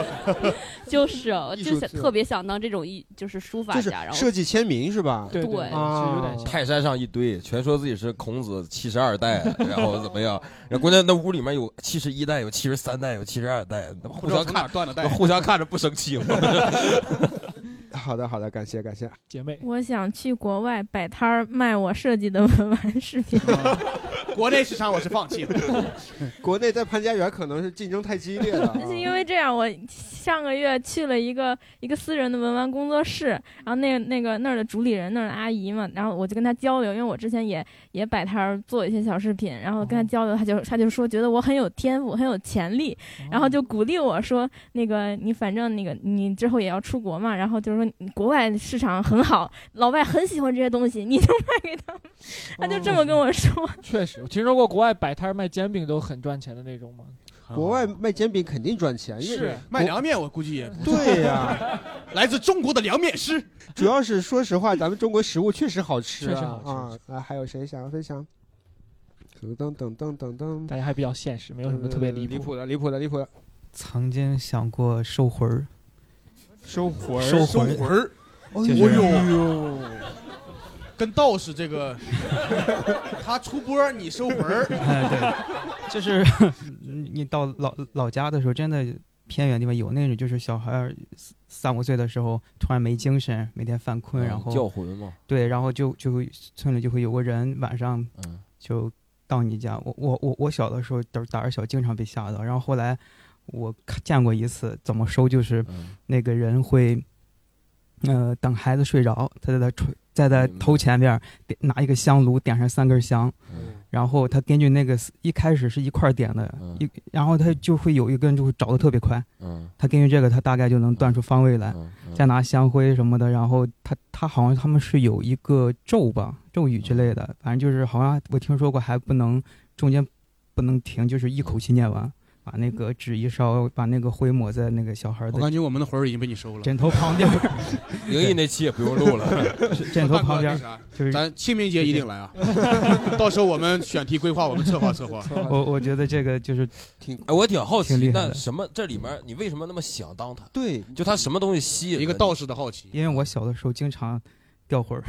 Speaker 17: 就是我
Speaker 1: 艺
Speaker 17: 就
Speaker 1: 术
Speaker 17: 想
Speaker 1: 字
Speaker 17: 特别想当这种艺，就是书法
Speaker 1: 就是
Speaker 17: 家，然后
Speaker 1: 设计签名是吧？
Speaker 17: 对对对
Speaker 1: 啊，
Speaker 5: 泰山上一堆，全说自己是孔子七十二代， 然后怎么样？然后关键那屋里面有七十一代，有七十三代，有七十二代，他们互相
Speaker 3: 不知道从哪儿
Speaker 5: 看
Speaker 3: 断的 代
Speaker 5: 互相看着不生 气吗？
Speaker 1: 好的，好的，感谢感谢。
Speaker 2: 姐妹，
Speaker 6: 我想去国外摆摊儿卖我设计的文玩饰 品。
Speaker 3: 国内市场我是放弃了。
Speaker 1: 国内在潘家园可能是竞争太激烈 了啊，
Speaker 6: 是因为这样，我上个月去了一个一个私人的文玩工作室，然后那那个那儿的主理人那儿的阿姨嘛，然后我就跟她交流，因为我之前也也摆摊儿做一些小饰品，然后跟她交流，她就她就说觉得我很有天赋，很有潜力，然后就鼓励我说那个你反正那个你之后也要出国嘛，然后就是说你国外市场很好，老外很喜欢这些东西，你就卖给他们， 她就这么跟我说。
Speaker 2: 哦确实，我听说过国外摆摊儿卖煎饼都很赚钱的那种吗？
Speaker 1: 国外卖煎饼肯定赚钱，因为
Speaker 2: 是
Speaker 3: 卖凉面，我估计也不
Speaker 1: 对呀、
Speaker 3: 来自中国的凉面师。
Speaker 1: 主要是说实话，咱们中国食物确实好吃、啊，
Speaker 2: 确实好吃
Speaker 1: 啊！来，还有谁想要分享？噔噔噔噔噔噔，
Speaker 2: 大家还比较现实，没有什么特别离
Speaker 1: 离
Speaker 2: 谱。
Speaker 1: 谱的，离谱的，离谱的，
Speaker 16: 曾经想过收魂儿，
Speaker 1: 收魂
Speaker 16: 收
Speaker 3: 收
Speaker 16: 魂
Speaker 3: 魂儿，
Speaker 16: 就
Speaker 3: 哎
Speaker 16: 是
Speaker 3: 呦，跟道士这个，他出波你收魂 儿，
Speaker 16: 哎，对，就是 你你到老老家的时候，真的偏远地方有那种，就是小孩儿三三五岁的时候突然没精神，每天犯困，
Speaker 5: 嗯
Speaker 16: 然后
Speaker 5: 叫魂嘛
Speaker 16: 对，然后就就会村里就会有个人晚上就到你家。我我我我小的时候胆胆儿小，经常被吓到。然后后来我看见过一次，怎么收就是那个人会。呃，等孩子睡着，他在他床在他头前边儿点拿一个香炉，点上三根香，然后他根据那个一开始是一块儿点的，一然后他就会有一根就会找的特别快，
Speaker 5: 嗯
Speaker 16: 他根据这个他大概就能断出方位来，
Speaker 5: 嗯。
Speaker 16: 再拿香灰什么的，然后他他好像他们是有一个咒吧，咒语之类的，反正就是好像我听说过还不能中间不能停，就是一口气念完，把那个纸一烧，把那个灰抹在那个小孩儿
Speaker 3: 我
Speaker 16: 的
Speaker 3: 感觉我们的魂儿已经被你收了。
Speaker 16: 枕头旁边
Speaker 5: 灵异那期也不用录了
Speaker 16: 枕头 旁边 就是
Speaker 3: 啊咱清明节一定来 啊！到时候我们选题规划，我们策划策划。
Speaker 16: 我我觉得这个就是
Speaker 1: 挺，
Speaker 5: 哎，我挺好
Speaker 16: 挺
Speaker 5: 奇
Speaker 16: 厉，害
Speaker 5: 那
Speaker 16: 的
Speaker 5: 什么这里面你为什么那么想当他？
Speaker 1: 对，
Speaker 5: 就他什么东西吸引一
Speaker 3: 个道士的好奇？
Speaker 16: 因为我小的时候经常掉魂儿。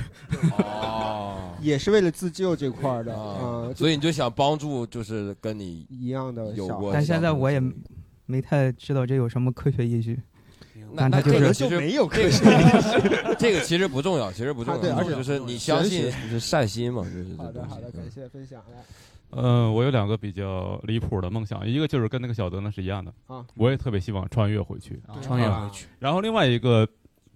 Speaker 5: 哦，
Speaker 1: 也是为了自救这块儿的啊。
Speaker 5: 所以你就想帮助，就是跟你
Speaker 1: 一样的
Speaker 5: 有
Speaker 1: 小
Speaker 5: 过，
Speaker 16: 但现在我也没太知道这有什么科学依据。
Speaker 5: 那
Speaker 16: 但它
Speaker 5: 那
Speaker 16: 就是
Speaker 5: 其实这个其实不重要，其实不重
Speaker 1: 啊对
Speaker 5: 要，
Speaker 1: 而且
Speaker 5: 就是你相信
Speaker 1: 玄学
Speaker 5: 就是善心嘛，就是
Speaker 1: 好的，好
Speaker 5: 的，
Speaker 1: 感谢分享。啊来，
Speaker 11: 嗯，我有两个比较离谱的梦想，一个就是跟那个小泽呢是一样的
Speaker 1: 啊
Speaker 11: 我也特别希望穿越回去，
Speaker 1: 对穿越
Speaker 11: 啊
Speaker 1: 回去。
Speaker 11: 然后另外一个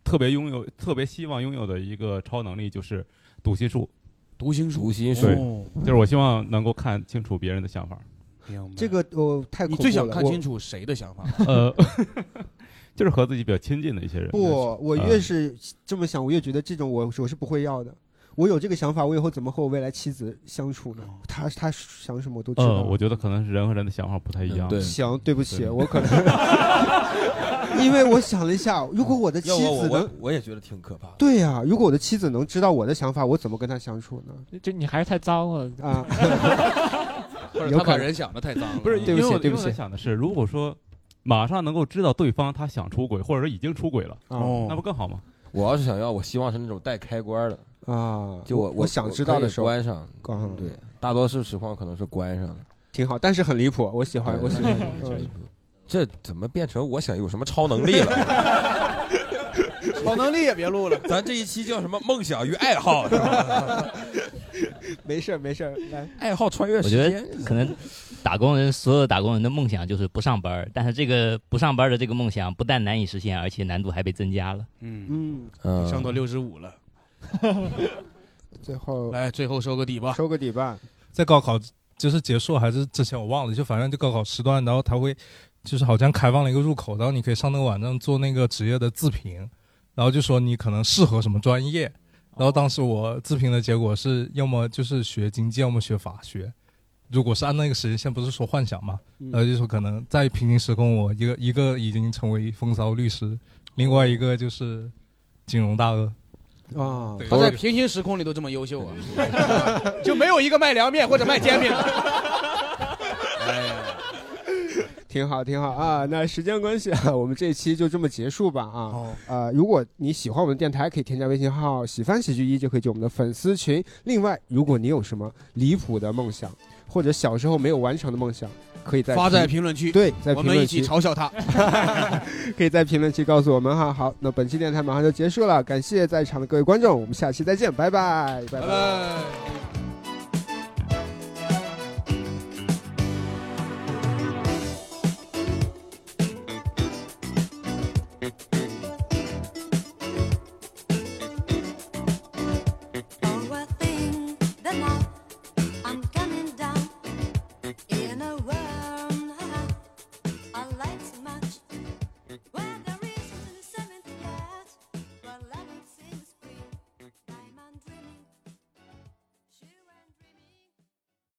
Speaker 11: 特别拥有、特别希望拥有的一个超能力就是读心术，
Speaker 3: 读心
Speaker 5: 术，读心
Speaker 1: 术
Speaker 11: 对
Speaker 1: 哦，
Speaker 11: 就是我希望能够看清楚别人的想法。
Speaker 1: 这个我太
Speaker 3: 嗯你
Speaker 1: 恐怖了。
Speaker 3: 最想看
Speaker 1: 我
Speaker 3: 哎清楚谁的 想法？
Speaker 11: 呃， 就是和自己比较亲近的一些人。
Speaker 1: 不，我
Speaker 11: 呃
Speaker 1: 越
Speaker 3: 嗯
Speaker 1: 是这么想，我越觉得这种我我是不会要的。我有这个想法，我以后怎么和我未来妻子相处
Speaker 3: 哦
Speaker 1: 呢？她她想什么我都知
Speaker 11: 呃，
Speaker 3: 嗯
Speaker 1: 道。
Speaker 11: 我觉得可能是人和人的想法不太一样。
Speaker 1: 对行，对不起，
Speaker 11: 对
Speaker 1: 我可 能， 因为我想了一下，如果我的妻
Speaker 5: 要我
Speaker 1: 子
Speaker 5: 我
Speaker 1: 能，
Speaker 5: 我也觉得挺可怕的。
Speaker 1: 对呀、如果我的妻子能知道我的想法，我怎么跟她相处呢？
Speaker 2: 这你还是太脏了
Speaker 1: 啊！
Speaker 5: 或
Speaker 1: 有
Speaker 5: 者他
Speaker 1: 可
Speaker 5: 把
Speaker 1: 能
Speaker 5: 人想的太脏了，
Speaker 11: 不是，
Speaker 1: 对不起
Speaker 11: 因为我
Speaker 1: 对不
Speaker 11: 因为我
Speaker 1: 起
Speaker 11: 想的是，如果说马上能够知道对方他想出轨，或者说已经出轨了，
Speaker 5: 哦
Speaker 11: 那不更好吗？
Speaker 5: 我要是想要，我希望是那种带开关的
Speaker 1: 啊
Speaker 5: 就我
Speaker 1: 我想知道的时候
Speaker 5: 可以关上，
Speaker 1: 嗯
Speaker 5: 对，大多数情况可能是关上的，
Speaker 1: 挺好，但是很离谱，我喜欢，
Speaker 5: 对
Speaker 1: 我喜欢。
Speaker 5: 对对
Speaker 1: 嗯
Speaker 5: 这怎么变成我想有什么超能力了？
Speaker 3: 超能力也别录了，
Speaker 5: 咱这一期叫什么？梦想与爱 好，是吧
Speaker 1: 没事儿没事儿，来，
Speaker 5: 爱好穿越
Speaker 14: 我
Speaker 5: 时
Speaker 14: 觉
Speaker 5: 间
Speaker 14: 得，可能打工人所有打工人的梦想就是不上班儿，但是这个不上班儿的这个梦想不但难以实现，而且难度还被增加了。
Speaker 1: 嗯
Speaker 5: 嗯
Speaker 3: 上到六十五了，
Speaker 1: 最后
Speaker 3: 来最后收个底吧，
Speaker 1: 收个底吧。
Speaker 4: 在高考就是结束还是之前我忘了，就反正就高考时段，然后他会就是好像开放了一个入口，然后你可以上那个网站做那个职业的自评，然后就说你可能适合什么专业。然后当时我自评的结果是，要么就是学经济，要么学法学。如果是按那个时间线，不是说幻想嘛，
Speaker 1: 嗯
Speaker 4: 然后就说可能在平行时空，我一个一个已经成为风骚律师，另外一个就是金融大鳄。
Speaker 1: 啊
Speaker 4: 对
Speaker 3: 他在平行时空里都这么优秀啊， 就没有一个卖凉面或者卖煎饼的。
Speaker 1: 哎挺好，挺好啊！那时间关系 啊，我们这一期就这么结束吧啊！呃，如果你喜欢我们电台，可以添加微信号“喜欢喜剧一”，就可以进我们的粉丝群。另外，如果你有什么离谱的梦想，或者小时候没有完成的梦想，可以在
Speaker 3: 发在评论区
Speaker 1: 对，在
Speaker 3: 我
Speaker 1: 评
Speaker 3: 们一
Speaker 1: 论
Speaker 3: 起
Speaker 1: 区
Speaker 3: 嘲笑他。
Speaker 1: 可以在评论区告诉我们哈。好，那本期电台马上就结束了，感谢在场的各位观众，我们下期再见，拜拜，拜拜。
Speaker 3: 呃
Speaker 8: Thank you.